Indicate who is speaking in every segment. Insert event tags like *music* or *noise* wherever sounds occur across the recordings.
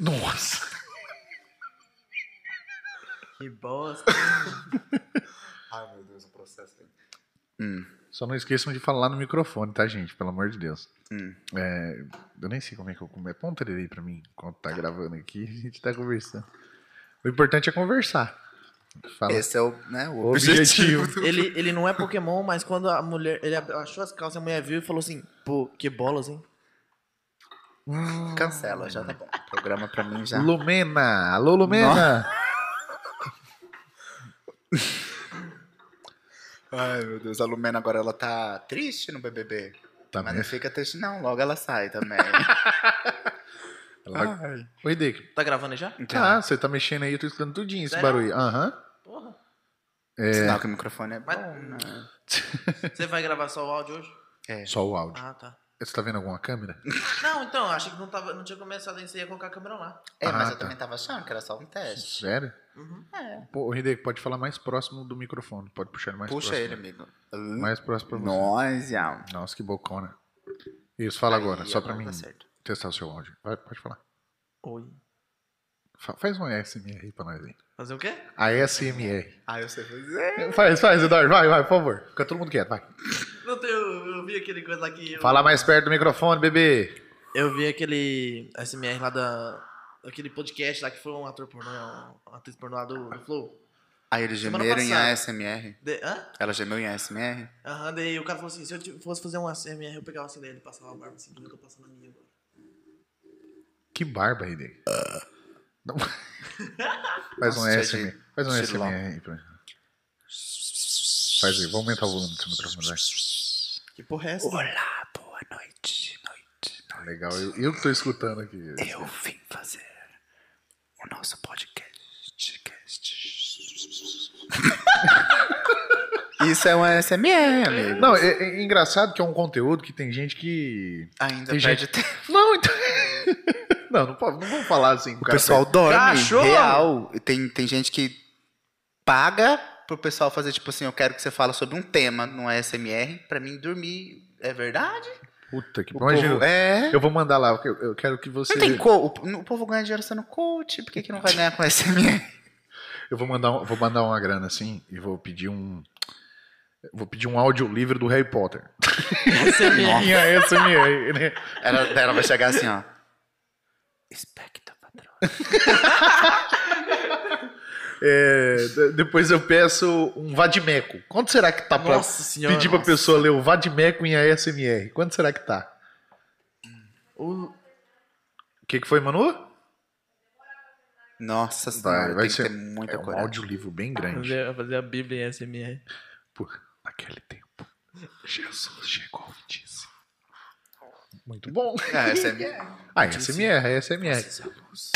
Speaker 1: Nossa.
Speaker 2: Que bosta.
Speaker 1: Ai, meu Deus, o processo. hein?
Speaker 3: Só não esqueçam de falar no microfone, tá, gente? Pelo amor de Deus.
Speaker 1: Hum.
Speaker 3: É, eu nem sei como é que eu como. É põe um trailer aí pra mim enquanto tá gravando aqui a gente tá conversando. O importante é conversar. Fala.
Speaker 1: Esse é o, né, o
Speaker 3: Objetivo.
Speaker 2: *laughs*
Speaker 1: objetivo.
Speaker 2: ele, ele não é Pokémon, mas quando a mulher. Ele ab- achou as calças, a mulher viu e falou assim: pô, que bolas, hein?
Speaker 1: Cancela, já tá bom. Programa pra mim já.
Speaker 3: Lumena! Alô, Lumena!
Speaker 1: Ai, meu Deus, a Lumena agora ela tá triste no BBB.
Speaker 3: Tá
Speaker 1: Mas
Speaker 3: mesmo?
Speaker 1: não fica triste não, logo ela sai *laughs* também. é
Speaker 3: Ela-
Speaker 1: Ai.
Speaker 3: Oi, Dick.
Speaker 2: Tá gravando aí já?
Speaker 1: Então.
Speaker 3: Tá, você tá mexendo aí, eu tô escutando tudinho esse
Speaker 2: Sério?
Speaker 3: barulho. Aham.
Speaker 2: Porra.
Speaker 1: Sinal que o microfone é bom,
Speaker 2: Mas-
Speaker 1: né?
Speaker 2: Você vai gravar só o áudio hoje?
Speaker 1: É.
Speaker 3: Só o áudio.
Speaker 2: Ah, tá.
Speaker 3: Você tá vendo alguma câmera?
Speaker 2: Não, então, achei que não, tava, não tinha começado a você ia colocar a câmera lá.
Speaker 1: É, mas
Speaker 3: Ah,
Speaker 1: eu
Speaker 3: tá.
Speaker 1: também tava achando que era só um teste.
Speaker 3: Sério?
Speaker 2: Uhum.
Speaker 1: É.
Speaker 3: Pô, Hideki, pode falar mais próximo do microfone. Pode puxar ele mais
Speaker 1: Puxa
Speaker 3: próximo.
Speaker 1: ele, amigo. Hum.
Speaker 3: Mais próximo pra você.
Speaker 1: Nós, Ian.
Speaker 3: Nossa, que bocona. Isso, fala agora,
Speaker 1: Aí,
Speaker 3: só pra mim
Speaker 1: Tá certo.
Speaker 3: testar o seu áudio. Vai, pode falar.
Speaker 2: Oi.
Speaker 3: Fa- Faz um ASMR aí pra nós aí.
Speaker 2: Fazer o quê?
Speaker 3: ASMR.
Speaker 1: Ah, eu sei fazer.
Speaker 3: Faz, faz, Eduardo. Vai, vai, por favor. Fica todo mundo quieto, vai.
Speaker 2: Não tem, eu, eu vi aquele coisa lá que. Eu,
Speaker 3: Fala mais perto do microfone, bebê.
Speaker 2: eu vi aquele SMR lá da. Aquele podcast lá que foi um ator pornô, uma atriz pornô lá do, do Flow.
Speaker 1: Aí eles
Speaker 2: Semana
Speaker 1: gemeram em
Speaker 2: passada.
Speaker 1: ASMR.
Speaker 2: De, hã?
Speaker 1: Ela gemeu em ASMR?
Speaker 2: Aham, daí o cara falou assim: se eu te- fosse fazer um SMR, eu pegava assim dele e passava a barba assim, como eu tô passando a minha agora.
Speaker 3: Que barba, Hideki.
Speaker 1: *laughs*
Speaker 3: Não. Faz um
Speaker 1: Nossa,
Speaker 3: ASMR. Faz um
Speaker 1: estilão.
Speaker 3: ASMR aí pra mim. Faz aí, vou aumentar o volume do seu microfone. vai.
Speaker 2: Que porra é essa?
Speaker 1: Olá, boa noite, noite.
Speaker 3: Tá Legal, eu, eu que tô escutando aqui.
Speaker 1: Eu vim fazer o nosso podcast. Isso é um ASMR, amigo.
Speaker 3: Não, é, é engraçado que é um conteúdo que tem gente que.
Speaker 1: Ainda
Speaker 3: Tem
Speaker 1: perde
Speaker 3: gente-
Speaker 1: tempo.
Speaker 3: Não, então. *laughs* não, não, pode, não vamos falar assim. com O
Speaker 1: O
Speaker 3: cara
Speaker 1: pessoal dorme,
Speaker 2: Cachorro!
Speaker 1: real. Tem, tem gente que paga pro pessoal fazer, tipo assim, eu quero que você fala sobre um tema no ASMR, pra mim dormir. É verdade?
Speaker 3: Puta que
Speaker 1: O
Speaker 3: pariu. Imagina,
Speaker 1: povo- é.
Speaker 3: Eu vou mandar lá, eu- eu quero que você.
Speaker 1: Não tem co... O o povo ganha dinheiro sendo coach, por que, que não vai ganhar com ASMR?
Speaker 3: Eu vou mandar, um- vou mandar uma grana assim e vou pedir um. Vou pedir um audiolivro do Harry Potter.
Speaker 2: SMR.
Speaker 3: Em ASMR, né?
Speaker 1: Ela, ela vai chegar assim, ó. Especta, patrão.
Speaker 3: É, de- depois eu peço um Vadimeco. Quanto será que tá pra
Speaker 2: Nossa senhora.
Speaker 3: pedir pra pessoa ler o Vadimeco em ASMR? Quanto será que tá?
Speaker 1: Hum.
Speaker 2: O-
Speaker 3: O que, que foi, Manu?
Speaker 1: Nossa
Speaker 3: Vai,
Speaker 1: senhora,
Speaker 3: vai
Speaker 1: tem que
Speaker 3: ser
Speaker 1: ter muita
Speaker 3: é um
Speaker 1: coragem.
Speaker 3: audiolivro bem grande.
Speaker 2: Fazer, fazer a Bíblia em SMR.
Speaker 3: Por naquele tempo, Jesus chegou e disse. Muito bom.
Speaker 1: É,
Speaker 2: *laughs*
Speaker 1: ASMR.
Speaker 3: Ah, ASMR, é ASMR.
Speaker 2: Essa luz.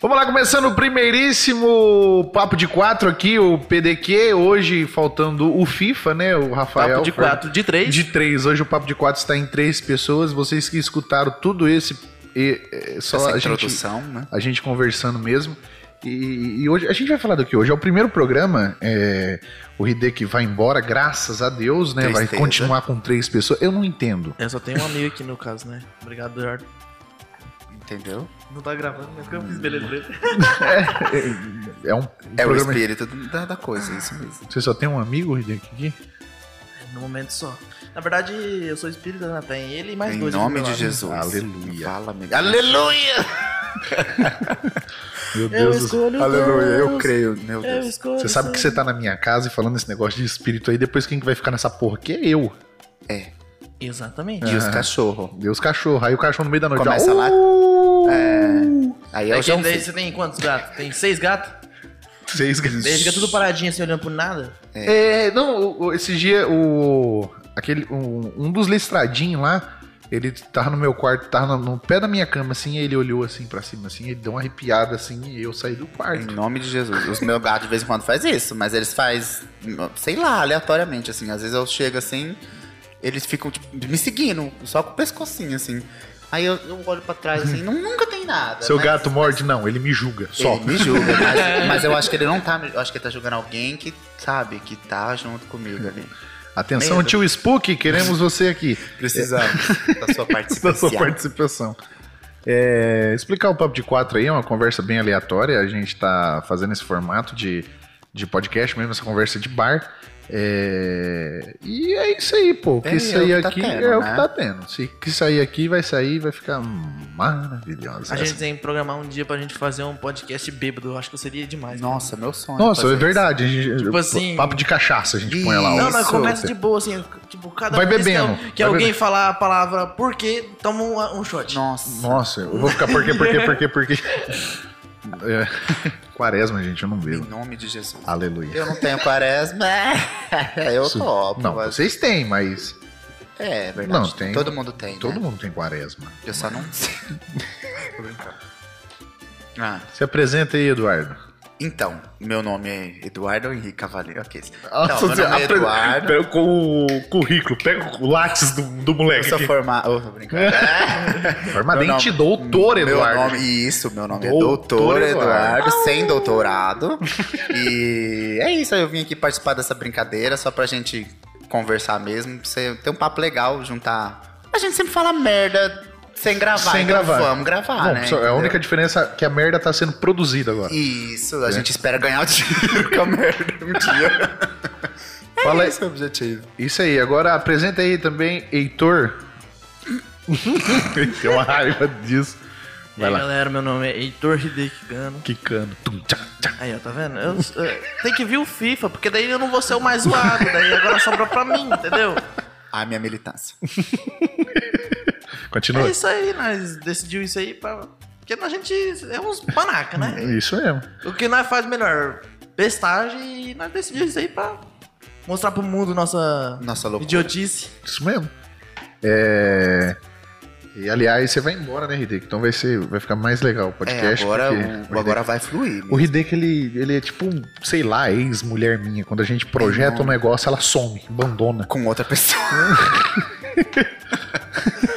Speaker 3: Vamos lá, começando o primeiríssimo Papo de Quatro aqui, o PDQ. Hoje faltando o FIFA, né? O Rafael.
Speaker 2: Papo de
Speaker 3: foi-
Speaker 2: 4 de 3.
Speaker 3: De três. Hoje o Papo de Quatro está em três pessoas. Vocês que escutaram tudo esse. E, é, só
Speaker 1: Essa
Speaker 3: a gente,
Speaker 1: introdução, né?
Speaker 3: a gente conversando mesmo. E, e hoje a gente vai falar do que hoje? É o primeiro programa. É, o Hideki vai embora, graças a Deus, né? Vai
Speaker 1: Tristeza.
Speaker 3: continuar com três pessoas. Eu não entendo.
Speaker 2: Eu só tenho um amigo aqui no caso, né? Obrigado, Eduardo.
Speaker 1: Entendeu?
Speaker 2: Não tá gravando, mas que eu
Speaker 3: Hum.
Speaker 2: fiz beleza dele.
Speaker 3: É, é um
Speaker 1: É o
Speaker 3: programa.
Speaker 1: espírito da, da coisa, é isso mesmo.
Speaker 3: Você só tem um amigo, Hideki, aqui?
Speaker 2: No momento só. Na verdade, eu sou espírita, né? Tem ele e mais
Speaker 1: Em
Speaker 2: dois. aqui
Speaker 1: nome
Speaker 2: do meu
Speaker 1: de
Speaker 2: lado.
Speaker 1: Jesus.
Speaker 3: Aleluia.
Speaker 1: Fala, amigo. Aleluia!
Speaker 3: Meu
Speaker 2: Eu escolho
Speaker 3: Aleluia, eu
Speaker 2: Deus.
Speaker 3: creio.
Speaker 1: Meu
Speaker 2: Eu
Speaker 1: Deus.
Speaker 2: escolho.
Speaker 3: Você sabe que você tá na minha casa e falando esse negócio de espírito aí, depois quem que vai ficar nessa porra aqui é eu.
Speaker 1: É.
Speaker 2: Exatamente.
Speaker 3: É. Ah.
Speaker 1: E os cachorros.
Speaker 3: Deus cachorro. Aí o cachorro no meio da noite.
Speaker 1: Começa
Speaker 3: ó,
Speaker 1: lá.
Speaker 3: "Uh!"
Speaker 1: Aí
Speaker 2: É
Speaker 1: eu
Speaker 2: que
Speaker 1: já
Speaker 2: daí você tem quantos gatos? Tem seis gatos?
Speaker 3: Seis
Speaker 2: Daí fica tudo paradinho assim, olhando pro nada.
Speaker 3: É, não, o- o- esse dia o. Aquele, um, um dos listradinhos lá, ele tava no meu quarto, tava no, no pé da minha cama, assim, aí ele olhou assim pra cima, assim, ele deu uma arrepiada assim e eu saí do
Speaker 1: Em
Speaker 3: quarto.
Speaker 1: nome de Jesus. Os meus gatos de vez em quando faz isso, mas eles faz, sei lá, aleatoriamente, assim. Às vezes eu chego assim, eles ficam tipo, me seguindo, só com o pescocinho, assim. Aí eu, eu olho pra trás assim, não, nunca tem nada. né?
Speaker 3: Seu
Speaker 1: mas-
Speaker 3: gato morde? Não, ele me julga. Só.
Speaker 1: Ele me julga, *laughs* mas, mas eu acho que ele não tá. me- Eu acho que ele tá julgando alguém que sabe, que tá junto comigo ali.
Speaker 3: Atenção,
Speaker 1: Medo.
Speaker 3: tio Spook, queremos você aqui.
Speaker 1: Precisamos É. *laughs*
Speaker 3: *laughs* da
Speaker 1: da sua
Speaker 3: sua
Speaker 1: participação.
Speaker 3: participação. É, explicar o Papo de Quatro aí é uma conversa bem aleatória. A gente tá fazendo esse formato de, de podcast mesmo, essa conversa de bar. É, e é isso aí, pô. O
Speaker 1: É, é
Speaker 3: que sair
Speaker 1: o que tá
Speaker 3: aqui
Speaker 1: tendo,
Speaker 3: é o
Speaker 1: né?
Speaker 3: que tá tendo. Se que sair aqui, vai sair, vai ficar Assim. maravilhosa.
Speaker 2: A
Speaker 3: essa
Speaker 2: gente tem que programar um dia pra gente fazer um podcast bêbado. Eu acho que seria demais.
Speaker 1: Nossa, meu sonho.
Speaker 3: Nossa,
Speaker 1: fazer
Speaker 3: é verdade. a gente-
Speaker 2: Tipo assim-
Speaker 3: papo de cachaça a gente põe lá.
Speaker 2: Não,
Speaker 3: ó.
Speaker 2: mas
Speaker 1: Isso,
Speaker 2: começa de boa, assim. Tipo, cada
Speaker 3: Vai
Speaker 2: vez que
Speaker 3: bebendo,
Speaker 2: al- Que,
Speaker 3: vai
Speaker 2: alguém
Speaker 3: bebendo.
Speaker 2: falar a palavra por quê, toma um, um shot.
Speaker 1: isso. Nossa.
Speaker 3: Nossa, eu vou ficar porque, porque, porque,
Speaker 2: *laughs*
Speaker 3: porque. É, *laughs* Quaresma, gente, eu não
Speaker 1: Em
Speaker 3: bebo.
Speaker 1: nome de Jesus.
Speaker 3: Aleluia.
Speaker 1: Eu não tenho quaresma. *laughs* Eu
Speaker 3: Isso-
Speaker 1: topo.
Speaker 3: Não,
Speaker 1: É mas-
Speaker 3: vocês têm, mas
Speaker 1: É, é verdade.
Speaker 3: Não, tem-
Speaker 1: Todo mundo tem.
Speaker 3: todo
Speaker 1: né?
Speaker 3: mundo tem quaresma.
Speaker 1: Eu
Speaker 3: *laughs*
Speaker 1: só não sei. Tô brincando. Ah,
Speaker 3: Se apresenta aí, Eduardo.
Speaker 1: então, meu nome é Eduardo Henrique Cavaleiro. Ok. Então,
Speaker 3: Nossa,
Speaker 1: meu nome é
Speaker 3: apre-
Speaker 1: Eduardo.
Speaker 3: Pega com o currículo, pega o lápis do, do
Speaker 1: Eu
Speaker 3: moleque.
Speaker 1: sou
Speaker 3: aqui.
Speaker 1: formado. Oh, tô brincando.
Speaker 3: *laughs* Formadente
Speaker 1: Meu
Speaker 3: doutor,
Speaker 1: Meu
Speaker 3: Eduardo.
Speaker 1: nome, isso, meu nome
Speaker 3: Doutor
Speaker 1: é Doutor
Speaker 3: Eduardo.
Speaker 1: Eduardo,
Speaker 3: *laughs*
Speaker 1: sem doutorado. e é isso, eu vim aqui participar dessa brincadeira só pra gente conversar mesmo, pra você ter um papo legal, juntar. A gente sempre fala merda sem gravar,
Speaker 3: Sem
Speaker 1: então
Speaker 3: gravar.
Speaker 1: vamos gravar,
Speaker 3: Bom,
Speaker 1: né?
Speaker 3: só- é a
Speaker 1: entendeu?
Speaker 3: única diferença é que a merda tá sendo produzida agora.
Speaker 1: Isso, a
Speaker 3: É.
Speaker 1: gente espera ganhar o dinheiro *laughs* com a merda um dia.
Speaker 3: *laughs* Fala aí.
Speaker 1: Esse é o objetivo.
Speaker 3: Isso aí, agora apresenta aí também Heitor.
Speaker 1: *laughs*
Speaker 3: Tem uma raiva disso.
Speaker 2: E
Speaker 3: Vai
Speaker 2: aí,
Speaker 3: lá,
Speaker 2: galera, meu nome é Heitor Hidekigano.
Speaker 3: quicando. Tum, tchá, tchá.
Speaker 2: Aí, ó, tá vendo? Eu- eu- tem que vir o FIFA, porque daí eu não vou ser o mais zoado. Daí agora sobra pra mim, entendeu?
Speaker 1: A minha militância.
Speaker 3: Continua.
Speaker 2: É isso aí, nós decidiu isso aí pra... Porque a gente é uns panaca, né?
Speaker 3: Isso mesmo.
Speaker 2: O que nós faz melhor? Bestagem e nós decidimos isso aí pra mostrar pro mundo nossa
Speaker 1: Nossa loucura.
Speaker 2: idiotice.
Speaker 3: Isso mesmo. É... E aliás, você vai embora, né, Hideki? Então vai, ser, vai ficar mais legal o
Speaker 1: É,
Speaker 3: podcast.
Speaker 1: agora,
Speaker 3: porque
Speaker 1: o, agora é vai fluir.
Speaker 3: O Hideki, ele, ele é tipo, um, sei lá, ex-mulher minha. Quando a gente projeta um negócio, ela some, abandona.
Speaker 1: Com outra pessoa.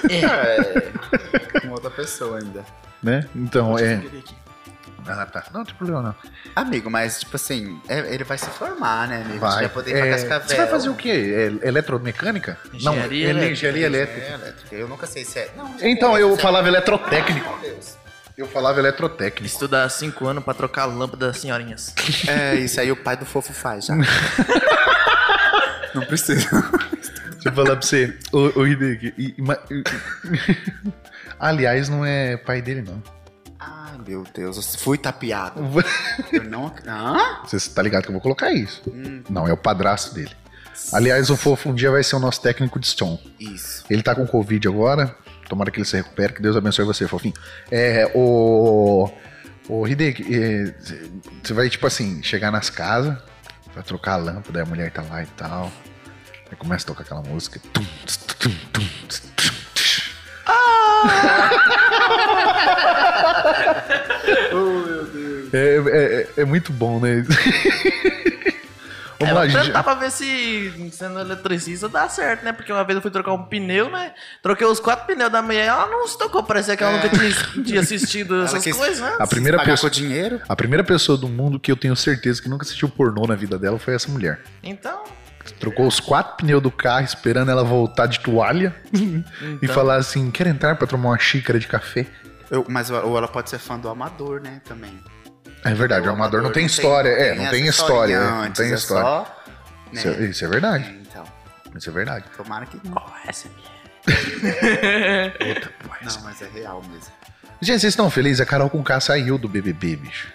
Speaker 2: É.
Speaker 1: É. Com outra pessoa ainda.
Speaker 3: Né? Então, é.
Speaker 1: tipo,
Speaker 2: Hideki.
Speaker 3: Ah, tá. Não, não tem problema, não.
Speaker 1: Amigo, mas tipo assim, é- ele vai se formar, né, amigo? Você
Speaker 3: Vai.
Speaker 1: vai poder ir pra
Speaker 3: É,
Speaker 1: Cascavel.
Speaker 3: você vai fazer o quê? É, eletromecânica?
Speaker 2: Engenharia
Speaker 3: não, ele é
Speaker 2: elétrica.
Speaker 3: engenharia elétrica.
Speaker 1: É, elétrica. Eu nunca sei se é. Não, não
Speaker 3: Então,
Speaker 1: sei
Speaker 3: eu
Speaker 1: se é.
Speaker 3: falava
Speaker 1: Ah,
Speaker 3: eletrotécnico.
Speaker 1: meu Deus.
Speaker 3: Eu falava eletrotécnico.
Speaker 2: Estudar cinco anos pra trocar a lâmpada das senhorinhas.
Speaker 1: É, isso aí o pai do fofo faz *laughs* já. não precisa.
Speaker 3: Deixa eu falar pra você. Ô, ô Hideki. e- ma- e- *laughs* Aliás, não é pai dele, não.
Speaker 1: Ai, meu Deus, eu fui tapeado. Eu não. Hã?
Speaker 3: Você tá ligado que eu vou colocar isso.
Speaker 1: Hum,
Speaker 3: Não, é o padrasto dele. Aliás, o Fofo um dia vai ser o nosso técnico de som.
Speaker 1: Isso.
Speaker 3: Ele tá com Covid agora. Tomara que ele se recupere. Que Deus abençoe você, Fofinho. É, o... O Hideki, é, você vai, tipo assim, chegar nas casas, vai trocar a lâmpada, aí a mulher tá lá e tal. Aí começa a tocar aquela música. Tum, tss, tum, tum, tss, tum, tss. É, é- é- é muito bom, né? Vamos
Speaker 2: Vamos
Speaker 3: lá, gente.
Speaker 2: tentar pra ver se sendo eletricista dá certo, né? Porque uma vez eu fui trocar um pneu, né? Troquei os quatro pneus da mulher, ela não se tocou, parecia que ela nunca tinha, tinha
Speaker 3: *laughs*
Speaker 2: assistido essas
Speaker 1: quis-
Speaker 2: coisas, né?
Speaker 3: É. A primeira
Speaker 1: Pagar
Speaker 3: pessoa-
Speaker 1: com dinheiro?
Speaker 3: A primeira pessoa do mundo que eu tenho certeza que nunca assistiu pornô na vida dela foi essa mulher.
Speaker 2: Então,
Speaker 3: Trocou os quatro pneus do carro esperando ela voltar de toalha *laughs* e
Speaker 2: Então.
Speaker 3: falar assim: quer entrar pra tomar uma xícara de café?
Speaker 1: Eu- mas ou ela pode ser fã do amador, né? Também.
Speaker 3: É verdade, o amador não tem história. É, não tem
Speaker 1: essa
Speaker 3: história.
Speaker 1: historinha
Speaker 3: é, Não
Speaker 1: antes,
Speaker 3: tem
Speaker 1: é
Speaker 3: história.
Speaker 1: só, né?
Speaker 3: Isso é- Isso é verdade.
Speaker 1: Então,
Speaker 3: Isso é verdade.
Speaker 1: tomara que não.
Speaker 2: qual é essa aqui?
Speaker 1: Não, mas é real mesmo.
Speaker 3: Gente, vocês estão felizes? A Carol com K saiu do BBB, bicho.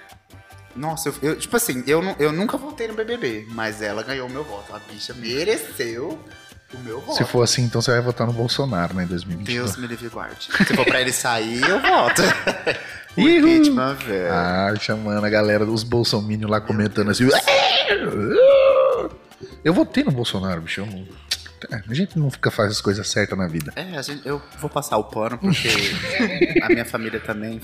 Speaker 1: Nossa, eu, eu- tipo assim, eu, nu- eu nunca votei no BBB, mas ela ganhou o meu voto. A bicha mereceu o meu voto.
Speaker 3: Se for assim, então você vai votar no Bolsonaro, né, em 2022.
Speaker 1: Deus me livre e guarde. Se for pra ele sair,
Speaker 3: *laughs*
Speaker 1: eu voto. o
Speaker 3: Ihu.
Speaker 1: impeachment, velho.
Speaker 3: Ah, chamando a galera dos bolsominions lá comentando assim. Eu votei no Bolsonaro, bicho. eu não- É, A gente não fica fazendo as coisas certas na vida.
Speaker 1: É, a gente- eu vou passar o pano, porque a minha família também.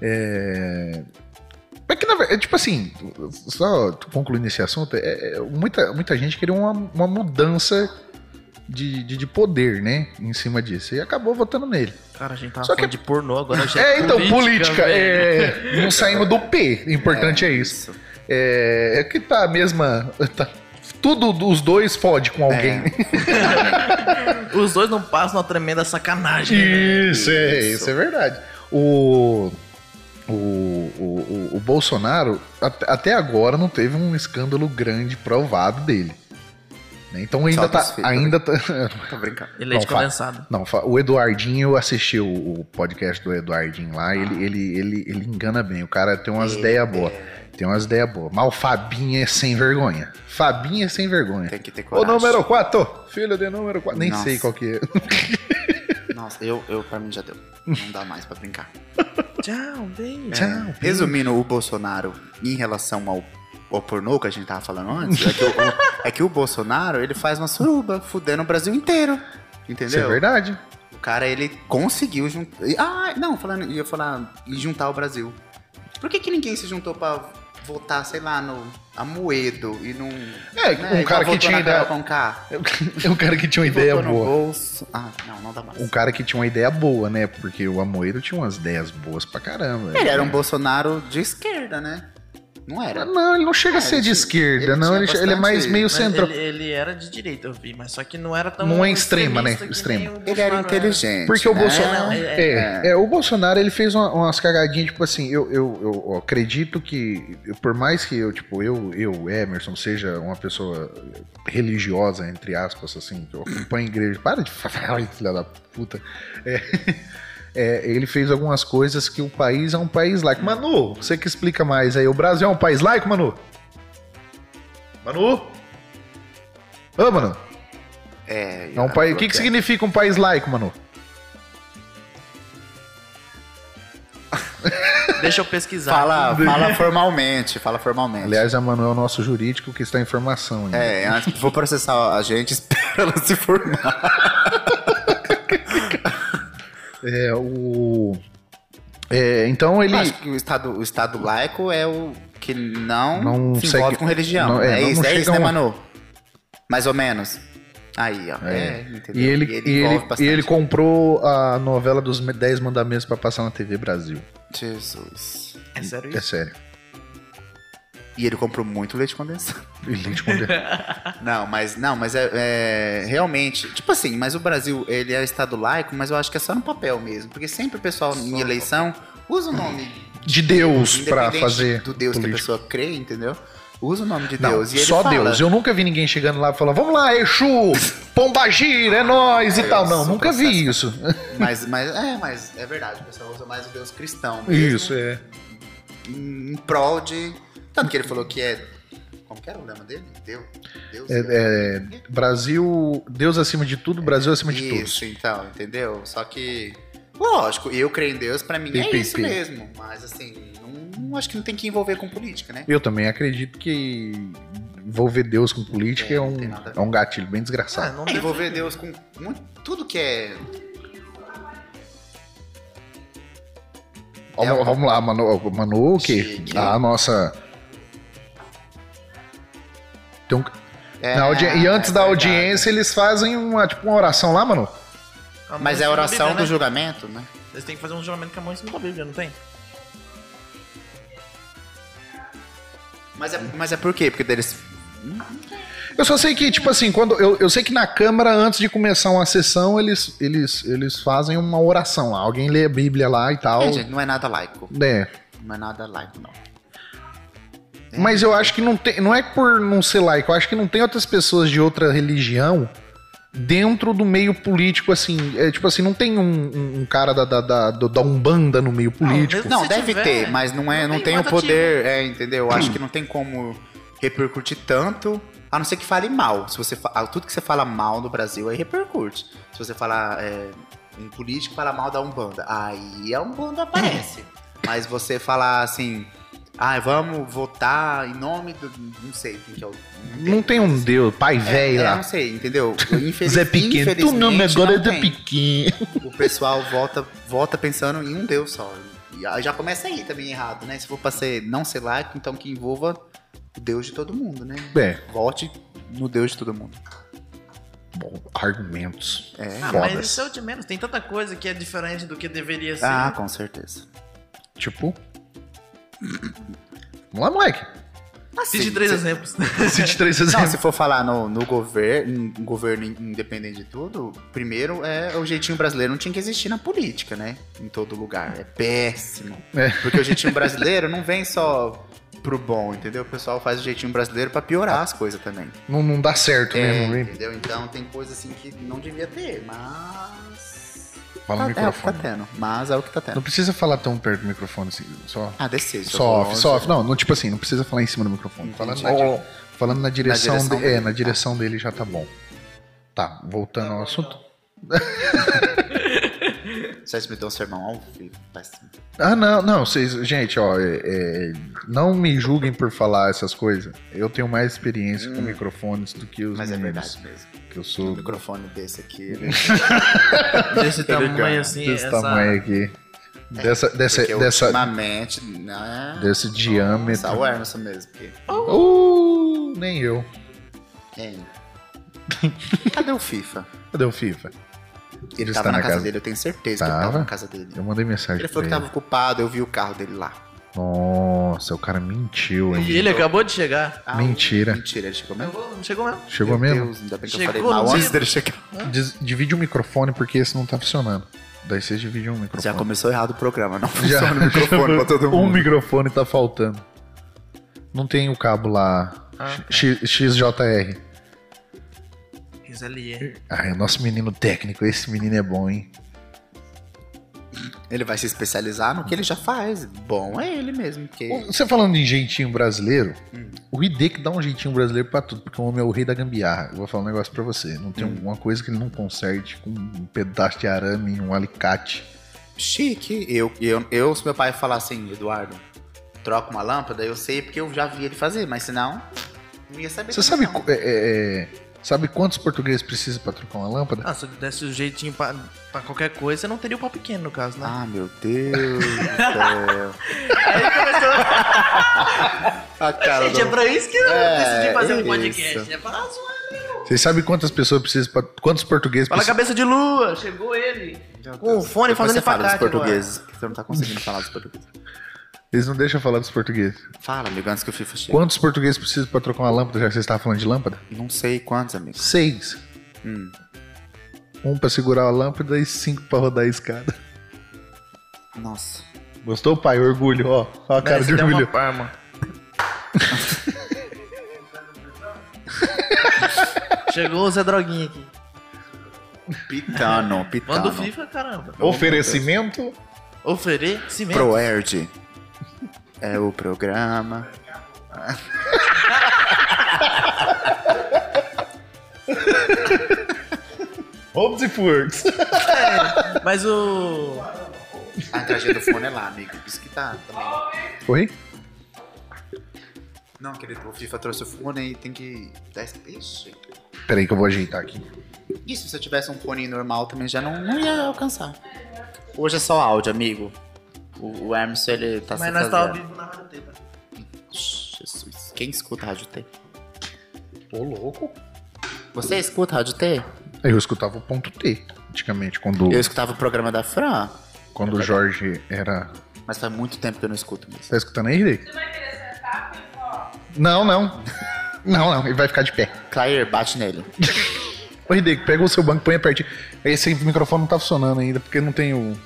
Speaker 3: É... É que, na verdade, tipo assim, só concluindo esse assunto, é, é, muita, muita gente queria uma, uma mudança de, de, de poder, né? Em cima disso. E acabou votando nele.
Speaker 2: Cara, a gente tá tava
Speaker 3: Só
Speaker 2: falando
Speaker 3: que-
Speaker 2: de pornô agora. já
Speaker 3: É, então, política.
Speaker 2: velho.
Speaker 3: é, não saímos do P. O importante é, isso. É, é que tá a mesma. Tá, Tudo os dois fode com alguém.
Speaker 2: Os dois não passam uma tremenda sacanagem. né?
Speaker 3: Isso, é,
Speaker 1: Isso.
Speaker 3: isso é verdade. O, o, o, o- o Bolsonaro, at- até agora, não teve um escândalo grande provado dele. né? Então ainda tá,
Speaker 1: desfeita, né?
Speaker 3: ainda tá. *laughs*
Speaker 1: Tô brincando.
Speaker 2: E leite
Speaker 3: Não, fa-
Speaker 2: condensado.
Speaker 3: Não, fa- o Eduardinho, eu assisti o, o podcast do Eduardinho lá,
Speaker 1: Ah.
Speaker 3: ele, ele, ele, ele engana bem. O cara tem umas ideias boas.
Speaker 1: é.
Speaker 3: Tem umas ideias boas. Mas o Fabinho é sem vergonha. Fabinho é sem vergonha.
Speaker 1: Tem que ter
Speaker 3: O
Speaker 1: coragem.
Speaker 3: número 4, filho de número 4. Nem
Speaker 1: Nossa.
Speaker 3: sei qual que é.
Speaker 1: Nossa, eu, eu, pra mim já deu. Não dá mais pra brincar.
Speaker 2: Tchau, beijo.
Speaker 3: Tchau.
Speaker 1: É, Resumindo o Bolsonaro em relação ao, ao pornô que a gente tava falando antes, é que o, o- é que o Bolsonaro, ele faz uma suruba, fudendo o Brasil inteiro.
Speaker 3: Isso é
Speaker 1: Entendeu?
Speaker 3: verdade. *laughs*
Speaker 1: o cara, ele conseguiu juntar... Ah, não, falando, ia falar em juntar o Brasil. Por que que ninguém se juntou pra votar, sei lá, no Amoedo e num... né,
Speaker 3: É, um cara que tinha ideia.
Speaker 1: Com K.
Speaker 3: É um cara que tinha uma ideia
Speaker 1: no
Speaker 3: boa.
Speaker 1: bolso. Ah, não, não dá mais.
Speaker 3: Um cara que tinha uma ideia boa, né? Porque o Amoedo tinha umas ideias boas pra caramba.
Speaker 1: Ele era um Bolsonaro de esquerda, né? Não era?
Speaker 3: Não, ele não chega a
Speaker 1: É,
Speaker 3: ser
Speaker 1: ele
Speaker 3: de
Speaker 1: tinha-
Speaker 3: esquerda,
Speaker 1: ele
Speaker 3: não. Ele,
Speaker 1: tinha
Speaker 3: ele é
Speaker 1: bastante-
Speaker 3: mais meio
Speaker 2: Mas
Speaker 3: centro.
Speaker 2: Ele, ele era de direita, eu vi, mas só que não era tão.
Speaker 3: Não é extrema, né?
Speaker 2: extremista que
Speaker 3: Extrema.
Speaker 2: nem o
Speaker 1: Ele era
Speaker 2: Bolsonaro
Speaker 1: inteligente.
Speaker 3: Porque o
Speaker 1: né?
Speaker 3: Bolsonaro.
Speaker 2: É, não,
Speaker 3: É, é, o Bolsonaro ele fez uma- umas cagadinhas, tipo assim, eu, eu, eu- eu acredito que, eu- por mais que eu, tipo, eu, eu, Emerson, seja uma pessoa religiosa, entre aspas, assim, que eu acompanho a igreja. Para de *laughs* falar, ai, filha da puta. É, *laughs* é, ele fez algumas coisas que o país é um país laico. Manu, você que explica mais aí. O Brasil é um país laico, Manu? Manu? Ô, Manu.
Speaker 1: É,
Speaker 3: É um país. O que, que significa um país laico, Manu?
Speaker 2: é- Deixa eu pesquisar. *laughs*
Speaker 1: Fala, fala formalmente, fala formalmente.
Speaker 3: Aliás, a Manu é o nosso jurídico que está em formação. ainda.
Speaker 1: é, antes que vou processar a gente, *laughs* espera ela se formar.
Speaker 3: É, o. É, então ele.
Speaker 1: Acho que o estado, o estado laico é o que não,
Speaker 3: Não
Speaker 1: se
Speaker 3: segue-
Speaker 1: envolve com religião.
Speaker 3: não- é,
Speaker 1: é,
Speaker 3: não
Speaker 1: isso, é
Speaker 3: chega
Speaker 1: isso, né,
Speaker 3: a um-
Speaker 1: Manu? Mais ou menos. Aí, ó.
Speaker 3: É.
Speaker 1: É, entendeu?
Speaker 3: E ele, e,
Speaker 1: envolve
Speaker 3: ele, e
Speaker 1: bastante.
Speaker 3: ele comprou a novela dos 10 mandamentos para passar na TV Brasil.
Speaker 1: Jesus.
Speaker 2: É sério
Speaker 3: É
Speaker 2: isso?
Speaker 3: sério.
Speaker 1: E ele comprou muito leite condensado.
Speaker 3: Ele te
Speaker 1: *laughs*
Speaker 3: conde-
Speaker 1: Não, mas não, mas é, é, realmente, tipo assim, mas o Brasil, ele é estado laico, mas eu acho que é só no papel mesmo, porque sempre o pessoal em eleição usa o nome
Speaker 3: de Deus para
Speaker 1: independente
Speaker 3: fazer.
Speaker 1: do Deus que a
Speaker 3: político.
Speaker 1: pessoa crê, entendeu? Usa o nome de
Speaker 3: Não,
Speaker 1: Deus e ele
Speaker 3: só
Speaker 1: fala,
Speaker 3: Deus. Eu nunca vi ninguém chegando lá e falando, vamos lá, Exu, pomba gira, é nós e
Speaker 1: É,
Speaker 3: tal. Não,
Speaker 1: isso,
Speaker 3: nunca
Speaker 1: processo.
Speaker 3: vi isso. *laughs*
Speaker 1: Mas, mas é, mas é verdade, o pessoal usa mais o Deus cristão, mesmo,
Speaker 3: Isso, é.
Speaker 1: em, em prol de tanto que ele falou que é como que era o lema dele? Deus, Deus.
Speaker 3: É, Brasil, Deus acima de tudo, Brasil acima de todos.
Speaker 1: Isso, então, entendeu? Só que, lógico, eu creio em Deus, pra mim
Speaker 3: Pi,
Speaker 1: é
Speaker 3: pi,
Speaker 1: isso
Speaker 3: pi.
Speaker 1: mesmo. Mas assim, não, não acho que não tem que envolver com política, né?
Speaker 3: Eu também acredito que envolver Deus com política é,
Speaker 1: É, não
Speaker 3: um,
Speaker 1: tem nada a ver.
Speaker 3: é um gatilho bem
Speaker 2: Ah,
Speaker 3: desgraçado.
Speaker 2: não
Speaker 1: É,
Speaker 2: deve-
Speaker 1: envolver Deus com muito- tudo que é. é
Speaker 3: vamos,
Speaker 1: um-
Speaker 3: vamos lá, Manu, Manu o quê?
Speaker 1: Chique.
Speaker 3: A nossa. Tem um-
Speaker 1: é-
Speaker 3: na audi- E antes
Speaker 1: é
Speaker 3: da
Speaker 1: verdade.
Speaker 3: audiência, eles fazem uma, tipo, uma oração lá, Manu?
Speaker 2: com a mão
Speaker 1: Mas
Speaker 2: em
Speaker 1: é a
Speaker 2: cima da
Speaker 1: oração
Speaker 2: Bíblia,
Speaker 1: do
Speaker 2: né?
Speaker 1: julgamento, né?
Speaker 2: Eles têm que fazer um juramento com a mão em cima da Bíblia, não tem?
Speaker 1: Mas é, mas é por quê? Porque deles.
Speaker 3: Eu só sei que, tipo assim, quando eu, eu sei que na Câmara, antes de começar uma sessão, eles, eles, eles fazem uma oração lá. Alguém lê a Bíblia lá e tal.
Speaker 1: É, gente, não é nada laico.
Speaker 3: É.
Speaker 1: Não é nada laico, não.
Speaker 3: Mas eu acho que não tem. Não é por não ser laico, eu acho que não tem outras pessoas de outra religião dentro do meio político, assim. É, tipo assim, não tem um, um- um cara da, da, da, do- da Umbanda no meio político.
Speaker 2: mesmo-
Speaker 1: Não,
Speaker 2: Se
Speaker 1: deve
Speaker 2: tiver,
Speaker 1: ter, mas não, é,
Speaker 2: não
Speaker 1: não
Speaker 2: tem tipo.
Speaker 1: tem o
Speaker 2: votativa.
Speaker 1: poder, é, entendeu? Eu acho que não tem como repercutir tanto, a não ser que fale mal. Se você fa- ah, tudo que você fala mal no Brasil aí repercute. Se você falar é, um político fala mal da Umbanda, aí a Umbanda
Speaker 2: Hum.
Speaker 1: aparece. mas você falar assim, ah, vamos votar em nome do não sei quem que é o
Speaker 3: Não tem um Deus, pai velho
Speaker 1: é,
Speaker 3: lá.
Speaker 1: não sei, entendeu?
Speaker 3: *laughs*
Speaker 1: Infeliz,
Speaker 3: Zé Pequeno. Tu
Speaker 1: infelizmente,
Speaker 3: nome agora é
Speaker 1: não
Speaker 3: Zé
Speaker 1: tem.
Speaker 3: Pequeno.
Speaker 1: O pessoal vota, vota pensando em um Deus só. E aí já começa aí também errado, né? Se for pra ser não sei lá, então que envolva o Deus de todo mundo, né?
Speaker 3: *laughs* É,
Speaker 1: Vote no Deus de todo mundo.
Speaker 3: bom, argumentos.
Speaker 1: É.
Speaker 2: Ah,
Speaker 3: Foda-se.
Speaker 2: mas isso é o de menos. Tem tanta coisa que é diferente do que deveria ser.
Speaker 1: Ah, com certeza.
Speaker 3: Tipo. Vamos lá, moleque.
Speaker 2: Cite
Speaker 1: Sim,
Speaker 2: três
Speaker 1: sim.
Speaker 2: exemplos.
Speaker 3: Cite três
Speaker 1: Não,
Speaker 3: exemplos.
Speaker 1: se for falar no, no governo, um governo in- independente de tudo, primeiro é o jeitinho brasileiro não tinha que existir na política, né? Em todo lugar. É péssimo.
Speaker 3: É.
Speaker 1: Porque o jeitinho brasileiro não vem só pro bom, entendeu? O pessoal faz o jeitinho brasileiro pra piorar as coisas também.
Speaker 3: Não, não dá certo
Speaker 1: É,
Speaker 3: mesmo, hein?
Speaker 1: entendeu? Então tem coisa assim que não devia ter, mas.
Speaker 3: Fala no
Speaker 1: Tá- é o que tá
Speaker 3: microfone.
Speaker 1: tendo. Mas é o que tá
Speaker 3: Não
Speaker 1: tendo.
Speaker 3: precisa falar tão perto do microfone assim, só.
Speaker 1: Ah, descer.
Speaker 3: Só off, só off. Não, não, tipo assim, não precisa falar em cima do microfone. Falando
Speaker 1: Entendi.
Speaker 3: na, di- falando na direção,
Speaker 1: direção
Speaker 3: de-
Speaker 1: dele,
Speaker 3: é, na
Speaker 1: tá.
Speaker 3: direção dele já tá bom. Tá, voltando ao assunto.
Speaker 1: Vocês me dão um sermão ao vivo. Péssimo.
Speaker 3: Ah, não, não, vocês, gente, ó, é, é, não me julguem por falar essas coisas. Eu tenho mais experiência com microfones do que os
Speaker 1: Hum. Mas é
Speaker 3: meninos,
Speaker 1: verdade mesmo.
Speaker 3: Que eu
Speaker 1: O
Speaker 3: sou
Speaker 1: microfone desse aqui.
Speaker 3: Hum.
Speaker 1: né? ele-
Speaker 2: Desse tamanho
Speaker 1: ligado.
Speaker 2: assim,
Speaker 3: desse
Speaker 2: essa...
Speaker 3: tamanho aqui. Dessa,
Speaker 1: É, Porque
Speaker 3: dessa, dessa,
Speaker 1: ultimamente, né?
Speaker 3: desse diâmetro.
Speaker 1: Só o Emerson mesmo. Porque...
Speaker 3: Uh, nem eu.
Speaker 1: Hein?
Speaker 3: *laughs*
Speaker 1: Cadê o FIFA?
Speaker 3: Cadê o FIFA?
Speaker 1: Ele
Speaker 3: está
Speaker 1: tava na
Speaker 3: na
Speaker 1: casa,
Speaker 3: casa-
Speaker 1: dele, eu tenho certeza que ele
Speaker 3: Tava?
Speaker 1: tava na casa dele.
Speaker 3: Eu mandei mensagem
Speaker 1: Ele falou que
Speaker 3: pra ele.
Speaker 1: tava ocupado, eu vi o carro dele lá.
Speaker 3: Nossa, o cara mentiu aí.
Speaker 2: E ele acabou de chegar.
Speaker 1: Ah,
Speaker 3: Mentira.
Speaker 1: Mentira, ele chegou mesmo.
Speaker 2: Não chegou mesmo.
Speaker 3: Chegou
Speaker 1: Meu
Speaker 3: mesmo?
Speaker 1: Deus, ainda bem que
Speaker 2: Chegou
Speaker 1: eu
Speaker 2: no
Speaker 1: falei mal antes
Speaker 2: dia.
Speaker 1: dele chegar.
Speaker 3: Diz- divide o microfone porque esse não tá funcionando. Daí vocês dividem um microfone.
Speaker 1: Já começou errado o programa, não
Speaker 3: Já-
Speaker 1: funciona o microfone pra *laughs*
Speaker 3: *laughs*
Speaker 1: todo
Speaker 3: Um
Speaker 1: mundo.
Speaker 3: microfone tá faltando. Não tem o cabo lá.
Speaker 2: Ah.
Speaker 3: X- XJR.
Speaker 2: XLE.
Speaker 3: Ai, o nosso menino técnico, esse menino é bom, hein?
Speaker 1: Ele vai se especializar no que ele já faz. Bom é ele mesmo, porque...
Speaker 3: Você falando de jeitinho brasileiro,
Speaker 1: Hum.
Speaker 3: o Hideki que dá um jeitinho brasileiro pra tudo, porque o homem é o rei da gambiarra. Eu vou falar um negócio pra você. Não
Speaker 1: Hum.
Speaker 3: tem uma coisa que ele não conserte com um pedaço de arame, um alicate.
Speaker 1: Chique. Eu, eu, eu, se meu pai falar assim, Eduardo, troca uma lâmpada, eu sei porque eu já vi ele fazer, mas senão, não ia saber.
Speaker 3: Você
Speaker 1: também,
Speaker 3: sabe,
Speaker 1: não.
Speaker 3: qu- é, é, é, sabe quantos portugueses precisam pra trocar uma lâmpada?
Speaker 2: Ah, se eu desse o jeitinho pra, pra qualquer coisa, você não teria o pau pequeno, no caso, né?
Speaker 1: Ah, meu Deus do céu.
Speaker 2: Aí começou...
Speaker 1: *laughs* A cara
Speaker 2: Gente, é pra isso que eu
Speaker 1: É,
Speaker 2: decidi fazer um
Speaker 1: isso.
Speaker 2: podcast. É pra zoar.
Speaker 3: Vocês sabem quantas pessoas precisam pra, quantos portugueses
Speaker 2: Fala
Speaker 3: precisam?
Speaker 2: cabeça de lua, chegou ele. Com o fone
Speaker 1: Depois
Speaker 2: fazendo
Speaker 1: você fala dos
Speaker 2: facate agora.
Speaker 1: portugueses, porque você não tá conseguindo falar dos portugueses.
Speaker 3: Eles não deixam falar dos portugueses.
Speaker 1: Fala, amigo, antes que o FIFA chegue.
Speaker 3: Quantos portugueses precisam pra trocar uma lâmpada, já que vocês estavam falando de lâmpada?
Speaker 1: Não sei quantos, amigos.
Speaker 3: Seis.
Speaker 1: Hum.
Speaker 3: Um pra segurar a lâmpada e cinco pra rodar a escada.
Speaker 1: *laughs* Nossa.
Speaker 3: Gostou, pai? Orgulho, ó. Ó a cara
Speaker 2: Você
Speaker 3: de
Speaker 2: deu uma
Speaker 3: orgulho.
Speaker 2: parma. *laughs* Chegou o Zé Droguinha aqui.
Speaker 1: Pitano, pitano.
Speaker 2: Manda o FIFA, caramba.
Speaker 3: Oferecimento.
Speaker 2: Oferecimento.
Speaker 1: Proerd. É o programa.
Speaker 3: Homes e Furts.
Speaker 2: É, mas o.
Speaker 1: A entrada do fone é lá, amigo. Isso que tá também.
Speaker 3: Oi?
Speaker 1: Não, querido, o FIFA trouxe o fone e tem que dar espaço.
Speaker 3: Peraí que eu vou ajeitar aqui.
Speaker 1: E se você tivesse um fone normal também já não, não ia alcançar. Hoje é só áudio, amigo. O, o Hermes, ele tá
Speaker 2: Mas
Speaker 1: se
Speaker 2: nós tava
Speaker 1: fazendo.
Speaker 2: vivo na Rádio Teta.
Speaker 1: Jesus, quem escuta a Rádio T?
Speaker 3: Ô, louco.
Speaker 1: Você escuta a Rádio T?
Speaker 3: Eu escutava o ponto T, antigamente, quando,
Speaker 1: Eu escutava o programa da Fran,
Speaker 3: quando o Jorge era.
Speaker 1: mas faz muito tempo que eu não escuto mesmo.
Speaker 3: Tá escutando aí, Rick? Não, não. *laughs* Não, não. Ele vai ficar de pé. Claire.
Speaker 1: Bate nele.
Speaker 3: Ô, Rick, pega o seu banco, põe pertinho. Esse microfone não tá funcionando ainda, porque não tem o.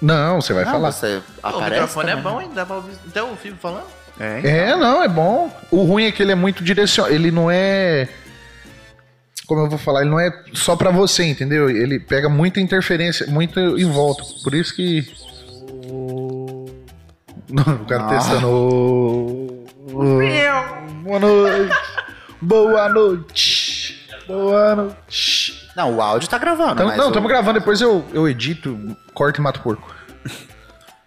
Speaker 3: Não, você vai
Speaker 1: Ah,
Speaker 3: falar.
Speaker 1: Você
Speaker 2: Pô, O
Speaker 1: aparece
Speaker 2: microfone é
Speaker 1: também,
Speaker 2: bom, hein? Dá pra ouvir. Até o Fibo falando?
Speaker 1: né? É.
Speaker 3: É, não, é bom. O ruim é que ele é muito direcionado. Ele não é. Como eu vou falar, ele não é só pra você, entendeu? Ele pega muita interferência, muito em volta. Por isso que. *laughs* Não, o cara
Speaker 1: Ah.
Speaker 3: testando. Ô, ô, Boa
Speaker 1: *laughs*
Speaker 3: noite. Boa noite. Boa noite.
Speaker 1: Não, o áudio tá gravando,
Speaker 3: Tamo-
Speaker 1: mas
Speaker 3: Então, não,
Speaker 1: o-
Speaker 3: estamos gravando, depois eu, eu edito, corto e mato o porco.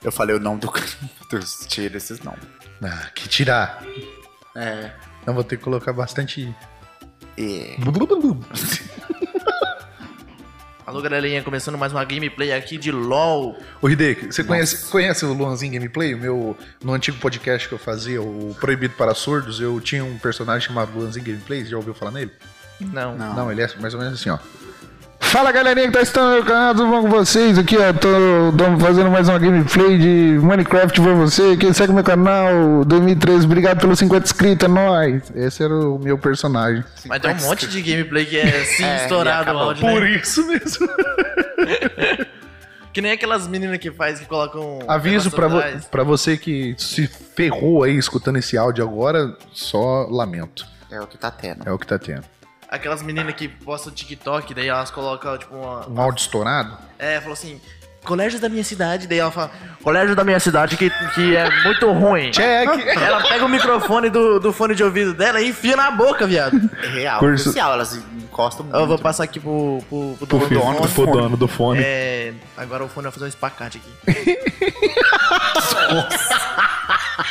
Speaker 1: eu falei o nome do... *laughs* Deus, tira esses nomes.
Speaker 3: Ah, que tirar.
Speaker 1: É.
Speaker 3: Não, vou ter que colocar bastante.
Speaker 1: E...
Speaker 2: Alô, galerinha, começando mais uma gameplay aqui de LOL.
Speaker 3: Ô, Hideki, você conhece, conhece o Luanzinho Gameplay? O meu, no antigo podcast que eu fazia, o Proibido para Surdos, eu tinha um personagem chamado Luanzinho Gameplay, já ouviu falar nele?
Speaker 2: Não.
Speaker 1: Não.
Speaker 3: Não, ele é mais ou menos assim, ó.
Speaker 4: Fala galerinha que tá estando no canal, tudo bom com vocês? Aqui ó, tô, tô fazendo mais uma gameplay de Minecraft pra você. Quem segue meu canal 2013, obrigado pelos 50 inscritos, é nóis. Esse era o meu personagem.
Speaker 2: Mas tem um monte de gameplay que é assim,
Speaker 1: *laughs* É, e
Speaker 2: estourado o
Speaker 1: acabou.
Speaker 2: áudio,
Speaker 3: Por
Speaker 2: né?
Speaker 3: isso mesmo.
Speaker 2: Que nem aquelas meninas que faz, que colocam... um
Speaker 3: Aviso pra, vo
Speaker 2: atrás.
Speaker 3: pra você que se ferrou aí escutando esse áudio agora, só lamento.
Speaker 1: É o que tá tendo.
Speaker 3: É o que tá tendo.
Speaker 2: Aquelas meninas que postam TikTok, daí elas colocam, tipo, uma...
Speaker 3: Um áudio estourado?
Speaker 2: É, falou assim... Colégio da minha cidade, daí ela fala... Colégio da minha cidade que, que é muito ruim.
Speaker 3: *laughs* Check!
Speaker 2: Ela pega o microfone do, do fone de ouvido dela e enfia na boca, viado.
Speaker 1: É real,
Speaker 3: Curso-
Speaker 1: oficial, elas encostam muito.
Speaker 2: Eu vou passar aqui pro, pro, pro
Speaker 3: Pro
Speaker 2: dono do
Speaker 3: filho,
Speaker 2: fone.
Speaker 3: pro dono do fone.
Speaker 2: É, agora o fone vai fazer um espacate aqui.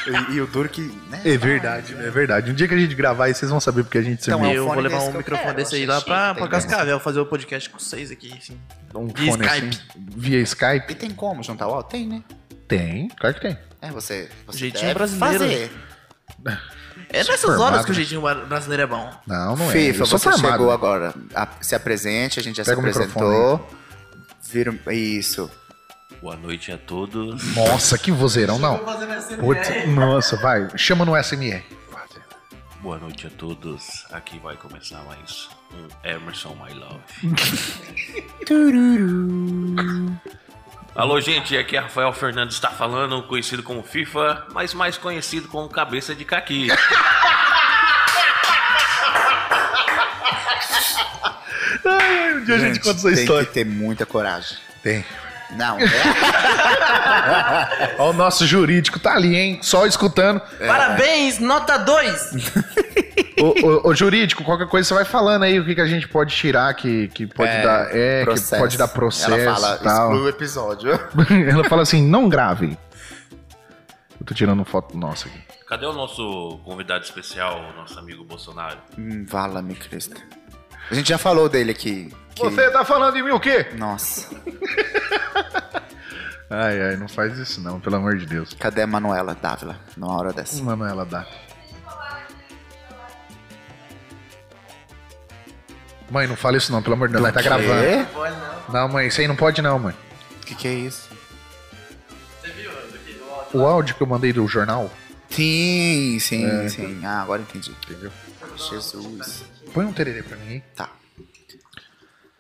Speaker 1: E, e o duro que, né?
Speaker 3: É verdade, é verdade. Um dia que a gente gravar aí, vocês vão saber porque a gente se
Speaker 1: Então,
Speaker 3: viu.
Speaker 1: é um
Speaker 2: eu vou
Speaker 1: fone
Speaker 2: levar
Speaker 1: desse
Speaker 2: um
Speaker 1: que eu
Speaker 2: microfone
Speaker 1: quero,
Speaker 2: desse aí
Speaker 1: achei
Speaker 2: lá
Speaker 1: chique,
Speaker 2: pra,
Speaker 1: tá
Speaker 2: pra
Speaker 1: ligado?
Speaker 2: Cascavel fazer o podcast com vocês aqui, assim.
Speaker 3: um
Speaker 2: via
Speaker 3: fone
Speaker 2: Skype.
Speaker 3: assim, via Skype.
Speaker 1: E tem como juntar o ó? Tem, né?
Speaker 3: Tem, claro que tem.
Speaker 1: É, você, você
Speaker 2: Jeitinho
Speaker 1: deve
Speaker 2: brasileiro.
Speaker 1: fazer.
Speaker 2: É nessas
Speaker 3: Formado.
Speaker 2: horas que o jeitinho bar- brasileiro é bom.
Speaker 3: Não, não é.
Speaker 1: FIFA,
Speaker 3: Eu sou
Speaker 1: você
Speaker 3: formado. né?
Speaker 1: chegou agora. A- se apresente, a gente já
Speaker 3: Pega o
Speaker 1: se
Speaker 3: microfone
Speaker 1: apresentou. Vira, um- isso.
Speaker 5: Boa noite a todos.
Speaker 3: Nossa, que vozeirão, não. Putz, nossa, vai. Chama no SMR.
Speaker 5: Boa noite a todos. Aqui vai começar mais um Emerson My Love. Alô, gente. Aqui é Rafael Fernandes está falando, conhecido como FIFA, mas mais conhecido como Cabeça de Caqui.
Speaker 3: Ai, um dia a gente conta essa
Speaker 1: tem
Speaker 3: história.
Speaker 1: que ter muita coragem.
Speaker 3: Tem. *laughs*
Speaker 1: Não, é,
Speaker 3: Ó, o nosso jurídico tá ali, hein? Só escutando.
Speaker 1: É.
Speaker 2: Parabéns, nota 2!
Speaker 3: ô, ô, ô, jurídico, qualquer coisa você vai falando aí o que, que a gente pode tirar, que, que pode
Speaker 1: É,
Speaker 3: dar. É, que pode dar processo.
Speaker 1: Ela
Speaker 3: e
Speaker 1: fala,
Speaker 3: tal.
Speaker 1: exclui o episódio. *laughs*
Speaker 3: *laughs* Ela fala assim, não grave. Eu tô tirando foto nossa aqui.
Speaker 5: Cadê o nosso convidado especial, o nosso amigo Bolsonaro?
Speaker 1: Hum, Vala-me, Cristo. A gente já falou dele aqui. que-
Speaker 3: tá falando de mim o quê?
Speaker 1: Nossa,
Speaker 3: Ai, ai, não faz isso não, pelo amor de Deus.
Speaker 1: cadê a Manuela Dávila numa hora dessa?
Speaker 3: Manuela dá. Mãe, não fala isso não, pelo amor de Deus. Ela tá
Speaker 1: Quê?
Speaker 3: gravando. Não, mãe, isso aí não pode não, mãe.
Speaker 1: Que que é isso?
Speaker 3: O áudio que eu mandei do jornal.
Speaker 1: Sim, sim, sim. Ah, agora entendi. Jesus.
Speaker 3: Põe um tererê pra mim. aí.
Speaker 1: Tá.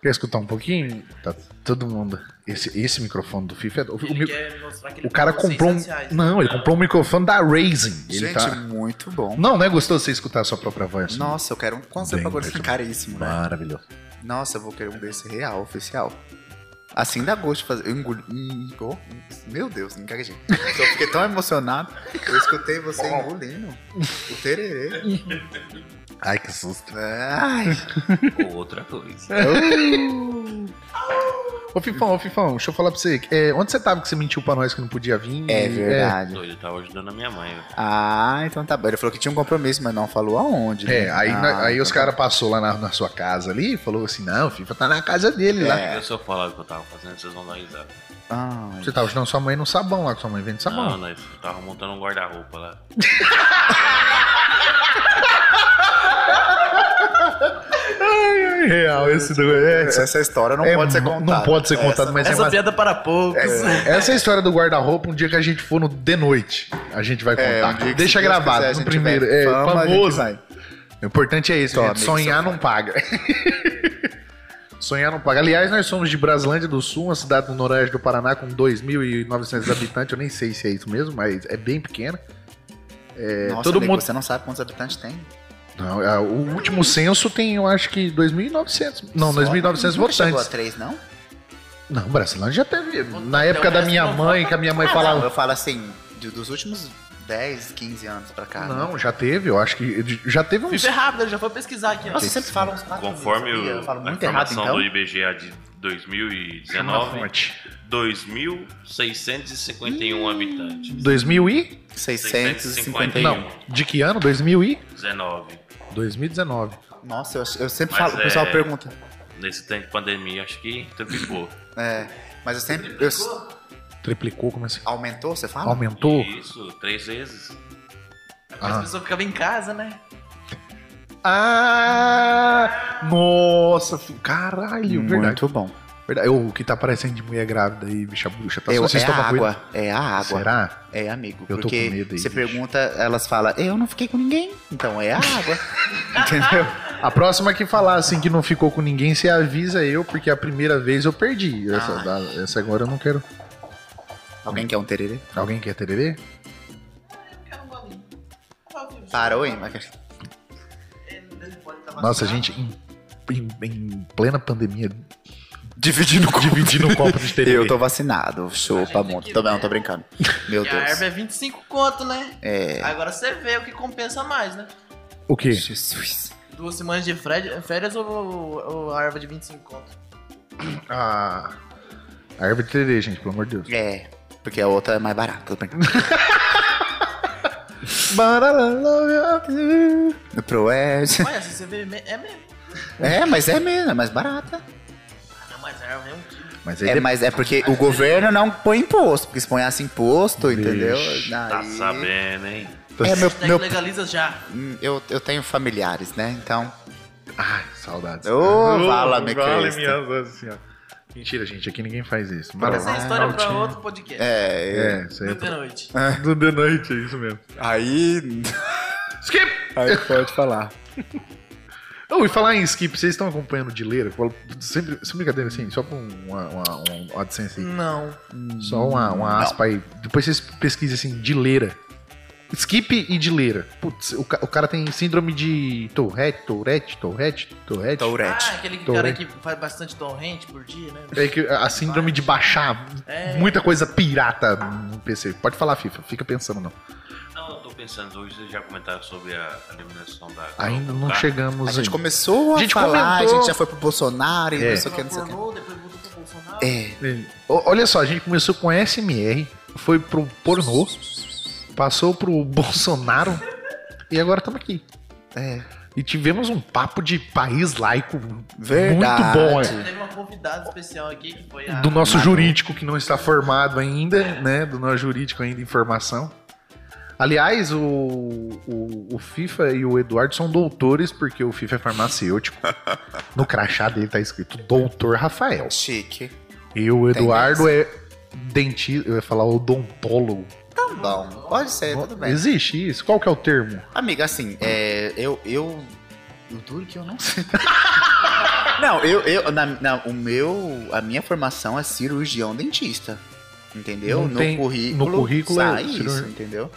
Speaker 3: Quer escutar um pouquinho? Tá todo mundo. Esse, esse microfone do FIFA é. do- O, mi-
Speaker 2: quer mostrar que
Speaker 3: o cara comprou um. Não, ele comprou um microfone da Raising. Ele
Speaker 1: Gente,
Speaker 3: tá...
Speaker 1: muito bom.
Speaker 3: Não, não é gostoso você escutar a sua própria voz?
Speaker 1: Nossa, eu quero um conceito
Speaker 3: Bem,
Speaker 1: agora
Speaker 3: muito bom.
Speaker 1: caríssimo, né?
Speaker 3: Maravilhoso.
Speaker 1: Nossa, eu vou querer um desse real, oficial. Assim dá gosto de fazer. Eu engoli. hum, oh, Meu Deus, não caguejei. Eu fiquei tão emocionado. Eu escutei você engolindo. O
Speaker 3: *laughs*
Speaker 1: tererê.
Speaker 3: Ai, que susto.
Speaker 1: Ai,
Speaker 5: Ou outra coisa.
Speaker 3: Ô, Fifão, ô, Fifão, deixa eu falar pra você. É, onde você tava que você mentiu pra nós que não podia vir?
Speaker 1: é verdade.
Speaker 5: Doido, eu tava ajudando a minha mãe. velho.
Speaker 1: Ah, então tá bom. Ele falou que tinha um compromisso, mas não falou aonde. né?
Speaker 3: É, aí,
Speaker 1: Ah,
Speaker 3: na- aí
Speaker 1: então
Speaker 3: os
Speaker 1: tá
Speaker 3: caras passou lá na, na sua casa ali e falou assim, não, o FIFA tá na casa dele lá.
Speaker 1: É.
Speaker 5: Eu só falar o que eu tava fazendo, vocês vão dar risada.
Speaker 1: bom. Ah,
Speaker 3: Você tava ajudando sua mãe no sabão lá, que sua mãe vende
Speaker 5: não,
Speaker 3: sabão.
Speaker 5: nós tava montando um guarda-roupa lá.
Speaker 3: É real, esse do... É,
Speaker 1: essa, essa história não
Speaker 3: é,
Speaker 1: pode ser
Speaker 3: não-
Speaker 1: contada.
Speaker 3: Não pode ser contado, mas é
Speaker 2: Essa
Speaker 3: uma...
Speaker 2: piada para poucos. *laughs*
Speaker 3: Essa é história do guarda-roupa, um dia que a gente for no de noite, a gente vai
Speaker 1: É, um
Speaker 3: contar.
Speaker 1: dia que,
Speaker 3: tá. Deixa
Speaker 1: se Deus
Speaker 3: gravado
Speaker 1: quiser, a
Speaker 3: no
Speaker 1: gente
Speaker 3: primeiro.
Speaker 1: tiver
Speaker 3: É,
Speaker 1: fama, a gente
Speaker 3: famoso.
Speaker 1: vai.
Speaker 3: O importante é isso,
Speaker 1: Só
Speaker 3: gente.
Speaker 1: amigo,
Speaker 3: sonhar
Speaker 1: só
Speaker 3: não paga. *laughs* sonhar não paga. Aliás, nós somos de Braslândia do Sul, uma cidade no noroeste do Paraná com 2.900 habitantes. Eu nem sei se é isso mesmo, mas é bem pequena.
Speaker 1: Nossa,
Speaker 3: É, todo
Speaker 1: amigo,
Speaker 3: mundo-
Speaker 1: você não sabe quantos habitantes tem.
Speaker 3: Não, é, o último censo tem, eu acho que 2.900. Não,
Speaker 1: Só-
Speaker 3: 2.900
Speaker 1: Nunca Chegou Então, a
Speaker 3: votantes.
Speaker 1: três, não?
Speaker 3: Não, Braslândia já teve. Na época da
Speaker 2: resto
Speaker 3: minha
Speaker 2: não
Speaker 3: mãe, que a minha mãe
Speaker 1: Não,
Speaker 3: falava...
Speaker 1: eu falo assim, de- dos últimos 10, 15 anos pra cá. né?
Speaker 3: Não, já teve, eu acho que já teve uns
Speaker 2: Fiz é rápido, ele já foi pesquisar aqui. ó.
Speaker 1: Nossa, você sempre fala uns 4
Speaker 5: Conforme o-
Speaker 1: Eu falo
Speaker 5: a
Speaker 1: muito errado, então.
Speaker 5: informação do IBGE de
Speaker 3: Chama na
Speaker 5: 2019,
Speaker 3: fonte.
Speaker 5: 2.651 habitantes.
Speaker 3: 2000 e?
Speaker 1: 651.
Speaker 5: Não.
Speaker 3: De que ano? 2000 e?
Speaker 5: 19.
Speaker 3: 2019.
Speaker 1: Nossa, eu, eu sempre
Speaker 5: Mas
Speaker 1: falo, o pessoal
Speaker 5: é-
Speaker 1: pergunta.
Speaker 5: Nesse tempo de pandemia, acho que triplicou.
Speaker 1: É, mas eu sempre. eu-
Speaker 3: Triplicou, como assim?
Speaker 1: aumentou, você fala?
Speaker 3: Aumentou?
Speaker 5: Isso, três vezes.
Speaker 3: Ah.
Speaker 2: As pessoas ficavam em casa, né?
Speaker 3: Ah, Nossa, fi- caralho, verdade.
Speaker 1: Muito bom.
Speaker 3: verdade. Ô, o que tá aparecendo de mulher grávida aí, bicha bruxa, tá
Speaker 1: Eu,
Speaker 3: só vocês
Speaker 1: é a
Speaker 3: tomar cuidado.
Speaker 1: água. É a água.
Speaker 3: Será?
Speaker 1: É, amigo.
Speaker 3: Eu tô
Speaker 1: porque
Speaker 3: com medo aí,
Speaker 1: você
Speaker 3: bicho.
Speaker 1: pergunta, elas falam, eu não fiquei com ninguém. Então é a
Speaker 3: *laughs*
Speaker 1: água.
Speaker 3: Entendeu? A próxima que falar assim que não ficou com ninguém, você avisa eu, porque a primeira vez eu perdi. Essa,
Speaker 1: Ah.
Speaker 3: da- essa agora eu não quero.
Speaker 1: Alguém quer um tererê?
Speaker 3: Alguém quer tererê?
Speaker 1: Parou, hein? Mas-
Speaker 3: Nossa, gente, em, em- em plena pandemia,
Speaker 1: Dividindo o
Speaker 3: dividindo um copo
Speaker 1: *laughs*
Speaker 3: de tererê.
Speaker 1: Eu tô vacinado. Chupa muito. Tô, não, tô brincando. Meu
Speaker 2: E a
Speaker 1: Deus.
Speaker 2: erva é 25 conto, né? É. Agora você vê o que compensa mais, né?
Speaker 3: O quê?
Speaker 1: Jesus.
Speaker 2: Duas semanas de fred- férias ou, ou a erva de 25 conto?
Speaker 3: A, a erva de tererê, gente, pelo amor de Deus.
Speaker 1: É, porque a outra é mais barata. tô brincando. Proerd.
Speaker 2: Olha, se você vê, me- é mesmo.
Speaker 1: É, mas é mesmo, é mais barata.
Speaker 2: Não, mas a erva é um quilo.
Speaker 3: Mas aí
Speaker 1: É,
Speaker 3: depois-
Speaker 1: mas é porque o governo não põe imposto, porque se ponhasse imposto, entendeu?
Speaker 5: Tá
Speaker 1: Aí-
Speaker 5: sabendo, hein?
Speaker 1: É, meu,
Speaker 2: Hashtag
Speaker 1: meu-
Speaker 2: legaliza já.
Speaker 1: hum, eu, eu tenho familiares, né? Então.
Speaker 3: Ai, saudades.
Speaker 1: Ô, fala-me, Cristo.
Speaker 3: minhas asas, assim, ó. Mentira, gente, aqui ninguém faz isso.
Speaker 2: Mas essa é a história pra
Speaker 3: Altinho.
Speaker 2: outro podcast.
Speaker 1: Ah, É.
Speaker 3: É, isso aí é
Speaker 2: De noite.
Speaker 3: do The Noite, é isso mesmo.
Speaker 1: Aí. *laughs*
Speaker 3: Skip!
Speaker 1: Aí pode falar.
Speaker 3: Oh, e falar em skip, vocês estão acompanhando o Dileira? Fala- Sempre, sem brincadeira, assim, só com uma, uma, uma, uma AdSense aí.
Speaker 2: Não.
Speaker 3: Só uma, uma aspa aí. Depois vocês pesquisem assim, Dileira. Skip e Dileira. Putz, o, ca- o cara tem síndrome de Tourette, Tourette, Tourette, Tourette.
Speaker 1: Tourette.
Speaker 2: Ah, aquele
Speaker 3: Tô
Speaker 2: cara
Speaker 3: bem.
Speaker 2: que faz bastante torrente por dia, né?
Speaker 3: É que a síndrome de baixar
Speaker 2: É.
Speaker 3: muita coisa pirata no PC. Pode falar, FIFA, fica pensando não.
Speaker 5: Não, eu tô pensando, hoje vocês já comentaram sobre a eliminação da.
Speaker 3: Ainda não
Speaker 5: Tá?
Speaker 3: chegamos
Speaker 1: A gente
Speaker 3: ainda.
Speaker 1: começou a,
Speaker 3: A gente
Speaker 1: falar,
Speaker 3: comentou.
Speaker 1: a gente já foi pro Bolsonaro e
Speaker 3: É.
Speaker 1: não sei o que, não sei o que.
Speaker 2: Pornô, depois voltou pro Bolsonaro.
Speaker 1: É.
Speaker 3: O- Olha só, a gente começou com SMR, foi pro pornô, passou pro *laughs* Bolsonaro e agora estamos aqui.
Speaker 1: É.
Speaker 3: E tivemos um papo de país laico
Speaker 1: Verdade.
Speaker 3: muito bom é,
Speaker 2: Teve uma convidada especial aqui que foi a.
Speaker 1: Ah,
Speaker 3: do nosso jurídico que não está formado ainda, né? Do nosso jurídico ainda em formação. Aliás, o, o, o FIFA e o Eduardo são doutores, porque o FIFA é
Speaker 1: *laughs*
Speaker 3: farmacêutico. No crachá dele tá escrito Doutor Rafael.
Speaker 1: Chique.
Speaker 3: E o
Speaker 1: Tem
Speaker 3: Eduardo é dentista, eu ia falar odontólogo.
Speaker 1: Tá bom. Pode ser, tudo bem.
Speaker 3: Existe isso? Qual que é o termo?
Speaker 1: Amiga, assim, é, eu, eu. O duro que eu não
Speaker 3: *laughs*
Speaker 1: sei. não, eu. eu na, na- o meu, a minha formação é cirurgião dentista. Entendeu?
Speaker 3: Não
Speaker 1: no,
Speaker 3: tem-
Speaker 1: currículo
Speaker 3: no currículo é
Speaker 1: sai
Speaker 3: cirurgi-
Speaker 1: isso, entendeu?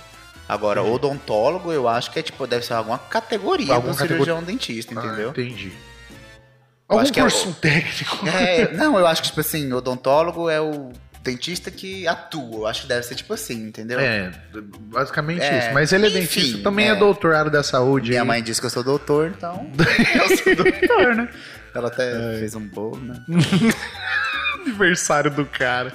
Speaker 1: Agora, odontólogo, eu acho que é tipo, deve ser alguma categoria
Speaker 3: Alguma
Speaker 1: do
Speaker 3: categoria.
Speaker 1: cirurgião dentista, entendeu?
Speaker 3: Ah, entendi.
Speaker 1: Eu
Speaker 3: Algum
Speaker 1: acho que é o-
Speaker 3: curso técnico.
Speaker 1: É, não, eu acho que, tipo assim, odontólogo é o dentista que atua. Eu acho que deve ser tipo assim, entendeu?
Speaker 3: *laughs* É, basicamente
Speaker 1: É,
Speaker 3: isso. Mas ele é
Speaker 1: enfim,
Speaker 3: dentista, também é,
Speaker 1: é.
Speaker 3: doutorado da saúde.
Speaker 1: Minha
Speaker 3: aí.
Speaker 1: mãe disse que eu sou doutor, então. eu sou doutor, né? Ela até fez um bolo, né?
Speaker 3: aniversário do cara.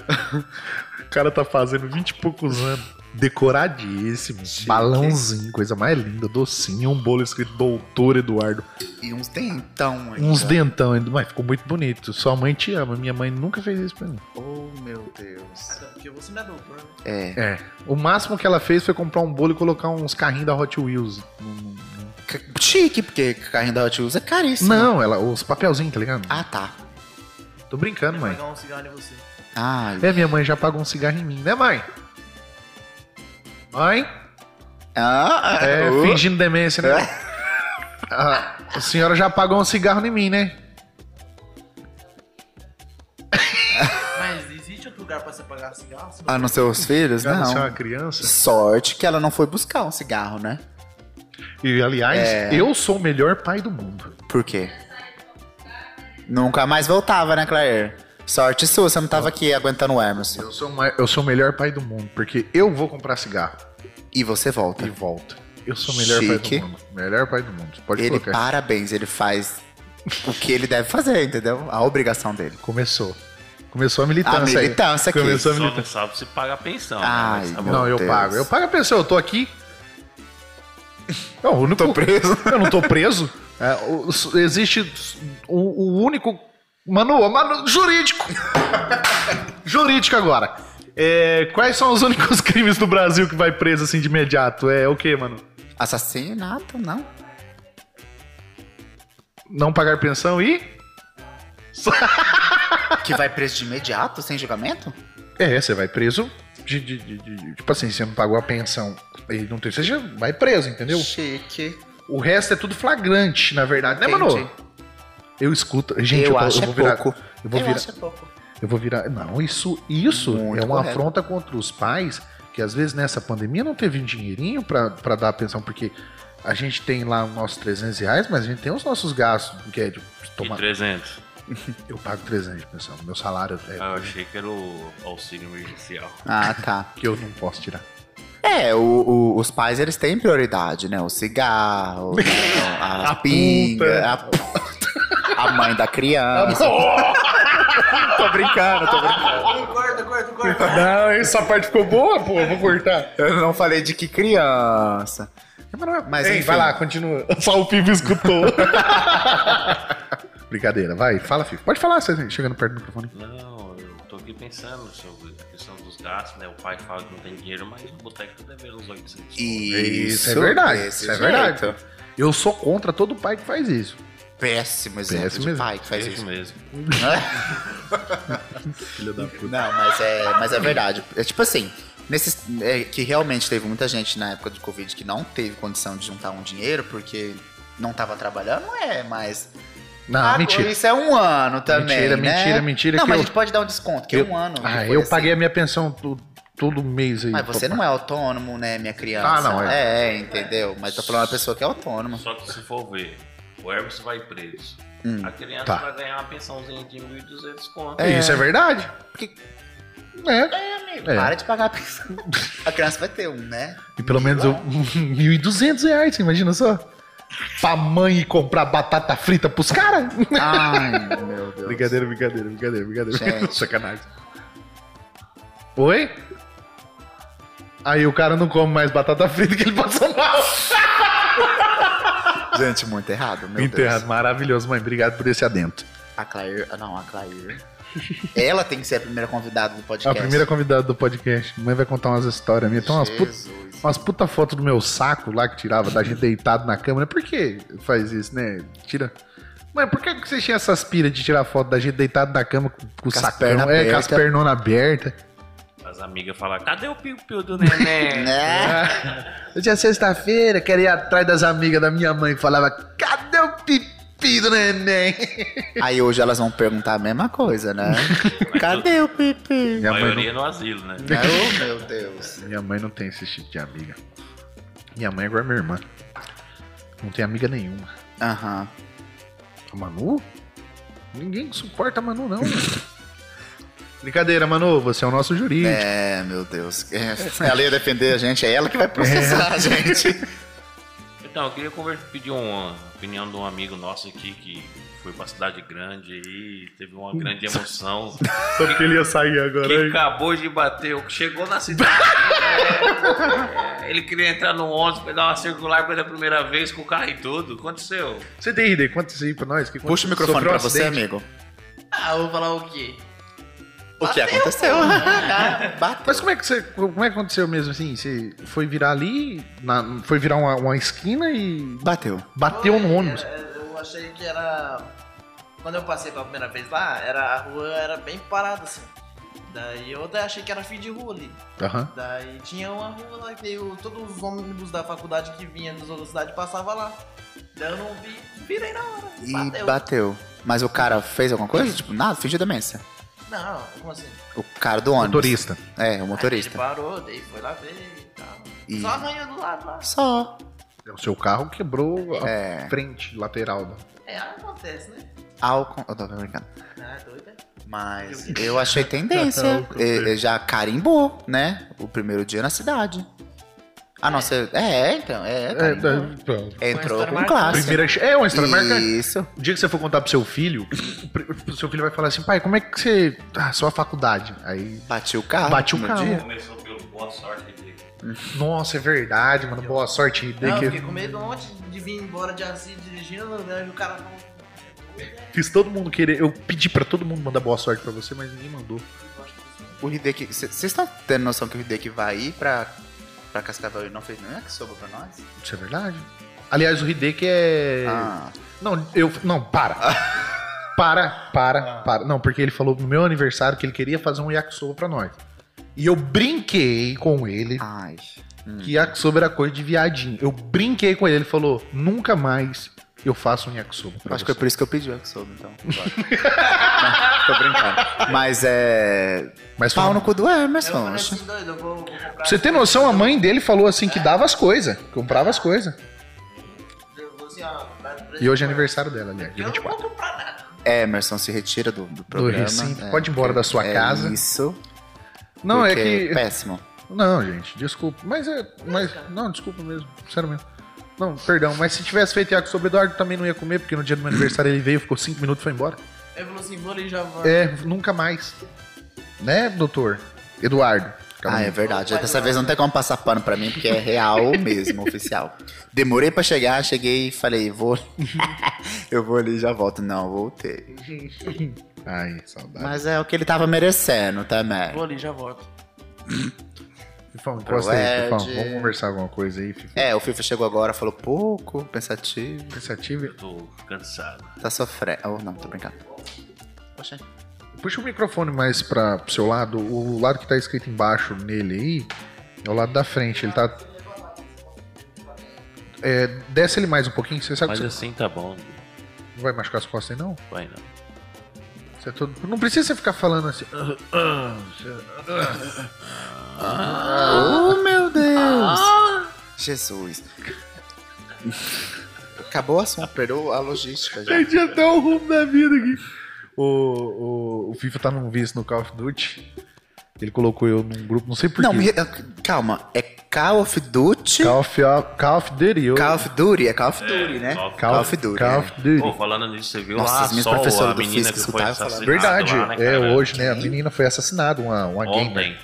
Speaker 3: O cara tá fazendo vinte e poucos anos. Decoradíssimo, um balãozinho, coisa mais linda, docinho, um bolo escrito Doutor Eduardo.
Speaker 1: E uns dentão ainda.
Speaker 3: Uns dentão ainda, mas ficou muito bonito. Sua mãe te ama, minha mãe nunca fez isso pra mim.
Speaker 1: Oh, meu Deus.
Speaker 2: Até porque você não é doutor, né?
Speaker 1: É.
Speaker 3: É. O máximo que ela fez foi comprar um bolo e colocar uns carrinhos da Hot Wheels.
Speaker 1: C- Chique, porque carrinho da Hot Wheels é caríssimo.
Speaker 3: Não, ela, os papelzinhos, tá ligado?
Speaker 1: Ah, tá.
Speaker 3: Tô brincando,
Speaker 2: Vai
Speaker 3: mãe.
Speaker 2: pegar um cigarro em você.
Speaker 1: Ai.
Speaker 3: É, minha mãe já pagou um cigarro em mim, né, mãe? Mãe?
Speaker 1: Ah,
Speaker 3: É,
Speaker 1: ah, uh.
Speaker 3: fingindo demência, né? *laughs* Ah, a senhora já pagou um cigarro em mim, né?
Speaker 2: Mas existe outro lugar pra você pagar cigarro? Você não-
Speaker 1: Ah, nos seus filhos?
Speaker 3: Não. Você é uma
Speaker 1: Não.
Speaker 3: criança.
Speaker 1: Sorte que ela não foi buscar um cigarro, né?
Speaker 3: E, aliás,
Speaker 1: É.
Speaker 3: eu sou o melhor pai do mundo.
Speaker 1: Por quê? Nunca mais voltava, né, Claire? Sorte sua, você não tava aqui aguentando o Emerson.
Speaker 3: Eu sou, o mai- eu sou o melhor pai do mundo, porque eu vou comprar cigarro
Speaker 1: E você volta.
Speaker 3: e volto. Eu sou o melhor pai
Speaker 1: Chique.
Speaker 3: do mundo. Melhor pai do mundo. Pode
Speaker 1: Ele,
Speaker 3: colocar.
Speaker 1: parabéns, ele faz o que ele deve fazer, entendeu? A obrigação dele.
Speaker 3: Começou. Começou a
Speaker 1: A
Speaker 3: militância Então, aí.
Speaker 1: militância aqui.
Speaker 3: Começou a
Speaker 5: Só não
Speaker 3: militância.
Speaker 5: sabe se paga a pensão. né?
Speaker 1: Ai,
Speaker 5: Mas tá bom.
Speaker 1: Meu
Speaker 3: Não, eu
Speaker 1: Deus.
Speaker 3: pago. Eu pago a pessoa, eu tô aqui. Não, eu não tô preso. Eu não tô preso. É, o- o- existe o, o único manual, manu- jurídico. jurídico agora. É, quais são os únicos *laughs* crimes do Brasil que vai preso assim de imediato? É o quê, mano?
Speaker 1: Assassinato, não?
Speaker 3: Não pagar pensão e.
Speaker 1: Que vai preso de imediato, sem julgamento?
Speaker 3: É, você vai preso. De, de- de- de- tipo assim, você não pagou a pensão e não tem. Você já vai preso, entendeu?
Speaker 1: Chique.
Speaker 3: O resto é tudo flagrante, na verdade, né,
Speaker 1: Entendi.
Speaker 3: Manu? Eu escuto. Gente, eu,
Speaker 1: eu,
Speaker 3: tô- eu
Speaker 1: acho
Speaker 3: vou
Speaker 1: é
Speaker 3: virar.
Speaker 1: pouco.
Speaker 3: Eu vou
Speaker 1: eu
Speaker 3: virar.
Speaker 1: acho é pouco.
Speaker 3: Eu vou virar. Não, isso, isso
Speaker 1: Muito
Speaker 3: é uma
Speaker 1: correto.
Speaker 3: afronta contra os pais que às vezes nessa pandemia não teve um dinheirinho pra pra dar a pensão, porque a gente tem lá os nossos 300 reais, mas a gente tem os nossos gastos, que é de
Speaker 5: E
Speaker 3: tomar.
Speaker 5: 300.
Speaker 3: Eu pago 300 de pensão, meu salário é
Speaker 5: Ah, eu achei que era o auxílio emergencial.
Speaker 1: Ah, tá.
Speaker 3: que eu não posso tirar.
Speaker 1: É, o- o- os pais, eles têm prioridade, né? O
Speaker 3: *laughs*
Speaker 1: cigarro, né? a,
Speaker 3: A
Speaker 1: pinga, a, a mãe da
Speaker 3: é
Speaker 1: *laughs* criança. tô brincando, tô brincando.
Speaker 2: Corta, corta, corta.
Speaker 3: Não, essa parte ficou boa, pô, vou cortar.
Speaker 1: Eu não falei de que criança. Mas,
Speaker 3: Mas Ei,
Speaker 1: enfim.
Speaker 3: vai lá, continua. *laughs* Só o Pivo escutou. Brincadeira, vai, fala, filho. Pode falar, você tá chegando perto do microfone.
Speaker 5: Não, eu tô aqui pensando sobre a questão dos gastos, né? O pai fala que não tem dinheiro, mas o boteco tá devendo uns 800.
Speaker 3: Isso é verdade,
Speaker 1: desse
Speaker 3: isso é verdade.
Speaker 1: jeito.
Speaker 3: Eu sou contra todo pai que faz isso.
Speaker 1: Péssimo exemplo
Speaker 3: Péssimo
Speaker 1: de
Speaker 3: exemplo.
Speaker 1: pai que faz isso.
Speaker 5: mesmo.
Speaker 3: Filho da puta.
Speaker 1: *laughs* Não, mas é, mas é verdade. É tipo assim, nesses, é, que realmente teve muita gente na época do Covid que não teve condição de juntar um dinheiro porque não tava trabalhando, não é, mas.
Speaker 3: Não,
Speaker 1: Agora,
Speaker 3: Ah, mentira.
Speaker 1: Isso é um ano também.
Speaker 3: Mentira,
Speaker 1: né?
Speaker 3: mentira, mentira,
Speaker 1: Não,
Speaker 3: que
Speaker 1: mas
Speaker 3: eu-
Speaker 1: a gente pode dar um desconto, que é um ano.
Speaker 3: Ah,
Speaker 1: que
Speaker 3: eu
Speaker 1: foi
Speaker 3: paguei
Speaker 1: assim.
Speaker 3: a minha pensão tu- todo mês aí.
Speaker 1: Mas você não é autônomo, né, minha criança?
Speaker 3: Ah, não,
Speaker 1: é. É, entendeu? Mas tô falando uma pessoa que é autônoma.
Speaker 5: Só que se for ver, o Hermes vai preso.
Speaker 1: Hum.
Speaker 5: a criança
Speaker 3: tá.
Speaker 5: vai ganhar uma pensãozinha de 1.200 conto.
Speaker 3: É. Isso é verdade.
Speaker 1: Porque-
Speaker 3: É.
Speaker 1: É, amigo,
Speaker 3: É.
Speaker 1: para de pagar a pensão. *laughs* a criança vai ter um, né?
Speaker 3: E pelo menos eu, *laughs* 1.200 reais, você imagina só? Pra mãe comprar batata frita pros caras?
Speaker 1: Ai, *laughs* meu Deus.
Speaker 3: Brincadeira, brincadeira, brincadeira, brincadeira. *laughs*
Speaker 1: Gente.
Speaker 3: Sacanagem. Oi? Aí o cara não come mais batata frita que ele passou mal.
Speaker 1: Gente, muito errado, meu Deus.
Speaker 3: Enterrado, maravilhoso, mãe. Obrigado por esse adentro.
Speaker 1: A Claire. ah, Não, a Claire. Ela tem que ser a primeira convidada do
Speaker 3: É A
Speaker 1: podcast.
Speaker 3: primeira convidada do podcast. Mãe vai contar umas histórias minhas. Então, umas putas.
Speaker 1: Jesus.
Speaker 3: Umas puta foto do meu saco lá que tirava da gente deitado na cama, né? Por que faz isso, né? Tira. Mas por que que vocês tinham essas piras de tirar foto da gente deitado na cama com, com o
Speaker 1: Com as
Speaker 3: sacão?
Speaker 1: pernas
Speaker 3: É, com as
Speaker 1: abertas.
Speaker 3: pernonas abertas.
Speaker 5: As amigas falam, cadê o piu-piu do neném?
Speaker 1: Né?
Speaker 3: *laughs* Eu tinha é sexta-feira, queria ir atrás das amigas da minha mãe que falava: cadê o pipi do neném?
Speaker 1: Aí hoje elas vão perguntar a mesma coisa, *laughs* né? Cadê o Pipi?
Speaker 5: a
Speaker 3: Minha mãe,
Speaker 5: maioria no asilo, né?
Speaker 1: Né? Oh, meu Deus.
Speaker 3: não, minha mãe não tem esse tipo de amiga. Minha mãe é igual a minha irmã. Não tem amiga nenhuma.
Speaker 1: Aham.
Speaker 3: A Manu? Ninguém suporta a Manu, não. *laughs* Brincadeira, Manu, você é o nosso jurista.
Speaker 1: É, meu Deus. É, ela ia defender a gente, é ela que vai processar a gente.
Speaker 5: Então, eu queria conver- pedir uma opinião de um amigo nosso aqui que foi pra cidade grande e teve uma grande emoção.
Speaker 3: Só porque ele ia sair
Speaker 5: que
Speaker 3: agora. hein?
Speaker 5: acabou de bater, o que chegou na cidade. É, é, ele queria entrar no ônibus, pra dar uma circular pela primeira vez com o carro e tudo. Aconteceu.
Speaker 3: Você tem ideia? Conta isso aí pra nós. Que um
Speaker 1: Puxa o microfone pra você, amigo.
Speaker 2: Ah, eu vou falar o quê?
Speaker 1: O que aconteceu? *laughs* Bateu.
Speaker 3: Mas como é que você. Como é que aconteceu mesmo assim? Você foi virar ali, na- foi virar uma, uma esquina e
Speaker 1: Bateu.
Speaker 3: bateu no ônibus.
Speaker 2: É, Eu achei que era. Quando eu passei pela primeira vez lá, era, a rua era bem parada assim. Daí eu até achei que era fim de rua ali.
Speaker 3: Aham.
Speaker 2: Daí tinha uma rua lá que veio- todos os ônibus da faculdade que vinha das outras cidades passavam lá. Daí eu não vi, virei na hora.
Speaker 1: E
Speaker 2: bateu.
Speaker 1: bateu. Mas o cara fez alguma coisa? Tipo, nada, fingiu demência.
Speaker 2: Não, como assim?
Speaker 1: O cara do ônibus.
Speaker 3: Motorista.
Speaker 1: É, o motorista.
Speaker 2: Ele parou, daí foi lá ver e tal.
Speaker 1: E-
Speaker 2: Só arranhou do lado lá.
Speaker 1: Só.
Speaker 3: É O seu carro quebrou a
Speaker 1: É.
Speaker 3: frente lateral. né? da-
Speaker 2: É, acontece, né?
Speaker 1: Álcool. Eu tô brincando.
Speaker 2: Ah, doida.
Speaker 1: Mas eu achei tendência. E- e já carimbou, né? O primeiro dia na cidade. Ah, não, você. É, então. É,
Speaker 3: É,
Speaker 1: carimbou.
Speaker 3: é, é.
Speaker 1: Entrou com
Speaker 2: marcante.
Speaker 1: classe.
Speaker 3: Primeira, é uma história marcante.
Speaker 1: Isso.
Speaker 3: O dia que você for contar pro seu filho, o pr- o seu filho vai falar assim: pai, como é que você. Ah, só a faculdade. Aí.
Speaker 1: Bati o carro.
Speaker 3: Bati o
Speaker 1: no
Speaker 3: carro.
Speaker 1: dia.
Speaker 5: Começou pelo boa sorte de
Speaker 3: Nossa, é verdade, mano. Boa sorte. aí,
Speaker 2: Não, eu
Speaker 3: que-
Speaker 2: fiquei com medo ontem de vir embora de Assis dirigindo, né? E o cara falou.
Speaker 3: Fiz todo mundo querer. Eu pedi pra todo mundo mandar boa sorte pra você, mas ninguém mandou.
Speaker 1: O Hideki. Vocês estão tendo noção que o Hideki vai ir pra, pra Cascavel e não fez nenhuma que sobrou pra nós?
Speaker 3: Isso é verdade. Aliás, o Hideki é.
Speaker 1: Ah,
Speaker 3: Não, eu. Não, para. para, para, para. Não, porque ele falou no meu aniversário que ele queria fazer um yakisoba pra nós. E eu brinquei com ele
Speaker 1: Ai.
Speaker 3: que yakisoba era coisa de viadinho. Eu brinquei com ele. Ele falou: nunca mais eu faço um yakisoba. pra
Speaker 1: Acho que é
Speaker 3: você."
Speaker 1: por isso que eu pedi o Yakisoba,
Speaker 3: *laughs*
Speaker 1: então. Claro. Não, tô brincando. Mas é.
Speaker 3: Mas
Speaker 1: Pau
Speaker 3: foi-
Speaker 1: no cu do
Speaker 5: Eu
Speaker 1: Emerson.
Speaker 5: falei
Speaker 1: acho.
Speaker 5: assim, doido, eu vou, vou comprar.
Speaker 3: Pra você ter noção, a mãe dele falou assim que dava as coisas, comprava as coisas.
Speaker 5: Eu vou assim, ó, dá de presente
Speaker 3: E hoje é
Speaker 5: pra-
Speaker 3: aniversário dela, aliás, dia
Speaker 5: Eu não
Speaker 3: 24.
Speaker 5: vou comprar nada.
Speaker 1: Emerson se retira do, do programa.
Speaker 3: recinto. Pode ir embora da sua
Speaker 1: é
Speaker 3: casa.
Speaker 1: Isso.
Speaker 3: Não, é
Speaker 1: porque
Speaker 3: que.
Speaker 1: Péssimo.
Speaker 3: Não, gente, desculpa. Mas é. Mas, não, desculpa mesmo. Sério mesmo. Não, perdão. Mas se tivesse feito Iaco sobre Eduardo, também não ia comer, porque no dia do meu aniversário ele veio, ficou cinco minutos e foi embora.
Speaker 2: Ele falou assim, vou ali já vou.
Speaker 3: É, nunca mais. Né, doutor? Eduardo. Calma
Speaker 1: Ah,
Speaker 3: aí.
Speaker 1: é verdade. Dessa vez não tem como passar pano pra mim, porque é
Speaker 3: *laughs*
Speaker 1: real mesmo, oficial. Demorei pra chegar, cheguei e falei, vou. *laughs* eu vou ali e já volto. Não, voltei.
Speaker 3: Ai, saudade.
Speaker 1: Mas é o que ele tava merecendo também.
Speaker 2: Vou ali, já volto.
Speaker 3: Fifão, encosta aí, Fifão.
Speaker 1: Proerd.
Speaker 3: Vamos conversar alguma coisa aí, Fifão.
Speaker 1: É, o FIFA chegou agora, falou pouco, pensativo.
Speaker 3: Pensativo.
Speaker 5: Eu tô cansado.
Speaker 1: Tá sofrendo. Oh, não, tô brincando. Poxa.
Speaker 3: Puxa o microfone mais pra, pro seu lado. O lado que tá escrito embaixo nele aí é o lado da frente. Ele tá. É, desce ele mais um pouquinho, você sabe
Speaker 5: Mas
Speaker 3: que você
Speaker 5: assim tá bom.
Speaker 3: não vai machucar as costas aí, não?
Speaker 5: Vai né? não.
Speaker 3: Você é todo- Não precisa você ficar falando assim. "Ah, ah",
Speaker 1: Oh, meu Deus! Jesus. Acabou o assunto, perdeu a logística já.
Speaker 3: Perdi até o rumo da vida aqui. O, o, o FIFA tá num vício no Call of Duty. Ele colocou eu num grupo, não sei porquê.
Speaker 1: Não, me- calma. É Call of Duty?
Speaker 3: Call of, Call of Duty. eu-
Speaker 1: Call of Duty? É Call of Duty, né?
Speaker 5: Call of-
Speaker 1: Call of Duty.
Speaker 3: Call of Duty.
Speaker 5: Pô, falando nisso, você viu
Speaker 1: Nossa,
Speaker 5: lá
Speaker 1: as minhas
Speaker 5: só
Speaker 1: professoras
Speaker 5: a
Speaker 1: do
Speaker 5: menina
Speaker 1: física
Speaker 5: que foi
Speaker 1: escutavam falar.
Speaker 5: assassinada
Speaker 3: Verdade.
Speaker 5: lá, né,
Speaker 3: é,
Speaker 5: cara?
Speaker 3: hoje, né? A menina foi assassinada, uma, uma gamer.
Speaker 5: Ontem.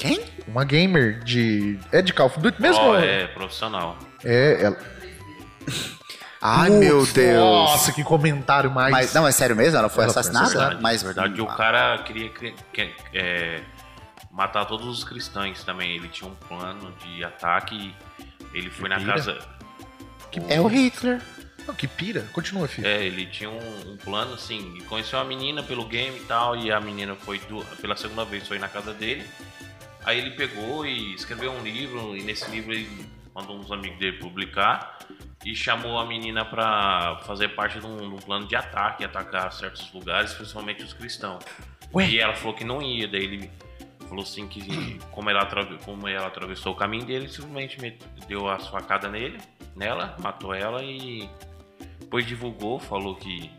Speaker 1: Quem?
Speaker 3: Uma gamer de. É de Call of Duty mesmo?
Speaker 5: Ó,
Speaker 3: é.
Speaker 5: é, profissional.
Speaker 3: ela.
Speaker 1: Ai, meu
Speaker 3: Nossa,
Speaker 1: Deus.
Speaker 3: Nossa, que comentário mais.
Speaker 1: Mas, não, é sério mesmo? Ela foi
Speaker 3: Ela foi
Speaker 1: assassinada?
Speaker 5: é Verdade,
Speaker 1: Mas,
Speaker 5: verdade. o cara queria, cri- que- é, matar todos os cristãos também. Ele tinha um plano de ataque. Ele foi na
Speaker 3: Pira?
Speaker 5: casa.
Speaker 1: É o Hitler.
Speaker 3: Não, que pira. Continua, filho.
Speaker 5: É, ele tinha um, um plano assim. e Conheceu a menina pelo game e tal. E a menina foi du- pela segunda vez foi na casa dele. Aí ele pegou e escreveu um livro. E nesse livro ele mandou uns amigos dele publicar. E chamou a menina pra fazer parte de um, de um plano de ataque, atacar certos lugares, principalmente os cristãos. E ela falou que não ia, daí ele falou assim que como ela, atrave- como ela atravessou o caminho dele, simplesmente met- deu a facada nele, nela, matou ela e depois divulgou, falou que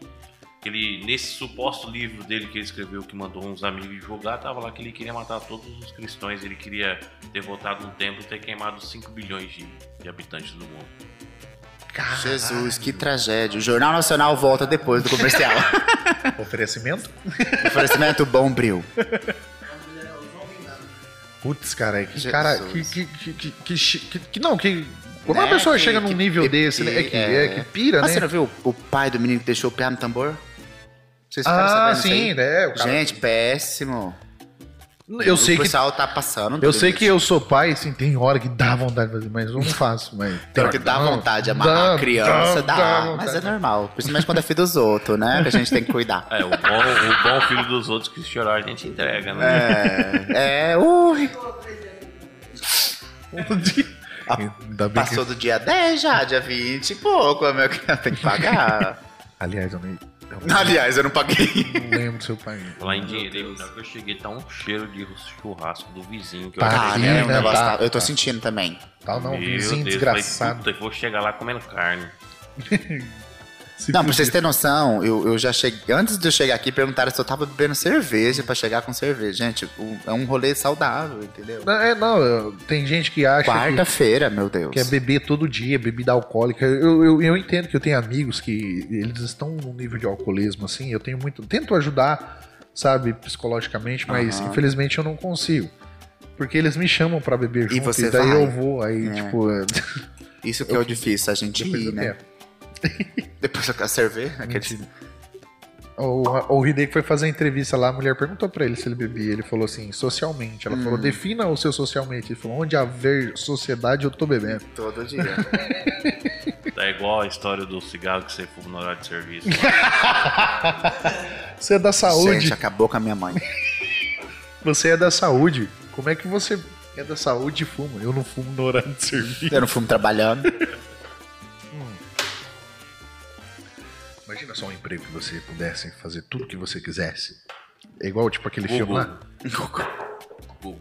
Speaker 5: ele, nesse suposto livro dele que ele escreveu, que mandou uns amigos divulgar, tava lá que ele queria matar todos os cristãos, ele queria ter voltado no tempo e ter queimado 5 bilhões de, de habitantes do mundo. É.
Speaker 3: Caralho.
Speaker 1: Jesus, que tragédia. O Jornal Nacional volta depois do comercial.
Speaker 3: Oferecimento?
Speaker 1: Oferecimento Bombril.
Speaker 3: Putz, cara, que
Speaker 1: Jesus.
Speaker 3: cara, que, que, que, que, que, chi- que- que- não, que quando uma
Speaker 1: Né?
Speaker 3: pessoa
Speaker 1: Que-
Speaker 3: chega num
Speaker 1: que-
Speaker 3: nível
Speaker 1: que-
Speaker 3: desse, né, é que,
Speaker 1: que-
Speaker 3: é,
Speaker 1: é.
Speaker 3: que pira,
Speaker 1: Mas
Speaker 3: né?
Speaker 1: você não viu o pai do menino que deixou o pé no tambor? Vocês ficaram
Speaker 3: Ah,
Speaker 1: sabendo disso
Speaker 3: sim,
Speaker 1: aí?
Speaker 3: né? o cara-
Speaker 1: Gente, péssimo.
Speaker 3: eu sei
Speaker 1: o
Speaker 3: que
Speaker 1: pessoal tá passando.
Speaker 3: eu
Speaker 1: tudo
Speaker 3: sei
Speaker 1: isso.
Speaker 3: que eu sou pai, assim, tem hora que dá vontade de fazer, mas eu não faço, mas
Speaker 1: Tem hora que dá vontade de amarrar
Speaker 3: dá,
Speaker 1: a criança, dá, mas é
Speaker 3: vontade.
Speaker 1: normal. Principalmente quando é filho dos outros, né? Que a gente tem
Speaker 3: *laughs*
Speaker 1: que cuidar.
Speaker 5: É, o bom, o bom filho dos outros que chorar a gente entrega, né?
Speaker 1: É, é ui,
Speaker 3: Ainda bem que-
Speaker 1: passou do dia 10 já, dia 20 e pouco, meu criança tem
Speaker 3: *laughs*
Speaker 1: que pagar.
Speaker 3: aliás, eu nem eu
Speaker 1: *laughs* Aliás, eu não paguei.
Speaker 3: não lembro do seu pai.
Speaker 5: Lá em Dinheirinho, na hora que eu cheguei, tá um cheiro de churrasco do vizinho que eu
Speaker 3: Tá,
Speaker 5: achei.
Speaker 1: Cara,
Speaker 3: sim,
Speaker 1: é um
Speaker 3: né?
Speaker 1: negócio
Speaker 3: Tá,
Speaker 1: tá- eu tô
Speaker 3: tá.
Speaker 1: sentindo também.
Speaker 3: Tá não,
Speaker 5: Meu
Speaker 3: vizinho
Speaker 5: Deus,
Speaker 3: desgraçado.
Speaker 5: falei, puta, eu vou chegar lá comendo carne.
Speaker 3: Se
Speaker 1: Não, pra
Speaker 3: fuder.
Speaker 1: vocês terem noção, eu, eu já cheguei. Antes de eu chegar aqui, perguntaram se eu tava bebendo cerveja pra chegar com cerveja. Gente, o- é um rolê
Speaker 3: *laughs*
Speaker 1: saudável, entendeu?
Speaker 3: Não, é, não, eu- tem gente que acha que
Speaker 1: Quarta-feira, meu Deus.
Speaker 3: Que é beber todo dia, bebida alcoólica. Eu, eu, eu entendo que eu tenho amigos que eles estão num nível de alcoolismo, assim. Eu tenho muito. Tento ajudar, sabe, psicologicamente, mas
Speaker 1: Aham.
Speaker 3: infelizmente eu não consigo. Porque eles me chamam pra beber junto,
Speaker 1: E
Speaker 3: e,
Speaker 1: você
Speaker 3: daí
Speaker 1: vai.
Speaker 3: eu vou. Aí,
Speaker 1: É.
Speaker 3: tipo, é, *laughs*
Speaker 1: Isso que é o difícil, a gente
Speaker 3: depois
Speaker 1: ir,
Speaker 3: do
Speaker 1: né?
Speaker 3: tempo.
Speaker 1: Depois eu quero cerveja. Aqueles...
Speaker 3: O, o Hideki foi fazer a entrevista lá, a mulher perguntou pra ele se ele bebia. Ele falou assim, socialmente. Ela falou, defina o seu socialmente. Ele falou, onde haver sociedade, eu tô bebendo.
Speaker 1: Todo dia.
Speaker 5: Tá igual a história do cigarro que você fuma no horário
Speaker 3: *laughs*
Speaker 5: de serviço.
Speaker 3: Você é da *laughs* saúde.
Speaker 1: Gente, acabou com a minha mãe.
Speaker 3: Você é da saúde. Como é que você é da saúde e fuma? Eu não fumo no horário de
Speaker 1: *laughs*
Speaker 3: serviço.
Speaker 1: Eu não fumo trabalhando.
Speaker 3: Imagina só um emprego que você pudesse fazer tudo que você quisesse. É igual, tipo, aquele
Speaker 5: Google.
Speaker 3: filme lá.
Speaker 2: um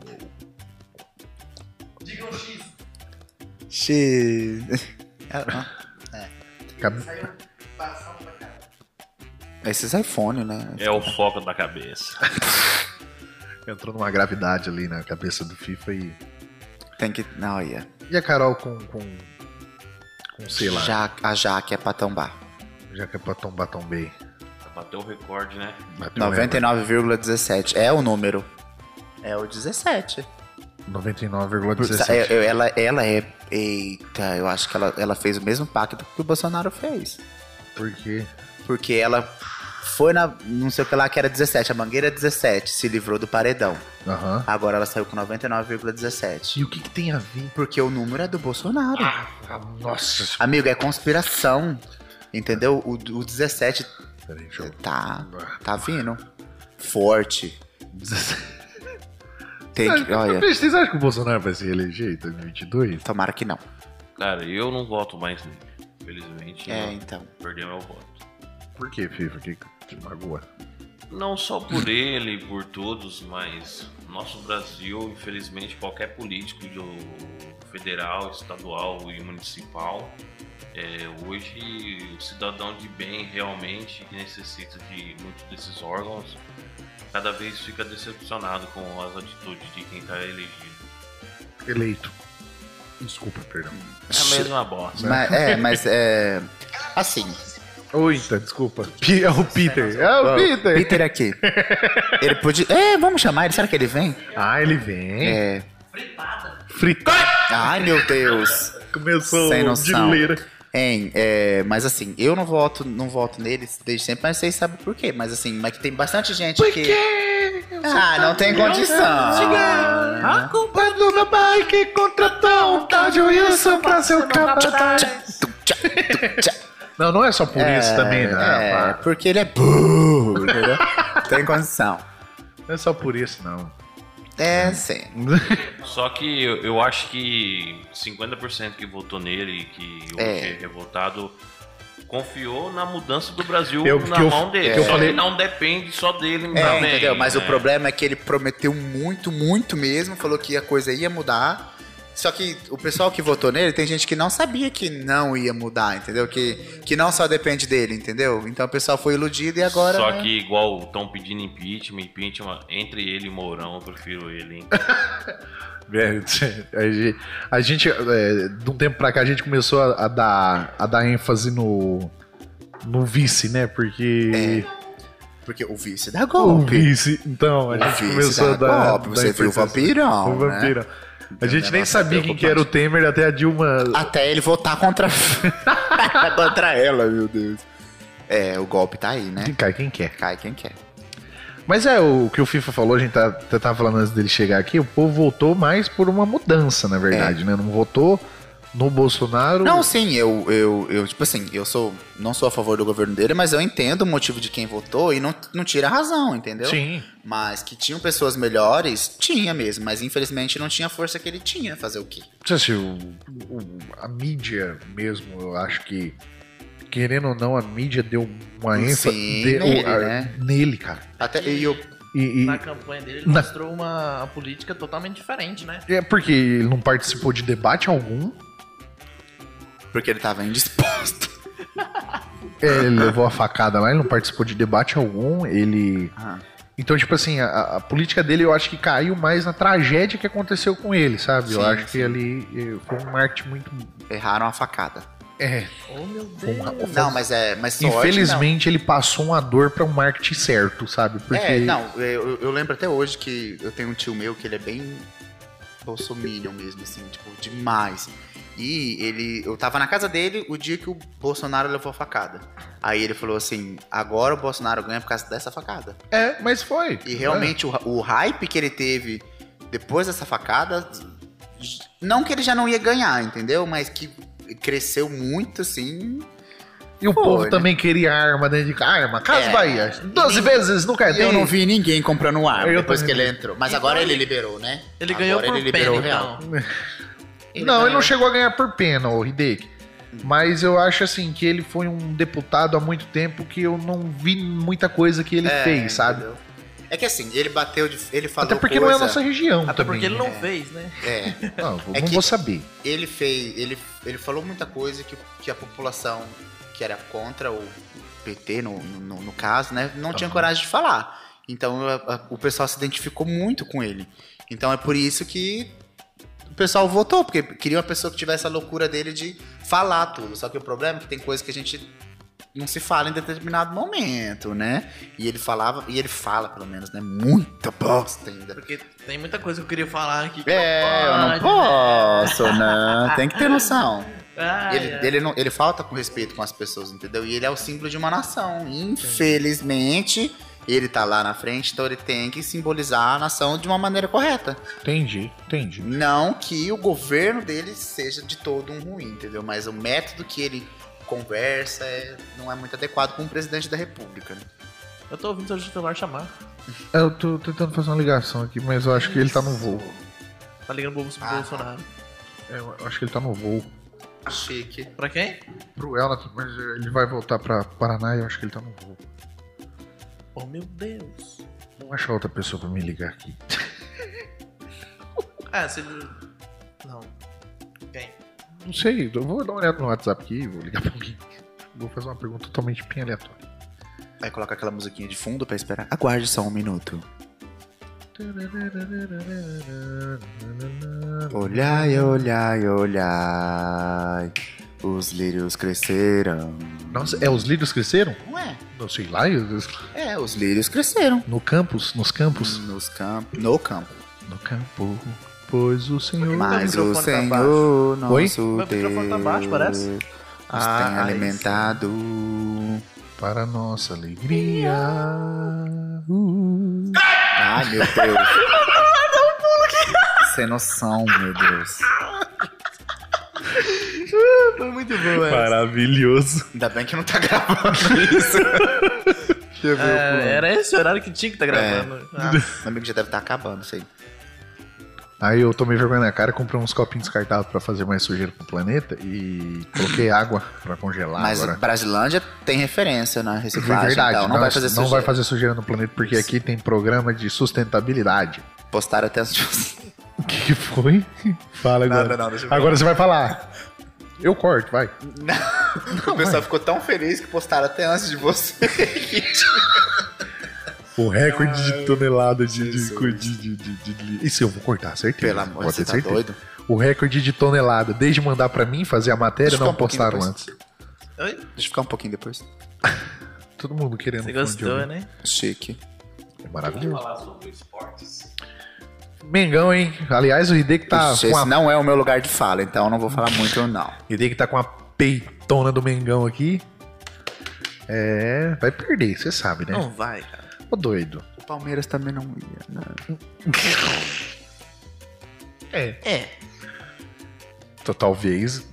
Speaker 1: Xi.
Speaker 3: Cab-
Speaker 1: Esses iPhone, né?
Speaker 5: É o foco da cabeça.
Speaker 3: Entrou numa gravidade ali na cabeça do FIFA e...
Speaker 1: Tem que. Não, é. olha.
Speaker 3: E a Carol com... com, com sei lá, já,
Speaker 1: Ja- a Jaque é pra tombar.
Speaker 3: que é pra tombar tombei.
Speaker 5: Bateu o recorde, né?
Speaker 3: Bateu
Speaker 1: 99,17. É o número. É o 17.
Speaker 3: ela. 99,17.
Speaker 1: Sa- eu- eu- Ela, ela é. Eita, eu acho que ela, ela fez o mesmo pacto que o Bolsonaro fez. é.
Speaker 3: Por quê?
Speaker 1: Porque ela foi na. Não sei o que lá que era 17. A mangueira 17. Se livrou do paredão.
Speaker 3: Aham.
Speaker 1: Agora ela saiu com 99,17.
Speaker 3: E o que, que tem a ver?
Speaker 1: Porque o número é do Bolsonaro.
Speaker 3: Ah, Nossa.
Speaker 1: Amigo, é conspiração. Entendeu? O, o 17
Speaker 3: Peraí, deixa eu...
Speaker 1: tá. Tá vindo. Forte. Tem que. Olha,
Speaker 3: Vocês acham que o Bolsonaro vai se reeleger em 2022?
Speaker 1: tomara que não.
Speaker 5: Cara, eu não voto mais nele. Felizmente,
Speaker 1: É,
Speaker 5: é.
Speaker 1: então.
Speaker 5: perdeu meu voto.
Speaker 3: Por que, FIFA? O que que te magoa?
Speaker 5: Não só por ele, por todos, mas nosso Brasil, infelizmente, qualquer político do federal, estadual e municipal, é, hoje o cidadão de bem realmente que necessita de muitos desses órgãos, cada vez fica decepcionado com as atitudes de quem está elegido.
Speaker 3: Eleito. Desculpa, perdão.
Speaker 5: É a mesma bosta.
Speaker 1: Mas, é, mas é. Assim,
Speaker 3: Oi, então, desculpa. Pi- É o Peter. É o Peter.
Speaker 1: Peter aqui. Ele podia. É, vamos chamar ele. Será que ele vem?
Speaker 3: Ah, ele vem.
Speaker 1: É.
Speaker 3: Fritar!
Speaker 1: Ai, meu Deus.
Speaker 3: Começou
Speaker 1: Sem
Speaker 3: o
Speaker 1: noção.
Speaker 3: de leira.
Speaker 1: Hein, é, mas assim, eu não voto, não voto neles desde sempre, mas vocês sabem por quê. Mas assim, mas que tem bastante gente que. Ah, não tem condição.
Speaker 3: A culpa é do meu pai que contratou um tal de Wilson pra ser o capataz. Não, não é só por isso também, né?
Speaker 1: É,
Speaker 3: pá.
Speaker 1: porque ele é burro, entendeu? Tem condição.
Speaker 3: Não é só por isso, não.
Speaker 1: É, sim.
Speaker 5: Só que eu, eu acho que 50% que votou nele e que hoje
Speaker 1: É.
Speaker 5: é. revoltado confiou na mudança do Brasil
Speaker 3: Eu-
Speaker 5: na
Speaker 3: que eu-
Speaker 5: mão dele.
Speaker 3: que eu
Speaker 5: só
Speaker 3: falei-
Speaker 5: que não depende só dele
Speaker 1: É,
Speaker 5: também.
Speaker 1: entendeu? Mas o
Speaker 5: né?
Speaker 1: problema é que ele prometeu muito, muito mesmo, falou que a coisa ia mudar. Só que o pessoal que votou nele, tem gente que não sabia que não ia mudar, entendeu? Que, que não só depende dele, entendeu? Então o pessoal foi iludido e agora.
Speaker 5: Só
Speaker 1: né?
Speaker 5: que igual estão pedindo impeachment, impeachment entre ele e Mourão, eu prefiro ele, hein?
Speaker 3: Verdade. É, A gente, a gente, é, de um tempo pra cá, a gente começou a, a dar, a dar ênfase no, no vice, né?
Speaker 1: É,
Speaker 3: Porque
Speaker 1: Porque o vice dá
Speaker 3: o
Speaker 1: golpe.
Speaker 3: vice. Então, a
Speaker 1: O
Speaker 3: gente
Speaker 1: vice
Speaker 3: começou a
Speaker 1: dá
Speaker 3: dar.
Speaker 1: golpe,
Speaker 3: dar
Speaker 1: você viu o
Speaker 3: importância.
Speaker 1: vampirão,
Speaker 3: O
Speaker 1: né? é
Speaker 3: vampirão. A gente
Speaker 1: Entendeu?
Speaker 3: nem sabia quem que era o Temer até a Dilma.
Speaker 1: Até ele votar contra. *laughs* contra ela, meu Deus. É, o golpe tá aí, né?
Speaker 3: Quem cai, quem é? quer.
Speaker 1: Cai quem quer.
Speaker 3: Mas é o que o FIFA falou, a gente tá, até tava falando antes dele chegar aqui, o povo votou mais por uma mudança, na verdade, né? Não votou no Bolsonaro.
Speaker 1: É. Não, sim, eu, eu, eu, tipo assim, eu sou, não sou a favor do governo dele, mas eu entendo o motivo de quem votou e não, não tira a razão, entendeu?
Speaker 3: Sim.
Speaker 1: Mas que tinham pessoas melhores, tinha mesmo, mas infelizmente não tinha a força que ele tinha. Fazer o quê?
Speaker 3: Não sei se o- o- a mídia mesmo, eu acho que, querendo ou não, a mídia deu uma
Speaker 1: Sim,
Speaker 3: ênfase deu-
Speaker 1: nele,
Speaker 3: a-
Speaker 1: né?
Speaker 3: nele, cara.
Speaker 1: Até, e eu,
Speaker 3: É, E, e-
Speaker 2: Na campanha dele ele
Speaker 3: Na-
Speaker 2: mostrou uma política totalmente diferente, né?
Speaker 3: é porque ele não participou de debate algum,
Speaker 1: porque ele tava indisposto.
Speaker 3: é,
Speaker 1: *coughs*
Speaker 3: ele levou a facada lá, ele não participou de debate algum, ele.
Speaker 1: Ah.
Speaker 3: Então, tipo assim, a, a política dele eu acho que caiu mais na tragédia que aconteceu com ele, sabe? eu
Speaker 1: Sim,
Speaker 3: acho
Speaker 1: sim.
Speaker 3: que ali eh, foi um marketing muito.
Speaker 1: Erraram a facada.
Speaker 3: É,
Speaker 2: Oh, meu
Speaker 3: foi um-
Speaker 2: Deus.
Speaker 1: Não, mas é. Mas sorte,
Speaker 3: Infelizmente, ele passou uma dor pra um marketing certo, sabe?
Speaker 1: não.
Speaker 3: Porque
Speaker 1: É, não, eu, eu lembro até hoje que eu tenho um tio meu que ele é bem bolsominion mesmo, assim, tipo, demais. E ele. Eu tava na casa dele o dia que o Bolsonaro levou a facada. Aí ele falou assim: agora o Bolsonaro ganha por causa dessa facada.
Speaker 3: É, mas foi.
Speaker 1: E realmente o, o hype que ele teve depois dessa facada. Não que ele já não ia ganhar, entendeu? Mas que cresceu muito, assim.
Speaker 3: E o
Speaker 1: Foi,
Speaker 3: povo
Speaker 1: né?
Speaker 3: também queria arma dentro de casa. Arma, Casa
Speaker 1: É.
Speaker 3: Bahia. 12 vezes no cartão.
Speaker 1: Eu não vi ninguém comprando arma
Speaker 3: Eu
Speaker 1: depois que
Speaker 3: também
Speaker 1: ele entrou. Mas agora ele liberou, né?
Speaker 2: Ele
Speaker 1: Agora
Speaker 2: ganhou por
Speaker 1: ele liberou
Speaker 2: pena,
Speaker 1: o
Speaker 3: *laughs*
Speaker 1: real.
Speaker 2: então.
Speaker 3: não, ele
Speaker 2: ganhou.
Speaker 3: não chegou a ganhar por pena, o Hideki.
Speaker 1: Uhum.
Speaker 3: Mas eu acho assim que ele foi um deputado há muito tempo que eu não vi muita coisa que ele fez, sabe?
Speaker 1: É, Entendeu? É que assim, ele bateu de. Ele falou.
Speaker 3: Até porque não
Speaker 1: coisa,
Speaker 3: é a nossa região.
Speaker 2: Até
Speaker 3: também,
Speaker 2: porque ele
Speaker 3: né?
Speaker 2: não fez, né?
Speaker 1: É.
Speaker 3: Não, eu
Speaker 1: É
Speaker 3: não
Speaker 1: que-
Speaker 3: vou saber.
Speaker 1: ele fez. Ele, ele falou muita coisa que, que a população que era contra o PT, no, no, no caso, né, não tinha coragem de falar. Então a- a- o pessoal se identificou muito com ele. Então é por isso que o pessoal votou, porque queria uma pessoa que tivesse a loucura dele de falar tudo. Só que o problema é que tem coisa que a gente não se fala em determinado momento, né? E ele falava, e ele fala, pelo menos, né? Muita bosta ainda.
Speaker 2: Porque tem muita coisa que eu queria falar aqui. que
Speaker 1: É, eu não
Speaker 2: pode,
Speaker 1: posso, né? Tem que
Speaker 2: *laughs*
Speaker 1: ter noção.
Speaker 2: né? Ai,
Speaker 1: Ele,
Speaker 2: ai.
Speaker 1: ele não, ele falta com respeito com as pessoas, entendeu? E ele é o símbolo de uma nação. Infelizmente, ele tá lá na frente, então ele tem que simbolizar a nação de uma maneira correta.
Speaker 3: Entendi, entendi.
Speaker 1: Não que o governo dele seja de todo um ruim, entendeu? Mas o método que ele conversa é- não é muito adequado para um presidente da república. né?
Speaker 2: Eu tô ouvindo seu titular chamar.
Speaker 3: É, Eu tô tentando fazer uma ligação aqui, mas eu acho que ele tá no voo.
Speaker 2: Tá ligando pro Bolso-
Speaker 1: Ah.
Speaker 2: Bolsonaro.
Speaker 3: Eu acho que ele tá no voo.
Speaker 1: Chique.
Speaker 2: Pra quem?
Speaker 3: Pro Elton, mas ele vai voltar pra Paraná e eu acho que ele tá no voo.
Speaker 2: Oh, meu Deus.
Speaker 3: Vamos achar outra pessoa pra me ligar aqui.
Speaker 2: Ah, se ele... Não. Quem?
Speaker 3: Não sei, eu vou dar uma olhada no WhatsApp aqui, vou ligar pra alguém. Vou fazer uma pergunta totalmente bem aleatória.
Speaker 1: Aí coloca aquela musiquinha de fundo para esperar. Aguarde só um minuto. Olhai, olhai, olhai. Os lírios cresceram.
Speaker 3: Nossa, é, os lírios cresceram?
Speaker 1: Não é?
Speaker 3: Não sei lá, eu-
Speaker 1: É, os lírios cresceram.
Speaker 3: no campus, nos campos.
Speaker 1: Nos campos. No campo.
Speaker 3: No campo, pois o senhor...
Speaker 1: Mas o
Speaker 2: microfone tá
Speaker 1: Senhor
Speaker 3: Oi?
Speaker 1: nosso
Speaker 2: Meu microfone tá baixo, parece.
Speaker 1: Deus nos
Speaker 2: Ah,
Speaker 1: tem
Speaker 2: aí sim.
Speaker 1: alimentado.
Speaker 3: Para nossa alegria...
Speaker 1: Ai, meu Deus. Sem noção, meu Deus.
Speaker 2: *laughs* Foi muito bom, é.
Speaker 3: Maravilhoso.
Speaker 1: Ainda bem que não tá gravando
Speaker 2: *laughs*
Speaker 1: isso. Deixa
Speaker 2: É,
Speaker 1: eu ver o plano.
Speaker 2: era esse horário que tinha que tá gravando.
Speaker 3: É.
Speaker 2: Ah,
Speaker 1: Meu amigo já deve estar acabando isso aí.
Speaker 3: Aí eu tomei vergonha na cara, comprei uns copinhos descartáveis pra fazer mais sujeira pro planeta e coloquei água pra congelar
Speaker 1: Mas
Speaker 3: agora.
Speaker 1: Brasilândia tem referência na reciclagem. então não vai fazer
Speaker 3: não vai
Speaker 1: sujeira.
Speaker 3: fazer sujeira no planeta, porque aqui tem programa de sustentabilidade.
Speaker 1: Postaram até as...
Speaker 3: *laughs* O que foi? Fala agora.
Speaker 1: Nada, não, deixa eu ver.
Speaker 3: é. agora você vai falar. Eu corto, vai.
Speaker 1: o pessoal ficou tão feliz que postaram até antes de você.
Speaker 3: O recorde de tonelada de, de-
Speaker 1: Jesus.
Speaker 3: de- de- de- de- de- Isso eu vou cortar, certeza.
Speaker 1: *laughs* Pelo amor,
Speaker 3: Pode
Speaker 1: você
Speaker 3: ter
Speaker 1: tá
Speaker 3: certeza.
Speaker 1: doido?
Speaker 3: O recorde de tonelada, desde mandar pra mim fazer a matéria,
Speaker 1: Deixa eu
Speaker 3: não
Speaker 1: ficar um pouquinho
Speaker 3: postaram
Speaker 1: depois.
Speaker 3: antes.
Speaker 2: Ah, Oi?
Speaker 1: Deixa eu ficar um pouquinho depois.
Speaker 3: Todo mundo querendo.
Speaker 2: Você
Speaker 3: fone de
Speaker 2: gostou,
Speaker 3: ouvido.
Speaker 2: né?
Speaker 1: Chique.
Speaker 3: É
Speaker 5: Vamos
Speaker 3: maravilhoso.
Speaker 5: falar sobre esportes.
Speaker 3: Mengão, hein? Aliás, o Hideki tá
Speaker 1: Ixi,
Speaker 3: com
Speaker 1: Esse
Speaker 3: a
Speaker 1: não é o meu lugar de fala, então eu não vou falar muito, não.
Speaker 3: Hideki tá com a peitona do Mengão aqui. É, vai perder, você sabe, né?
Speaker 2: Não vai, cara.
Speaker 3: Ô doido.
Speaker 1: O Palmeiras também não ia, né?
Speaker 3: É.
Speaker 2: É.
Speaker 3: Então, talvez.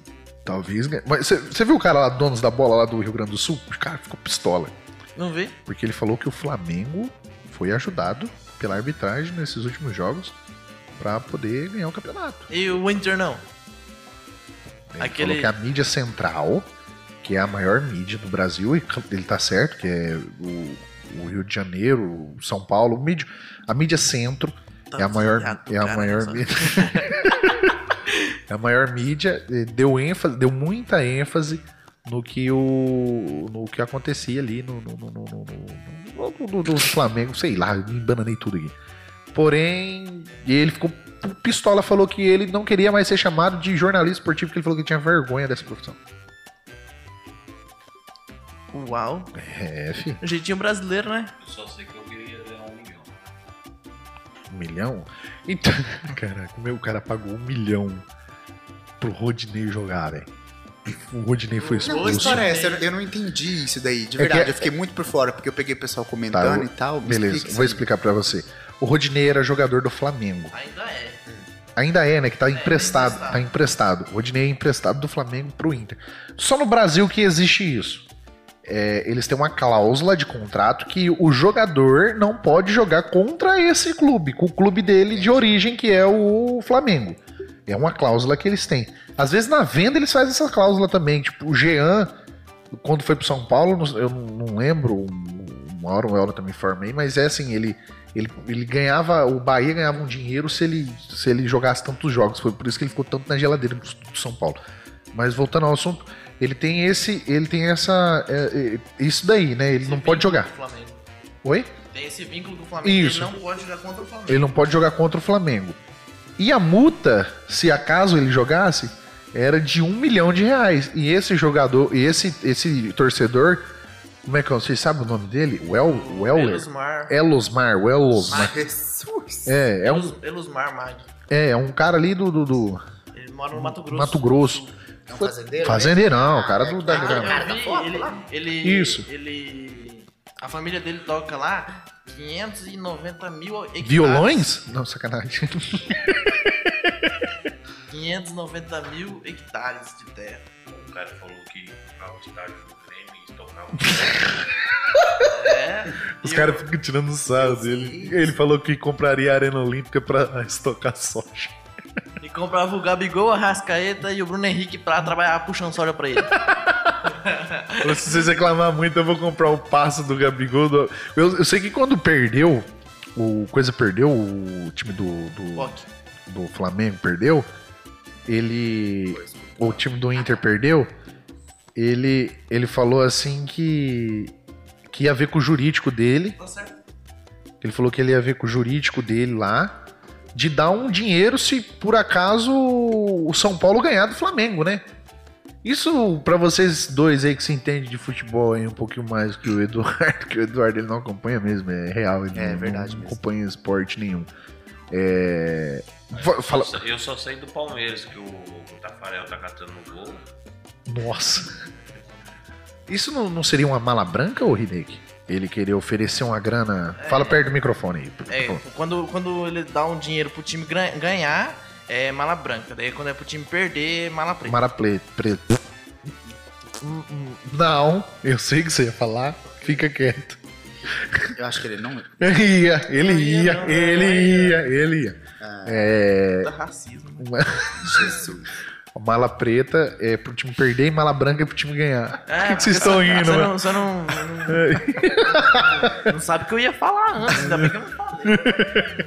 Speaker 3: Talvez. ganhe. Mas você- você viu o cara lá, donos da bola lá do Rio Grande do Sul? O cara ficou pistola.
Speaker 2: Não vi?
Speaker 3: Porque ele falou que o Flamengo foi ajudado pela arbitragem nesses últimos jogos pra poder ganhar o campeonato.
Speaker 2: E o Inter não?
Speaker 3: Ele
Speaker 2: Aquele-
Speaker 3: falou que a mídia central, que é a maior mídia do Brasil, e ele tá certo, que é o, o Rio de Janeiro, o São Paulo, o mídia, a mídia centro é a maior,
Speaker 2: viado,
Speaker 3: é a
Speaker 2: Tá cara,
Speaker 3: maior,
Speaker 2: só-
Speaker 3: mí- *laughs* é a maior mídia eh, deu ênfase, deu muita ênfase no que o no que acontecia ali no no, no, no, no- no- no- no- no- no Flamengo, sei lá, me embananei tudo aqui. Porém, ele ficou o pistola falou que ele não queria mais ser chamado de jornalista esportivo, porque ele falou que tinha vergonha dessa profissão.
Speaker 2: Uau.
Speaker 3: É, fi,
Speaker 2: Um jeitinho brasileiro, né?
Speaker 5: Eu só sei que eu queria ganhar um milhão.
Speaker 3: um milhão? Então, *laughs* caraca, o meu cara pagou um milhão pro Rodinei jogar, velho. O Rodinei foi
Speaker 1: Não,
Speaker 3: expulso.
Speaker 1: a história é essa, eu, eu não entendi isso daí, de
Speaker 3: É que-
Speaker 1: verdade. Eu fiquei muito por fora, porque eu peguei o pessoal
Speaker 3: Tá,
Speaker 1: comentando
Speaker 3: eu-
Speaker 1: e tal. me
Speaker 3: Beleza,
Speaker 1: explica isso
Speaker 3: vou
Speaker 1: aí.
Speaker 3: explicar pra você. O Rodinei era jogador do Flamengo.
Speaker 2: Ainda é.
Speaker 3: Ainda é, né? Que tá emprestado. Tá emprestado. O Rodinei é emprestado do Flamengo pro Inter. Só no Brasil que existe isso. É, eles têm uma cláusula de contrato que o jogador não pode jogar contra esse clube, com o clube dele de origem, que é o Flamengo. É uma cláusula que eles têm. Às vezes na venda eles fazem essa cláusula também. Tipo, o Jean, quando foi pro São Paulo, não- eu não não lembro, um, uma hora ou uma hora eu também formei, mas é assim, ele, ele, ele ganhava, o Bahia ganhava um dinheiro se ele, se ele jogasse tantos jogos. Foi por isso que ele ficou tanto na geladeira do São Paulo. Mas voltando ao assunto, ele tem esse, ele tem essa, é, é, isso daí, né? Ele não pode jogar. Oi?
Speaker 2: Tem esse vínculo com o Flamengo.
Speaker 3: Isso.
Speaker 2: Ele não pode jogar contra o Flamengo.
Speaker 3: Ele não pode jogar contra o Flamengo. E a multa, se acaso ele jogasse, era de um milhão de reais. E esse jogador, e esse, esse torcedor, como é que é? Vocês sabem o nome dele? Well, Weller?
Speaker 2: Elusmar.
Speaker 3: Elosmar, o Elosmar.
Speaker 1: Mas Jesus.
Speaker 3: É, é um,
Speaker 2: Elus- Elusmar Mag.
Speaker 3: é, é um cara ali do, do, do
Speaker 2: Ele mora no Mato Grosso.
Speaker 3: Hum, Mato Grosso.
Speaker 1: É um fazendeiro?
Speaker 3: Fazendeirão, o cara do, da
Speaker 2: Ah,
Speaker 3: grama.
Speaker 2: eu vi,
Speaker 1: foto
Speaker 2: ele,
Speaker 1: lá?
Speaker 2: ele-
Speaker 3: Isso.
Speaker 2: Ele. A família dele toca lá 590 mil hectares.
Speaker 3: Violões? Não, sacanagem.
Speaker 2: 590 mil hectares de terra.
Speaker 5: O cara falou que tava no estádio do Grêmio e tocava.
Speaker 2: É.
Speaker 3: Os
Speaker 2: e
Speaker 3: caras ficam tirando sarro dele. Ele falou que compraria a Arena Olímpica pra estocar soja.
Speaker 2: o- E comprava o Gabigol, a Rascaeta e o Bruno Henrique pra trabalhar puxando soja
Speaker 3: *laughs*
Speaker 2: pra ele.
Speaker 3: Falou, Se vocês reclamar muito, eu vou comprar o passo do Gabigol. do- Eu, eu sei que quando perdeu, o Coisa perdeu, o time do, do,
Speaker 2: Foque.
Speaker 3: do Flamengo perdeu, ele. O time do Inter perdeu, ele, ele falou assim que. que ia ver com o jurídico dele.
Speaker 2: Tá certo.
Speaker 3: Ele falou que ele ia ver com o jurídico dele lá. De dar um dinheiro se por acaso o São Paulo ganhar do Flamengo, né? Isso pra vocês dois aí que se entende de futebol aí um pouquinho mais que o Eduardo, *laughs* que o Eduardo ele não acompanha mesmo, é real, ele
Speaker 1: É,
Speaker 3: não,
Speaker 1: verdade
Speaker 3: não
Speaker 1: mesmo.
Speaker 3: acompanha esporte nenhum. É. fa- Fala.
Speaker 5: Eu só sei do Palmeiras que o Tafarel tá catando no gol.
Speaker 3: Nossa. Isso não, não seria uma mala branca, ô Hideki? Ele querer oferecer uma grana. Fala perto do microfone aí. por
Speaker 2: É,
Speaker 3: favor.
Speaker 2: quando, quando ele dá um dinheiro pro time gran- ganhar, é mala branca. Daí quando é pro time perder, é mala preta.
Speaker 3: Mara Ple- Preto. Hum, hum, Não, eu sei que você ia falar. Fica quieto.
Speaker 1: Eu acho que ele não.
Speaker 3: Ele ia, ele
Speaker 2: Não ia,
Speaker 3: ia,
Speaker 2: não,
Speaker 3: ele
Speaker 2: não
Speaker 3: ia, ele ia. É,
Speaker 2: Da racismo.
Speaker 3: uma-
Speaker 1: Jesus.
Speaker 3: mala preta é pro time perder e mala branca é pro time ganhar.
Speaker 2: É,
Speaker 3: Por que que vocês
Speaker 2: porque
Speaker 3: estão
Speaker 2: você-
Speaker 3: rindo,
Speaker 2: Você
Speaker 3: mano? É.
Speaker 2: não, você não,
Speaker 3: *laughs*
Speaker 2: não- não sabe o que eu ia falar antes, ainda bem que eu não falei.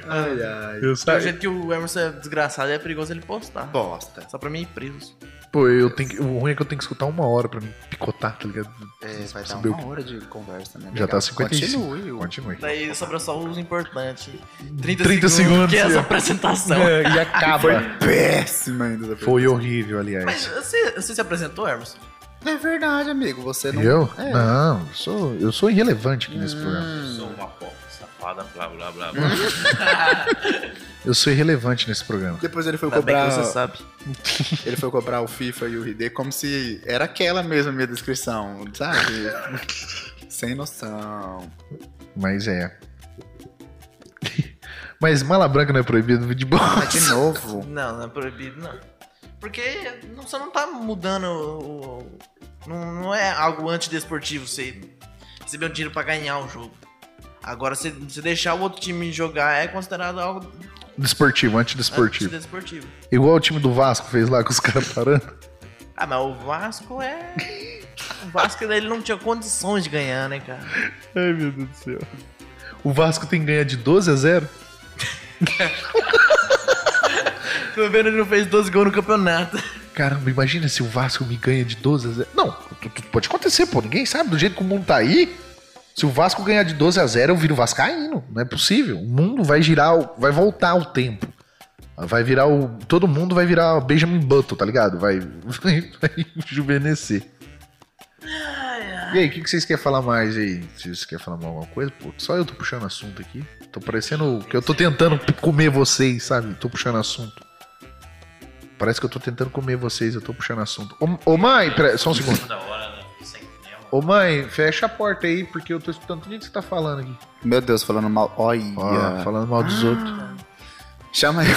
Speaker 1: Ai, ai.
Speaker 3: Eu
Speaker 2: Do
Speaker 3: saio.
Speaker 2: jeito que o Emerson é desgraçado, é perigoso ele postar.
Speaker 1: Bosta.
Speaker 2: Só pra mim ir preso.
Speaker 3: Pô, eu tenho que- o ruim é que eu tenho que escutar uma hora pra me picotar, tá ligado?
Speaker 1: É, vai dar
Speaker 3: Subiu.
Speaker 1: uma hora de conversa, né?
Speaker 3: Já
Speaker 1: Legal.
Speaker 3: tá 55.
Speaker 1: Continue. o-
Speaker 3: Continue.
Speaker 2: Daí sobra só os importantes. 30,
Speaker 3: 30
Speaker 2: segundos,
Speaker 3: segundos,
Speaker 2: que é
Speaker 3: é.
Speaker 2: essa apresentação.
Speaker 3: É, e acaba.
Speaker 1: Péssima ainda.
Speaker 3: Foi horrível, aliás.
Speaker 2: Mas você, você se apresentou, *laughs* Emerson?
Speaker 1: É verdade, amigo. Você não.
Speaker 3: Eu?
Speaker 1: É.
Speaker 3: Não, Hum. eu sou, eu sou irrelevante aqui nesse programa.
Speaker 5: Eu sou
Speaker 1: Hum.
Speaker 5: uma porra safada, blá blá blá blá.
Speaker 3: Eu sou irrelevante nesse programa.
Speaker 1: Depois ele foi
Speaker 2: Ainda bem
Speaker 1: cobrar.
Speaker 2: que você sabe.
Speaker 1: Ele foi cobrar o FIFA e o RD como se era aquela mesma minha descrição, sabe?
Speaker 3: *laughs*
Speaker 1: Sem noção.
Speaker 3: Mas é. *laughs* Mas mala branca não é proibido no futebol.
Speaker 1: Mas de novo.
Speaker 2: Não, não é proibido, não. Porque não- você não tá mudando o. o- não, não é algo antidesportivo você receber um dinheiro pra ganhar o jogo. Agora, se você deixar o outro time jogar é considerado algo
Speaker 3: *laughs* Desportivo, antidesportivo.
Speaker 2: antidesportivo.
Speaker 3: Igual o time do Vasco fez lá com os caras parando.
Speaker 2: Ah, mas o Vasco é. O Vasco ele não tinha condições de ganhar, né, cara?
Speaker 3: *laughs* Ai, meu Deus do céu. O Vasco tem que ganhar de 12 a 0?
Speaker 2: Pelo menos ele não fez 12 gols no campeonato.
Speaker 3: Caramba, imagina se o Vasco me ganha de 12 a 0. Não, tu- tu- pode acontecer, pô. Ninguém sabe. Do jeito que o mundo tá aí, se o Vasco ganhar de 12 a 0, eu viro Vascaíno. Não é possível. O mundo vai girar, o- vai voltar ao tempo. Vai virar o. Todo mundo vai virar Benjamin Button, tá ligado? Vai, vai, vai rejuvenescer. E aí, o que, que vocês querem falar mais aí? Vocês querem falar mais alguma coisa? Pô, só eu tô puxando assunto aqui. Tô parecendo que eu tô tentando comer vocês, sabe? Tô puxando assunto. Parece que eu tô tentando comer vocês, eu tô puxando assunto. Ô, ô mãe, pera, só um
Speaker 1: Hum.
Speaker 3: segundo.
Speaker 5: Toda hora, né? Sem tempo.
Speaker 3: Ô mãe, fecha a porta aí, porque eu tô escutando tudo que você tá falando aqui. Ah,
Speaker 1: Meu Deus, falando mal. Olha.
Speaker 6: Ah.
Speaker 3: Ó, falando mal dos outros.
Speaker 1: Chama eu.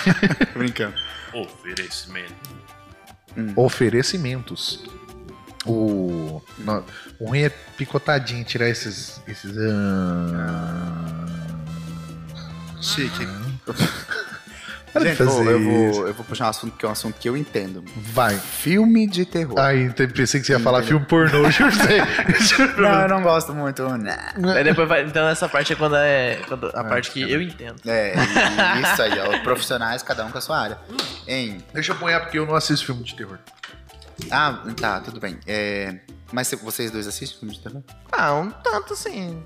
Speaker 1: *laughs* Brincando.
Speaker 5: Oferecimento.
Speaker 3: Oferecimentos. O, no- o ruim é picotadinho, tirar esses. esses ah,
Speaker 1: Chique.
Speaker 3: Para de
Speaker 1: Gente, eu vou-
Speaker 3: fazer
Speaker 1: eu,
Speaker 3: isso.
Speaker 1: vou, eu vou puxar um assunto que é um assunto que eu entendo.
Speaker 3: Vai.
Speaker 1: Filme de terror.
Speaker 3: Ai, então pensei que você ia falar filme pornô, juro pra você.
Speaker 1: Não, eu não gosto muito. né?
Speaker 2: Aí depois vai- então essa parte é quando é quando a parte que eu entendo.
Speaker 1: É, isso aí, ó. Profissionais, cada um com a sua área. Em.
Speaker 3: Deixa eu apanhar porque eu não assisto filme de terror.
Speaker 1: Ah, tá, tudo bem. É, mas se- vocês dois assistem filme de terror?
Speaker 2: Ah, um tanto assim.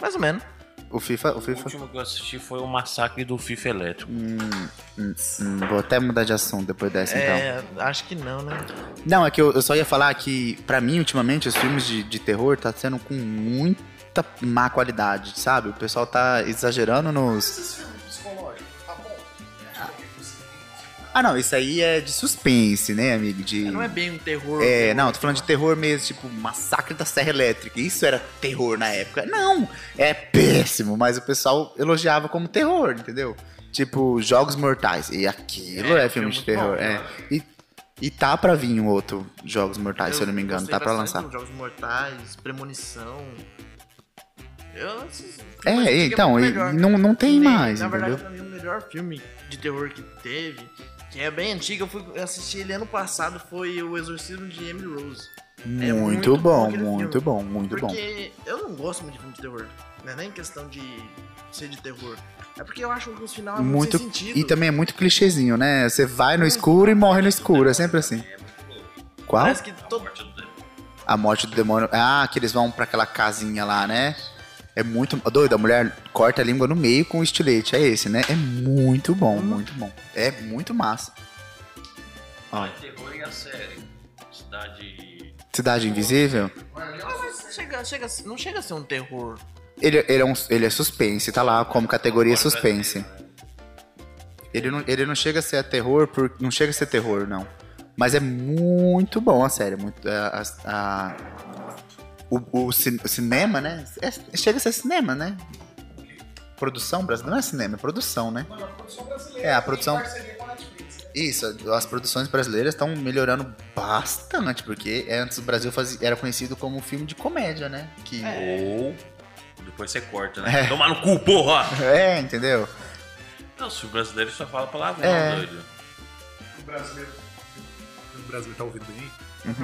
Speaker 2: Mais ou menos.
Speaker 1: O FIFA, o
Speaker 5: O
Speaker 1: FIFA.
Speaker 5: último que eu assisti foi o Massacre do FIFA Elétrico.
Speaker 1: Hum, vou até mudar de assunto depois dessa, então.
Speaker 2: É, acho que não, né?
Speaker 1: Não, é que eu, eu só ia falar que, pra mim, ultimamente, os filmes de, de terror tá sendo com muita má qualidade, sabe? O pessoal tá exagerando nos. Ah, não, isso aí é de suspense, né, amigo? De...
Speaker 2: Não é bem um terror.
Speaker 1: É,
Speaker 2: terror.
Speaker 1: não, tô falando de terror mesmo, tipo, massacre da Serra Elétrica. Isso era terror na época. Não, é péssimo, mas o pessoal elogiava como terror, entendeu? Tipo, Jogos Mortais. E aquilo é,
Speaker 2: um
Speaker 5: É,
Speaker 1: filme
Speaker 5: filme
Speaker 1: de
Speaker 5: muito
Speaker 1: terror.
Speaker 5: bom,
Speaker 1: é.
Speaker 5: né?
Speaker 1: E, e tá pra vir um outro Jogos Mortais, se eu não me engano.
Speaker 2: gostei
Speaker 1: Tá pra
Speaker 2: bastante
Speaker 1: lançar.
Speaker 2: dos Jogos Mortais, Premonição. Eu, esses filmes
Speaker 1: É,
Speaker 2: antigos
Speaker 1: então,
Speaker 2: muito
Speaker 1: e
Speaker 2: melhor.
Speaker 1: não, não tem mais,
Speaker 2: Na verdade,
Speaker 1: entendeu?
Speaker 2: pra mim, o melhor filme de terror que teve, que é bem antigo, eu fui assistir ele ano passado, foi O Exorcismo de Emily Rose.
Speaker 1: Muito,
Speaker 2: é muito bom
Speaker 1: bom,
Speaker 2: aquele
Speaker 1: muito
Speaker 2: filme.
Speaker 1: bom, muito bom.
Speaker 2: Porque eu não gosto muito de filme de terror. Não é nem questão de ser de terror. É porque eu acho que os final é muito,
Speaker 1: Muito-
Speaker 2: sem sentido.
Speaker 1: E também é muito clichêzinho, né? Você vai no escuro e morre no escuro, é sempre assim. Qual?
Speaker 2: Parece que todo...
Speaker 5: Morte do Demônio.
Speaker 1: A morte do demônio. Ah, que eles vão pra aquela casinha lá, né? É muito. Doido, a mulher corta a língua no meio com o estilete. É esse, né? É muito bom, muito bom. É muito massa. Ah.
Speaker 5: Ah, terror e a série. Cidade.
Speaker 1: Cidade Invisível,
Speaker 2: Ah, mas chega, chega, a ser- não chega a ser um terror.
Speaker 1: ele, ele, é, um, ele é suspense, tá lá como categoria suspense. Ele não, ele não chega a ser a terror, por, não chega a ser terror, não. Mas é muito bom a série. Muito, a, a- a- o, o cin- o cinema, né? É- chega a ser cinema, né? Produção brasileira. Não é cinema, é produção, né? É, a produção. Isso, as produções brasileiras estão melhorando bastante, porque antes o Brasil fazia- era conhecido como um filme de comédia, né? Que,
Speaker 5: Ou. Depois você corta, né? Tomar no cu, porra!
Speaker 1: é, entendeu?
Speaker 5: Não, se o brasileiro só fala palavrão,
Speaker 1: É.
Speaker 5: doido.
Speaker 6: O brasileiro. O brasileiro tá ouvindo bem?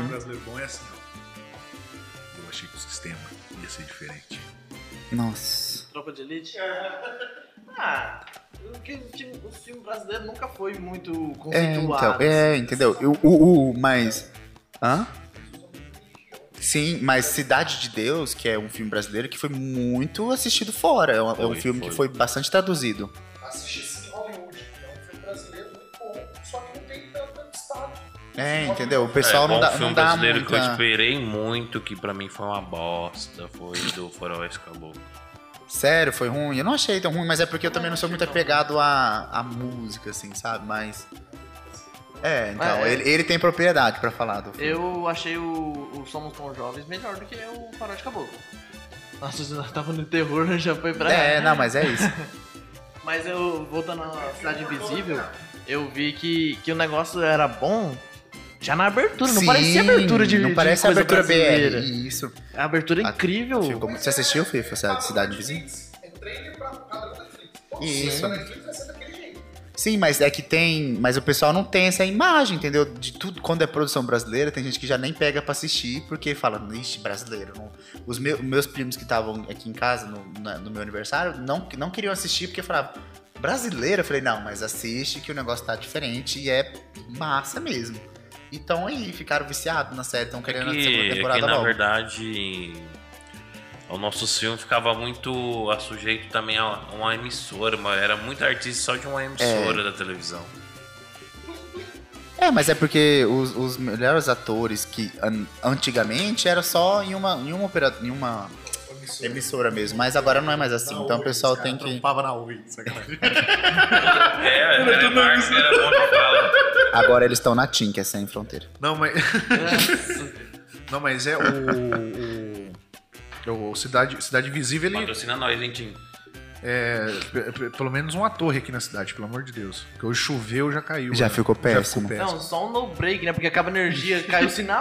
Speaker 6: O brasileiro bom é assim, ó. Eu achei que o sistema ia ser diferente.
Speaker 1: Nossa.
Speaker 2: Tropa de Elite? ah, o que o time, o time brasileiro nunca foi muito
Speaker 1: É, então,
Speaker 2: conceituado.
Speaker 1: é, entendeu? E O, o, o- mas. Hã? Sim, mas Cidade de Deus, que é um filme brasileiro que foi muito assistido fora. É um, é um
Speaker 5: Foi,
Speaker 1: filme
Speaker 5: foi.
Speaker 1: que foi bastante traduzido.
Speaker 6: Assiste-se Hollywood, que é um filme brasileiro muito bom, só que não tem tanto destaque.
Speaker 1: É, entendeu? O
Speaker 5: É,
Speaker 1: pessoal
Speaker 5: bom,
Speaker 1: não dá,
Speaker 5: filme
Speaker 1: não dá
Speaker 5: brasileiro que eu
Speaker 1: muita...
Speaker 5: esperei muito, que pra mim foi uma bosta, foi do Faroeste Caboclo.
Speaker 1: Sério, foi ruim. Eu não achei tão ruim, mas é porque eu também não sou muito apegado à, à música, assim, sabe? Mas. É, então,
Speaker 2: É, é.
Speaker 1: Ele, ele tem propriedade pra falar do filme.
Speaker 2: Eu achei o, o Somos Tão Jovens melhor do que o Farol de Caboclo. Nossa, você já tava no terror, já foi pra...
Speaker 1: É, não, mas é isso.
Speaker 2: Mas eu, voltando à Cidade Invisível, eu vi que, que o negócio era bom já na abertura. Não
Speaker 1: Sim,
Speaker 2: parecia abertura de
Speaker 1: Não
Speaker 2: de
Speaker 1: parece
Speaker 2: coisa
Speaker 1: abertura
Speaker 2: brasileira.
Speaker 1: BR. Isso.
Speaker 2: A abertura é
Speaker 1: A-
Speaker 2: incrível.
Speaker 1: Ficou- Você assistiu, FIFA, essa Cidade Invisível?
Speaker 6: É trailer pra cada um Netflix.
Speaker 1: Isso.
Speaker 6: Pra Netflix vai ser daquele jeito.
Speaker 1: Sim, mas é que tem. Mas o pessoal não tem essa imagem, entendeu? De tudo. Quando é produção brasileira, tem gente que já nem pega pra assistir porque fala, ixi, brasileiro. não." Os meu- meus primos que estavam aqui em casa no, na- no meu aniversário não, não queriam assistir porque falavam, brasileiro? Eu falei, não, mas assiste que o negócio tá diferente e é massa mesmo. Então aí, ficaram viciados na série, estão
Speaker 5: É
Speaker 1: querendo a segunda
Speaker 5: que, é que
Speaker 1: temporada
Speaker 5: na
Speaker 1: logo.
Speaker 5: verdade o nosso filme ficava muito a sujeito também a uma emissora, mas era muito artista só de uma emissora da televisão.
Speaker 1: É, mas é porque os, os melhores atores que an- antigamente era só em uma, em uma, opera- em uma emissora mesmo, mas agora não é mais assim, então o pessoal tem que...
Speaker 6: Trampava na Oi, sacanagem.
Speaker 5: É, era, era, marca, era bom de *laughs* fala.
Speaker 1: Agora eles estão na TIM, que é Sem Fronteira.
Speaker 3: Não, mas.
Speaker 2: *laughs*
Speaker 3: não, mas é o. o... o Cidade, Cidade Visível, ele
Speaker 5: Patrocina nós, hein, Tim?
Speaker 7: é, p- p- pelo menos uma torre aqui na cidade, pelo amor de Deus. Porque hoje choveu, já caiu.
Speaker 1: Já
Speaker 7: né?
Speaker 1: ficou péssimo.
Speaker 2: Não, só um no break, né? Porque acaba a energia, cai o
Speaker 1: *laughs*
Speaker 2: sinal.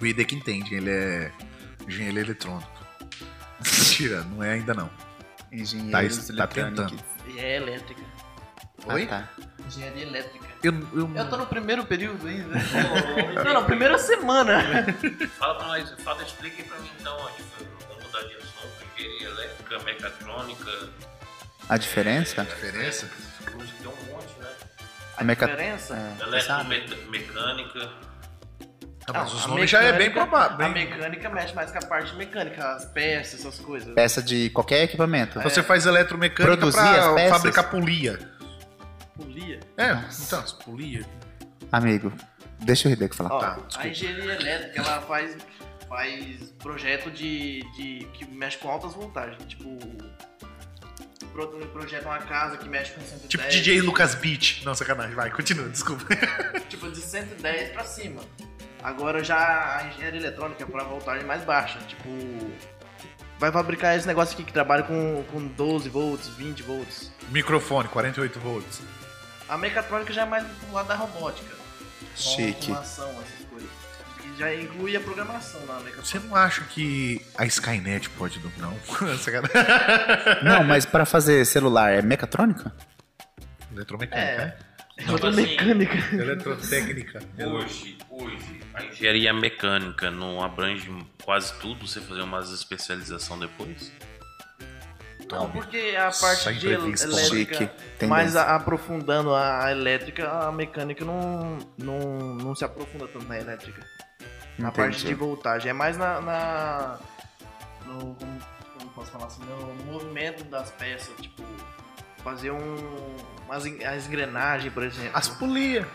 Speaker 3: O Ida que entende, ele é engenheiro eletrônico. Mentira, não é ainda não.
Speaker 1: Engenheiros
Speaker 3: Tá- tá
Speaker 1: eletrônicos.
Speaker 2: E é elétrica.
Speaker 1: Ah,
Speaker 3: Oi?
Speaker 1: tá.
Speaker 2: Engenharia elétrica.
Speaker 3: Eu, eu-
Speaker 2: Eu tô no primeiro período *laughs* ainda. não, não, primeira semana.
Speaker 5: Fala pra nós, fala, explique pra mim então, ó, tipo, vamos mudar de assunto, engenharia elétrica, mecatrônica,
Speaker 1: A diferença?
Speaker 3: Diferença?
Speaker 5: luz, tem um monte, né?
Speaker 1: A meca-
Speaker 2: diferença?
Speaker 1: É, você sabe?
Speaker 5: Eletromecânica,
Speaker 3: Ah, mas
Speaker 2: Ah,
Speaker 3: os
Speaker 2: a
Speaker 3: nomes já é bem
Speaker 2: mecânica-
Speaker 3: provável.
Speaker 2: A
Speaker 3: bem-
Speaker 2: mecânica mexe mais com a parte mecânica, as peças, essas coisas.
Speaker 3: É.
Speaker 1: Peça de qualquer equipamento.
Speaker 2: É.
Speaker 3: Então Você faz eletromecânica
Speaker 1: Produzir as
Speaker 3: pra
Speaker 1: peças?
Speaker 3: fabricar polia.
Speaker 2: Polia.
Speaker 3: É, então, as polia.
Speaker 1: Amigo, deixa o Rideco falar.
Speaker 2: Ó,
Speaker 3: tá,
Speaker 2: a
Speaker 3: desculpa.
Speaker 2: engenharia elétrica, ela faz, faz projeto de, de- que mexe com altas voltagens. Tipo, pro- projeta uma casa que mexe com 110.
Speaker 3: Tipo DJ Lucas Beat. Não, sacanagem, vai, continua, desculpa.
Speaker 2: Tipo, de 110 pra cima. Agora já a engenharia eletrônica é pra voltagem mais baixa. Tipo, vai fabricar esse negócio aqui que trabalha com, com 12 volts, 20 volts.
Speaker 3: Microfone, 48 volts.
Speaker 2: A mecatrônica já é mais pro lado da robótica.
Speaker 1: Chique.
Speaker 2: Automação, essas coisas. E já inclui a programação na
Speaker 3: Você
Speaker 2: mecatrônica.
Speaker 3: não acha que a Skynet pode do- não? *laughs* Sacanagem.
Speaker 1: Não, mas pra fazer celular é mecatrônica?
Speaker 3: Eletromecânica.
Speaker 5: Tipo assim,
Speaker 3: É.
Speaker 1: *laughs*
Speaker 3: Eletrotécnica.
Speaker 5: hoje, hoje, a engenharia mecânica não abrange quase tudo, você fazer umas especialização depois?
Speaker 2: Não, porque a parte
Speaker 3: Sem
Speaker 2: de
Speaker 3: previsto.
Speaker 2: elétrica...
Speaker 1: Chique. Tem
Speaker 2: Mas
Speaker 1: dois.
Speaker 2: a- aprofundando a a elétrica, a mecânica não, não, não se aprofunda tanto na elétrica. Na
Speaker 1: Entendi.
Speaker 2: parte de voltagem. É mais na. na- no, como, como posso falar assim? No movimento das peças. Tipo, fazer um. As, as engrenagens, por exemplo.
Speaker 3: As polia.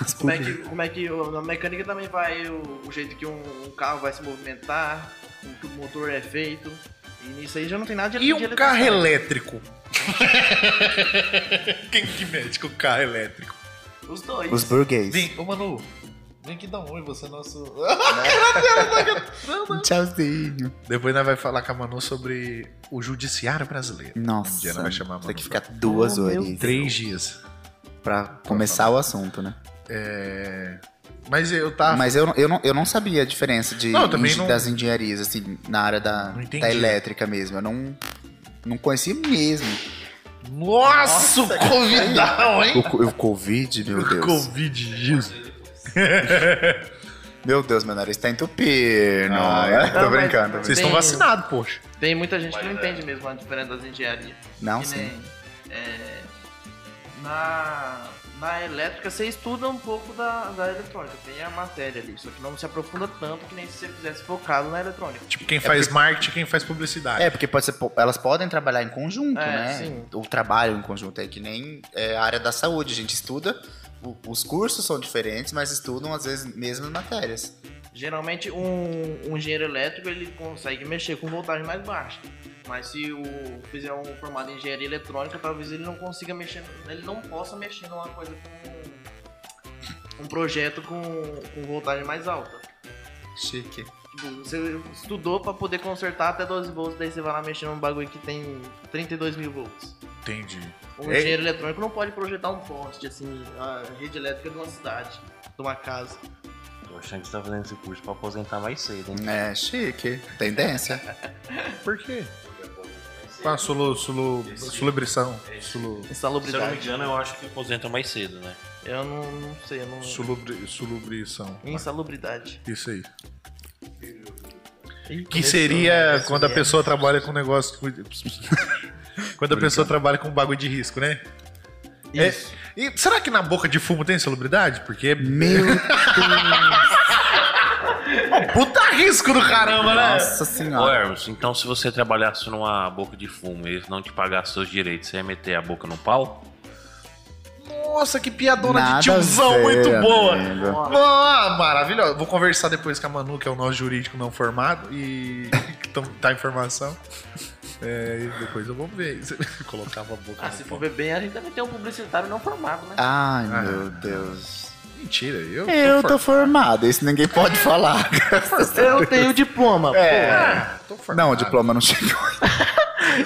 Speaker 1: As
Speaker 2: como, é
Speaker 1: pulgas.
Speaker 2: que, como é que. o- Na mecânica também vai o, o jeito que um, um carro vai se movimentar, como que o motor é feito. E nisso aí já não tem nada de
Speaker 3: E
Speaker 2: de
Speaker 3: um
Speaker 2: eletricidade.
Speaker 3: carro elétrico? *laughs* Quem que mete com o carro elétrico?
Speaker 2: Os dois.
Speaker 1: Os burguês.
Speaker 3: ô Manu, vem aqui dar um oi, você é nosso. *laughs*
Speaker 1: Tchauzinho.
Speaker 3: Depois nós vai falar com a Manu sobre o judiciário brasileiro. Um dia
Speaker 1: Nossa,
Speaker 3: ela vai chamar a
Speaker 1: tem
Speaker 3: Manu
Speaker 1: que ficar duas
Speaker 2: Oh, meu
Speaker 1: horas
Speaker 3: Três dias.
Speaker 1: pra começar o assunto, né?
Speaker 3: É... Mas eu tava.
Speaker 1: Mas eu, não- eu, não, eu não sabia a diferença de,
Speaker 3: Tá. Não, eu também
Speaker 1: engi-
Speaker 3: não-
Speaker 1: das engenharias, assim, na área da,
Speaker 3: Não entendi.
Speaker 1: da elétrica mesmo. Eu não, não conhecia mesmo.
Speaker 3: Nossa, o convidão, hein?
Speaker 1: O, co- o
Speaker 3: *laughs*
Speaker 1: Covid, meu Deus.
Speaker 3: Covid, Jesus.
Speaker 1: Meu Deus, meu nariz tá entupindo.
Speaker 3: Ah, é?
Speaker 1: *laughs* Tô
Speaker 2: Não, mas- mas-
Speaker 1: brincando. tô brincando.
Speaker 3: Vocês estão
Speaker 2: Bem-
Speaker 3: vacinados, poxa.
Speaker 2: Tem muita gente que não
Speaker 5: Mas,
Speaker 3: é.
Speaker 2: entende mesmo a diferença das engenharias.
Speaker 1: Não,
Speaker 2: Que
Speaker 3: né?
Speaker 1: sim.
Speaker 2: nem, é, na, na elétrica você estuda um pouco da, da eletrônica, tem a matéria ali, só que não se aprofunda tanto que nem se você fizesse focado na eletrônica.
Speaker 3: Tipo, quem faz marketing, quem faz publicidade.
Speaker 1: É, porque pode ser, po- elas podem trabalhar em conjunto,
Speaker 2: É,
Speaker 1: né?
Speaker 2: sim.
Speaker 1: Ou trabalham em conjunto, é que nem é, a área da saúde. A gente estuda, o- os cursos são diferentes, mas estudam às vezes mesmas matérias.
Speaker 2: Geralmente um, um engenheiro elétrico ele consegue mexer com voltagem mais baixa. Mas se o fizer um formado em engenharia eletrônica, talvez ele não consiga mexer, ele não possa mexer numa coisa com um projeto com, com voltagem mais alta.
Speaker 1: Chique.
Speaker 2: Tipo, você estudou pra poder consertar até 12 volts, daí você vai lá mexer num bagulho que tem 32 mil volts.
Speaker 3: Entendi.
Speaker 2: Um
Speaker 3: É.
Speaker 2: engenheiro eletrônico não pode projetar um poste, assim, a rede elétrica de uma cidade, de uma casa.
Speaker 5: Tô achando que você tá fazendo esse curso pra aposentar mais cedo, hein?
Speaker 1: É, chique. Tendência.
Speaker 3: É. Por quê? Com a solu, solu, solubrição. Solu,
Speaker 5: Se eu não me
Speaker 2: Insalubridade.
Speaker 5: engano, eu acho que aposenta mais cedo, né?
Speaker 2: Eu não, não sei, eu não...
Speaker 3: solubri, solubrição.
Speaker 2: Insalubridade.
Speaker 3: Isso aí.
Speaker 2: Ih,
Speaker 3: Que
Speaker 2: começou.
Speaker 3: seria quando
Speaker 2: é
Speaker 3: a pessoa trabalha com um negócio. *laughs* Quando a pessoa trabalha com um bagulho de risco, né? É.
Speaker 2: Isso.
Speaker 3: E será que na boca de fumo tem celebridade? Porque é *laughs*
Speaker 1: Meu
Speaker 3: um puta risco do caramba, né?
Speaker 2: Ah.
Speaker 1: Nossa
Speaker 5: Ô,
Speaker 1: senhora.
Speaker 5: Hermes, então se você trabalhasse numa boca de fumo e eles não te pagassem seus direitos, você ia meter a boca no pau?
Speaker 3: Nossa, que piadona
Speaker 1: Nada
Speaker 3: de tiozão
Speaker 1: a ver,
Speaker 3: muito boa.
Speaker 1: amigo.
Speaker 3: Ah, maravilhosa. Vou conversar depois com a Manu, que é o nosso jurídico não formado, e *laughs* que tam- tá em formação. É, e depois eu vou ver. *laughs* Colocava a boca
Speaker 2: Ah,
Speaker 3: no
Speaker 2: se for
Speaker 3: pau.
Speaker 2: ver bem, a gente também tem um publicitário não formado,
Speaker 3: É.
Speaker 2: né?
Speaker 1: Ai, meu Deus.
Speaker 3: Mentira, eu.
Speaker 1: Eu tô formado, isso
Speaker 3: *laughs*
Speaker 1: ninguém pode falar.
Speaker 2: Eu tenho diploma,
Speaker 1: É.
Speaker 3: formado.
Speaker 1: Não, o diploma não chegou.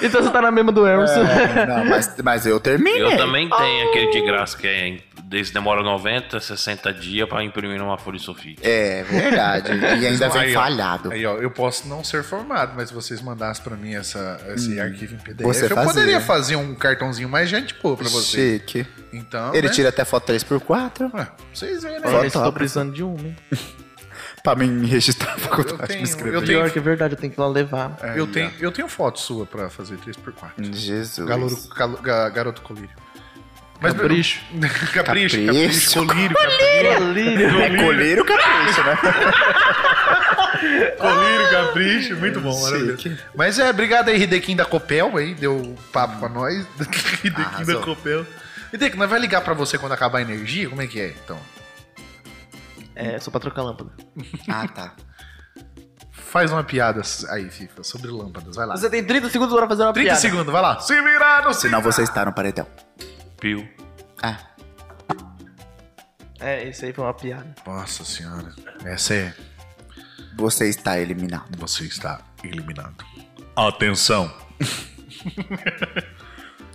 Speaker 2: Então você tá na mesma do Emerson.
Speaker 1: É, não, mas, mas eu terminei.
Speaker 2: é.
Speaker 5: Eu também tenho
Speaker 2: Oh.
Speaker 5: aquele de graça que é, em- desde demora 90, 60 dias pra imprimir uma folha de sulfite.
Speaker 1: É, verdade. E ainda vem
Speaker 3: Aí, ó.
Speaker 1: falhado.
Speaker 3: Aí, ó, eu posso não ser formado, mas se vocês mandassem pra mim essa, esse arquivo em PDF,
Speaker 1: Hum, Você
Speaker 3: eu
Speaker 1: fazia.
Speaker 3: poderia fazer um cartãozinho mais gente boa pra vocês.
Speaker 1: Chique.
Speaker 3: Então,
Speaker 1: Ele
Speaker 3: né?
Speaker 1: tira até foto 3x4
Speaker 3: Ué, pra vocês verem, né?
Speaker 1: Olha,
Speaker 2: Olha, eu tô
Speaker 1: top.
Speaker 2: precisando de uma, hein?
Speaker 1: pra mim me registrar na faculdade,
Speaker 3: Eu tenho-
Speaker 1: me inscrever.
Speaker 3: eu
Speaker 2: Pior que é verdade, eu tenho que ir lá levar.
Speaker 3: eu, tenho, eu tenho foto sua pra fazer 3x4.
Speaker 1: Jesus.
Speaker 3: Galouro- galo- ga- garoto colírio. Mas,
Speaker 2: Capricho.
Speaker 3: *laughs* capricho,
Speaker 1: Capricho.
Speaker 3: capricho, colírio, capricho,
Speaker 2: Delírio.
Speaker 1: *laughs* É colírio
Speaker 3: *laughs*
Speaker 1: capricho, né?
Speaker 3: é colírio, capricho, muito bom, maravilhoso.
Speaker 1: Chique.
Speaker 3: Mas é, obrigado aí, Ridequim da Copel, aí, deu papo pra nós. *laughs* Ridequim da
Speaker 1: Arrasou.
Speaker 3: Copel. Ridequim, nós vai ligar pra você quando acabar a energia? Como é que é, então?
Speaker 2: É, só pra trocar lâmpada.
Speaker 1: Ah, tá.
Speaker 3: Faz uma piada aí, FIFA, sobre lâmpadas, vai lá.
Speaker 2: Você tem 30 segundos pra fazer uma
Speaker 3: 30
Speaker 2: piada.
Speaker 3: segundos, vai lá. Se virar, não se
Speaker 1: Senão você está no paredão.
Speaker 5: Pio.
Speaker 1: Ah,
Speaker 2: É, isso aí foi uma piada.
Speaker 3: Nossa senhora. Essa é.
Speaker 1: você está eliminado.
Speaker 3: Você está eliminado. Atenção.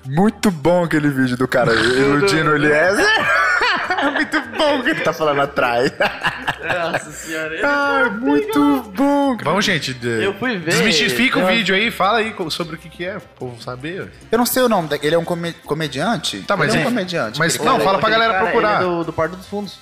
Speaker 1: Muito bom aquele vídeo do *laughs* cara iludindo o Eliezer. *laughs* Muito bom o que ele tá falando atrás.
Speaker 2: Nossa senhora.
Speaker 1: Ai, Ah, muito bom.
Speaker 3: Vamos, gente. de-
Speaker 2: Eu fui ver.
Speaker 3: Desmistifica o
Speaker 2: Eu-
Speaker 3: vídeo aí, fala aí co- sobre o que, que é, pro povo saber.
Speaker 1: Eu não sei o nome, da- ele é um come- comediante?
Speaker 3: Tá, mas
Speaker 1: ele é
Speaker 3: é-
Speaker 1: um comediante.
Speaker 3: mas
Speaker 1: aquele
Speaker 3: não,
Speaker 1: cara.
Speaker 3: fala pra
Speaker 2: Aquele
Speaker 3: galera
Speaker 2: cara,
Speaker 3: procurar.
Speaker 2: ele é do, do Porto dos Fundos.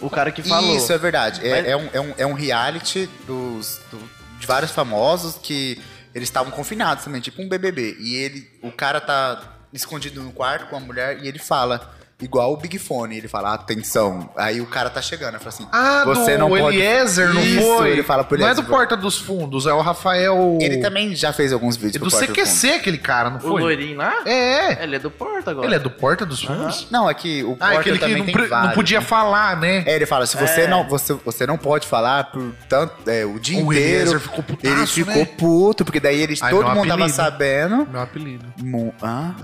Speaker 2: O cara que falou.
Speaker 1: Isso, é verdade. É,
Speaker 2: Mas-
Speaker 1: é um, é, um, é um reality dos, do- de vários famosos que eles estavam confinados também, tipo um BBB. E ele, o cara tá escondido no quarto com a mulher e ele fala, igual o Big Fone, ele fala, atenção. Aí o cara tá chegando, ele fala assim,
Speaker 3: Ah,
Speaker 1: você
Speaker 3: do
Speaker 1: não pode...
Speaker 3: Eliezer, não
Speaker 1: Isso,
Speaker 3: foi?
Speaker 1: ele fala pro
Speaker 3: não é
Speaker 1: Eliezer.
Speaker 3: do Porta dos Fundos, é o Rafael...
Speaker 1: Ele também já fez alguns
Speaker 3: É
Speaker 1: vídeos
Speaker 3: do
Speaker 1: pro Porta
Speaker 3: CQC,
Speaker 1: Fundo.
Speaker 3: aquele cara, não
Speaker 2: O
Speaker 3: foi?
Speaker 2: loirinho lá?
Speaker 3: É, é.
Speaker 2: Ele é do Porto agora.
Speaker 3: Ele é do Porta dos Fundos?
Speaker 1: Não, é que o
Speaker 3: Ah,
Speaker 1: Porta
Speaker 3: é aquele que
Speaker 1: também
Speaker 3: não,
Speaker 1: tem
Speaker 3: pre- não
Speaker 1: vários.
Speaker 3: podia falar, né?
Speaker 1: É, ele fala, se você,
Speaker 2: É.
Speaker 1: não, você, você não pode falar por tanto, é, o dia
Speaker 3: O
Speaker 1: inteiro,
Speaker 3: Eliezer ficou putaço,
Speaker 1: ele ficou
Speaker 3: né?
Speaker 1: puto, porque daí eles,
Speaker 3: Ai,
Speaker 1: todo
Speaker 3: meu
Speaker 1: mundo tava
Speaker 3: apelido.
Speaker 1: sabendo.
Speaker 3: Meu apelido.
Speaker 1: Mu- hã?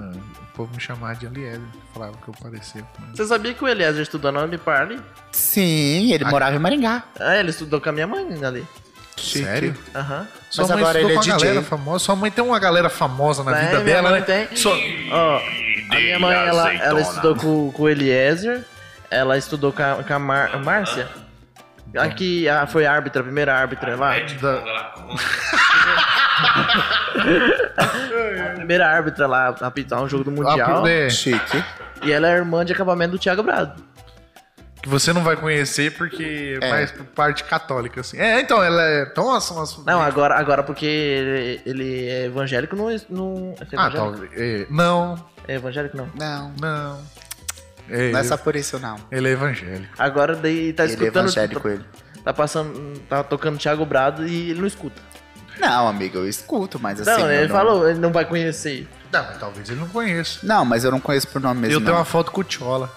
Speaker 3: O povo me chamava de Eliezer, falava que eu parecia com ele.
Speaker 2: Você sabia que o Eliezer estudou na Unipar ali?
Speaker 1: Sim, ele morava em Maringá.
Speaker 2: Ah, ele estudou com a minha mãe ali.
Speaker 3: Sério?
Speaker 2: Aham.
Speaker 3: Sua
Speaker 1: Mas
Speaker 3: mãe
Speaker 1: agora
Speaker 3: ficou
Speaker 1: ele é
Speaker 3: com uma
Speaker 1: DJ.
Speaker 3: galera famosa. Sua mãe tem uma galera famosa na
Speaker 2: Tem,
Speaker 3: vida
Speaker 2: Tá, é, minha
Speaker 3: dela,
Speaker 2: mãe
Speaker 3: né?
Speaker 2: tem.
Speaker 3: Só-
Speaker 2: Ó, a minha mãe, ela, ela estudou com, com o Eliezer, ela estudou com a, com a Mar- Márcia. Aqui a, foi a árbitra, a primeira árbitra lá. A primeira árbitra lá a apitar um jogo do Mundial.
Speaker 3: Ah, é,
Speaker 1: Chique.
Speaker 2: E ela é irmã de acabamento do Thiago Brado.
Speaker 3: que você não vai conhecer porque é
Speaker 1: É.
Speaker 3: mais por parte católica, assim. É, então, ela é. Nossa, umas.
Speaker 2: Não, agora, agora porque ele, ele é evangélico, não. não
Speaker 3: ah,
Speaker 2: é evangélico?
Speaker 3: talvez. é, não,
Speaker 2: É evangélico, não.
Speaker 1: Não,
Speaker 3: não. É,
Speaker 1: não é só por isso, não.
Speaker 3: Ele é evangélico.
Speaker 2: Agora daí tá
Speaker 1: ele é
Speaker 2: escutando.
Speaker 1: evangélico, ele.
Speaker 2: tá, tá passando. Tá tocando Thiago Brado e ele não escuta.
Speaker 1: Não, amigo, eu escuto, mas assim...
Speaker 2: não,
Speaker 1: eu
Speaker 2: ele
Speaker 1: não-
Speaker 2: falou, ele não vai conhecer.
Speaker 3: Não, mas talvez ele não conheça.
Speaker 1: Não, mas eu não conheço por nome mesmo,
Speaker 3: eu tenho
Speaker 1: não.
Speaker 3: uma foto com o Tchola.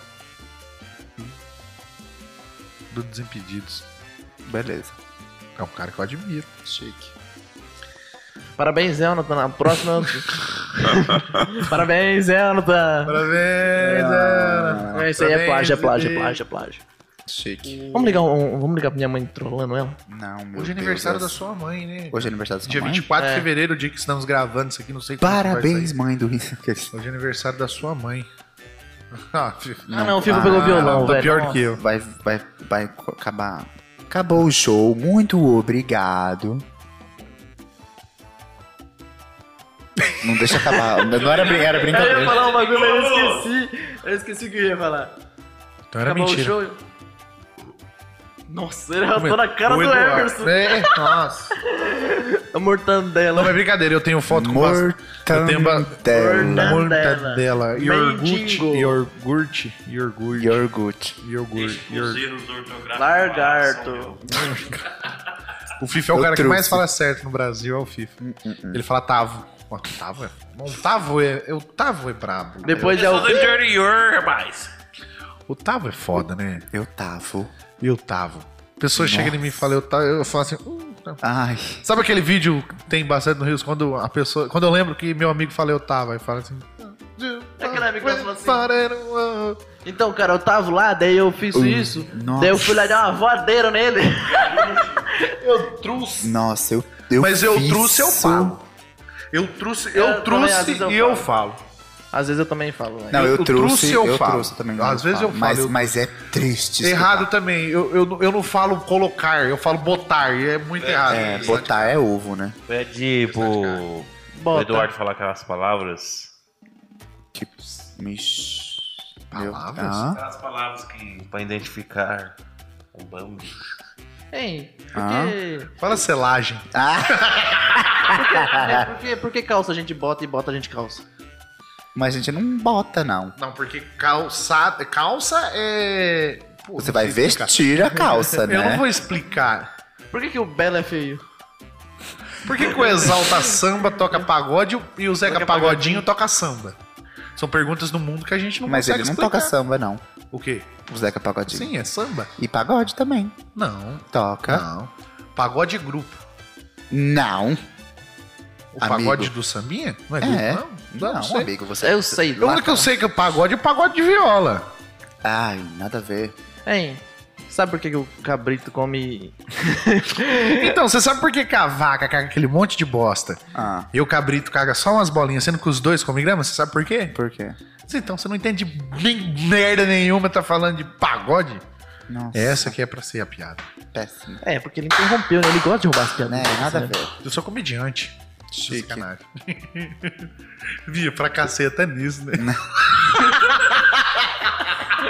Speaker 3: Do Desimpedidos.
Speaker 1: Beleza.
Speaker 3: É um cara que eu admiro.
Speaker 1: Chique.
Speaker 2: Parabéns, Elnathan.
Speaker 3: *laughs*
Speaker 2: Na próxima. Parabéns, Elnathan.
Speaker 3: Parabéns, Ana.
Speaker 2: É, Isso aí é plágio,
Speaker 3: Parabéns,
Speaker 2: é plágio, é plágio, é plágio.
Speaker 1: Chique.
Speaker 2: Vamos ligar, um, vamos ligar pra minha mãe trolando ela?
Speaker 1: Não, meu
Speaker 3: Hoje é
Speaker 1: Deus,
Speaker 3: aniversário
Speaker 1: eu-
Speaker 3: da sua mãe, né?
Speaker 1: Hoje é aniversário da sua
Speaker 3: Dia
Speaker 1: mãe?
Speaker 3: 24
Speaker 2: É.
Speaker 3: de fevereiro, o dia que estamos gravando isso aqui, não sei quando que vai
Speaker 1: Parabéns,
Speaker 3: sair.
Speaker 1: mãe do...
Speaker 3: Hoje é aniversário da sua mãe. *laughs* Ah, filho.
Speaker 2: Ah, não, o Fico pegou o violão,
Speaker 3: tá
Speaker 2: velho.
Speaker 3: pior que eu.
Speaker 1: *laughs* Vai, vai, vai acabar... Acabou o show, muito obrigado. Não deixa acabar, não era, brin- era
Speaker 2: Eu ia
Speaker 1: brincadeira.
Speaker 2: falar um bagulho, mas eu esqueci. Eu esqueci o que eu ia falar.
Speaker 3: Então era
Speaker 2: Acabou
Speaker 3: mentira.
Speaker 2: o show. Nossa, ele
Speaker 3: Foi-
Speaker 2: raspou na cara
Speaker 3: foi
Speaker 2: do
Speaker 3: Eduardo.
Speaker 2: Emerson.
Speaker 3: É, nossa.
Speaker 2: A mortandela.
Speaker 3: Não, é brincadeira, eu tenho foto com bastante. Eu tenho ba-
Speaker 1: Mortandela.
Speaker 3: Mortadela. Iogurte.
Speaker 2: Mendigo.
Speaker 3: Iogurte. Iogurte.
Speaker 1: Iogurte.
Speaker 3: Iogurte. iogurte.
Speaker 5: erros ortográficos.
Speaker 2: Largarto.
Speaker 3: O FIFA é o
Speaker 1: Eu
Speaker 3: cara que
Speaker 1: trouxe.
Speaker 3: mais fala certo no Brasil, é o FIFA.
Speaker 2: Hum,
Speaker 3: Ele fala Tavo. Ó, Tavo é... Não, Tavo é... é O Tavo é brabo.
Speaker 2: Depois é
Speaker 5: Eu sou
Speaker 2: o.
Speaker 5: do interior, rapaz.
Speaker 3: O Tavo é foda, né?
Speaker 1: Eu tava.
Speaker 3: Eu tava. A pessoa chega em mim e fala, eu tava. Eu falo assim. "Hum, tá."
Speaker 1: Ai.
Speaker 3: Sabe aquele vídeo que tem bastante no Rios quando a pessoa. Quando eu lembro que meu amigo fala, eu tava, e fala assim.
Speaker 2: É aquele amigo que fala assim.
Speaker 3: "Farero, ah."
Speaker 2: Então, cara, eu tava lá, daí eu fiz isso.
Speaker 1: nossa.
Speaker 2: Daí eu fui lá dar uma voadeira nele.
Speaker 3: Eu trouxe.
Speaker 1: Nossa, eu. eu
Speaker 3: Mas eu
Speaker 1: fiz
Speaker 3: trouxe, eu
Speaker 1: isso.
Speaker 3: pago. Eu trouxe,
Speaker 2: Eu
Speaker 3: eu,
Speaker 2: É, também, às
Speaker 3: trouxe
Speaker 2: vezes eu
Speaker 3: e eu falo.
Speaker 2: Às vezes eu também falo. né?
Speaker 1: Não, eu,
Speaker 3: eu
Speaker 1: trouxe,
Speaker 3: trouxe,
Speaker 1: eu,
Speaker 3: eu falo.
Speaker 1: trouxe também.
Speaker 3: Às vezes eu
Speaker 1: Mas,
Speaker 3: falo, eu-
Speaker 1: mas é triste.
Speaker 3: Errado também. Eu, eu, não- eu não falo colocar, eu falo botar. E é muito errado.
Speaker 1: É, botar é ovo, né?
Speaker 5: Pede pro pro
Speaker 2: Bota.
Speaker 5: Eduardo falar aquelas palavras.
Speaker 1: Tipo, mexe.
Speaker 3: Palavras?
Speaker 5: Aquelas palavras que. pra identificar o bambi.
Speaker 2: Hein? Por,
Speaker 1: Ah.
Speaker 2: que,
Speaker 3: Fala selagem.
Speaker 2: é, por, que, por que calça a gente bota e bota a gente calça?
Speaker 1: Mas a gente não bota, não.
Speaker 3: Não, porque calça, calça é. Pô,
Speaker 1: Você
Speaker 3: não
Speaker 1: vai
Speaker 3: sei explicar.
Speaker 1: vestir a calça,
Speaker 3: *laughs* Eu não
Speaker 1: né?
Speaker 3: vou explicar.
Speaker 2: Por que, que o Belo é feio?
Speaker 3: Por que, que o Exalta Samba toca pagode e o Zeca Pagodinho toca samba? São perguntas do mundo que a gente não
Speaker 1: Mas ele
Speaker 3: consegue
Speaker 1: não
Speaker 3: explicar.
Speaker 1: toca samba, não.
Speaker 3: O quê?
Speaker 1: O Zeca Pagodinho.
Speaker 3: Sim, é samba.
Speaker 1: E pagode também.
Speaker 3: Não,
Speaker 2: Ah.
Speaker 1: Toca.
Speaker 3: não. Pagode é grupo.
Speaker 1: Não.
Speaker 3: O
Speaker 1: Amigo.
Speaker 3: pagode do sambinha? Não é,
Speaker 1: É.
Speaker 3: grupo, não?
Speaker 1: Não,
Speaker 3: Não, sei.
Speaker 1: amigo, tá. você.
Speaker 2: Eu sei
Speaker 3: O
Speaker 2: lá.
Speaker 3: único que eu sei que é pagode é pagode de viola.
Speaker 1: Ai, nada a ver.
Speaker 2: Hein? Sabe por que, que o cabrito come.
Speaker 3: Então, você sabe por que, que a vaca caga aquele monte de bosta
Speaker 1: Ah,
Speaker 3: e o cabrito caga só umas bolinhas, sendo que os dois comem grama? Você sabe por quê?
Speaker 1: por quê?
Speaker 3: Então, você não entende nem merda nenhuma, tá falando de pagode?
Speaker 1: Nossa,
Speaker 3: Essa que é pra ser a piada.
Speaker 1: péssimo.
Speaker 2: É, porque ele interrompeu, né? Ele gosta de roubar as piadas.
Speaker 1: Né?
Speaker 2: dele,
Speaker 1: Nada a
Speaker 2: né?
Speaker 1: ver.
Speaker 3: Eu sou comediante.
Speaker 1: Chique.
Speaker 3: Sacanagem. *laughs* Via, fracassei até nisso, né?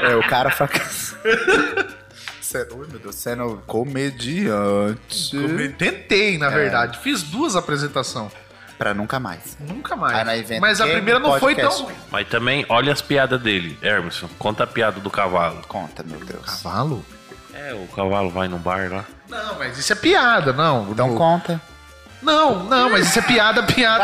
Speaker 1: É, o cara
Speaker 3: *laughs*
Speaker 1: fracassou. Sendo, meu Deus, sendo comediante.
Speaker 3: Come- Tentei,
Speaker 1: É.
Speaker 3: na verdade. Fiz duas apresentações.
Speaker 1: Pra nunca mais.
Speaker 3: Nunca mais.
Speaker 1: Aí nós inventa
Speaker 3: Mas a
Speaker 1: quem?
Speaker 3: primeira não foi tão
Speaker 1: Podcast.
Speaker 3: ruim.
Speaker 5: Mas também, olha as piadas dele. Hermeson, conta a piada do cavalo.
Speaker 1: Conta, meu Deus.
Speaker 3: Cavalo?
Speaker 5: É, o cavalo vai no bar lá.
Speaker 3: Não, mas isso é piada, não.
Speaker 1: Então conta.
Speaker 3: Não, não, mas isso é piada,
Speaker 1: *laughs*
Speaker 3: piada.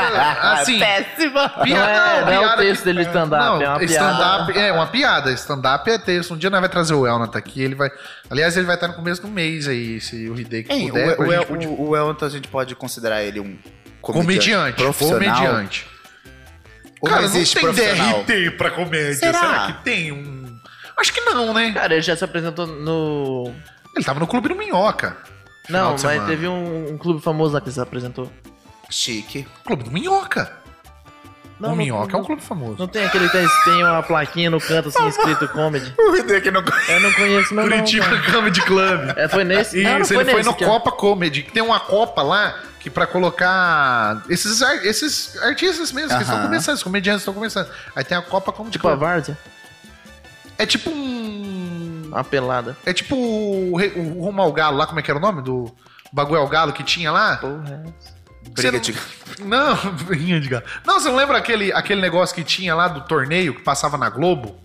Speaker 3: Assim.
Speaker 1: Péssima.
Speaker 2: Não
Speaker 3: Piada,
Speaker 2: é, não é o
Speaker 3: piada
Speaker 2: texto dele de stand-up,
Speaker 3: Não,
Speaker 2: é uma piada.
Speaker 3: stand-up é uma piada. Stand-up é texto. Um dia nós vai trazer o Elnat aqui. Ele vai. Aliás, ele vai estar no começo do mês aí, se o Hideki
Speaker 1: Hein,
Speaker 3: puder.
Speaker 1: o,
Speaker 3: pra
Speaker 1: o,
Speaker 3: gente
Speaker 1: El-
Speaker 3: poder-
Speaker 1: o, o Elton, a gente pode considerar ele um comediante,
Speaker 3: comediante.
Speaker 1: profissional?
Speaker 3: Comediante.
Speaker 1: Ou
Speaker 3: Cara,
Speaker 1: não existe
Speaker 3: não tem
Speaker 1: profissional?
Speaker 3: DRT pra comédia.
Speaker 1: Será?
Speaker 3: Será? que tem um. Acho que não, né?
Speaker 2: Cara, ele já se apresentou no.
Speaker 3: Ele tava no Clube do Minhoca. final
Speaker 2: Não,
Speaker 3: de
Speaker 2: mas
Speaker 3: semana.
Speaker 2: teve um, um clube famoso lá que ele se apresentou.
Speaker 3: *laughs*
Speaker 1: Chique.
Speaker 3: Clube do Minhoca.
Speaker 2: Não,
Speaker 3: o
Speaker 2: não-
Speaker 3: Minhoca é um
Speaker 2: não-
Speaker 3: clube famoso.
Speaker 2: Não tem aquele que tem- tem uma plaquinha no canto assim escrito comedy?
Speaker 1: O Hideki não
Speaker 2: Eu não conheço meu nome.
Speaker 3: Curitiba Comedy *laughs* Club.
Speaker 2: É, foi nesse. não, não
Speaker 3: Isso, ele foi
Speaker 2: nesse
Speaker 3: no
Speaker 2: que é, eu-
Speaker 3: Copa Comedy. que Tem uma Copa lá que pra colocar esses, ar- esses artistas mesmo que estão
Speaker 1: Aham.
Speaker 3: começando, os comediantes estão começando. Aí tem a Copa Comedy
Speaker 2: Tipo a
Speaker 3: Club.
Speaker 2: Várzea,
Speaker 3: É tipo um.
Speaker 2: uma pelada.
Speaker 3: É tipo o, re- o Rumo ao Galo lá, como é que era o nome? Do Bagulho ao Galo que tinha lá?
Speaker 2: Porra, é essa?
Speaker 3: Você
Speaker 1: Briga de...
Speaker 3: Não, *laughs* brinha de gato. Não, você não lembra aquele, aquele negócio que tinha lá do torneio que passava na Globo?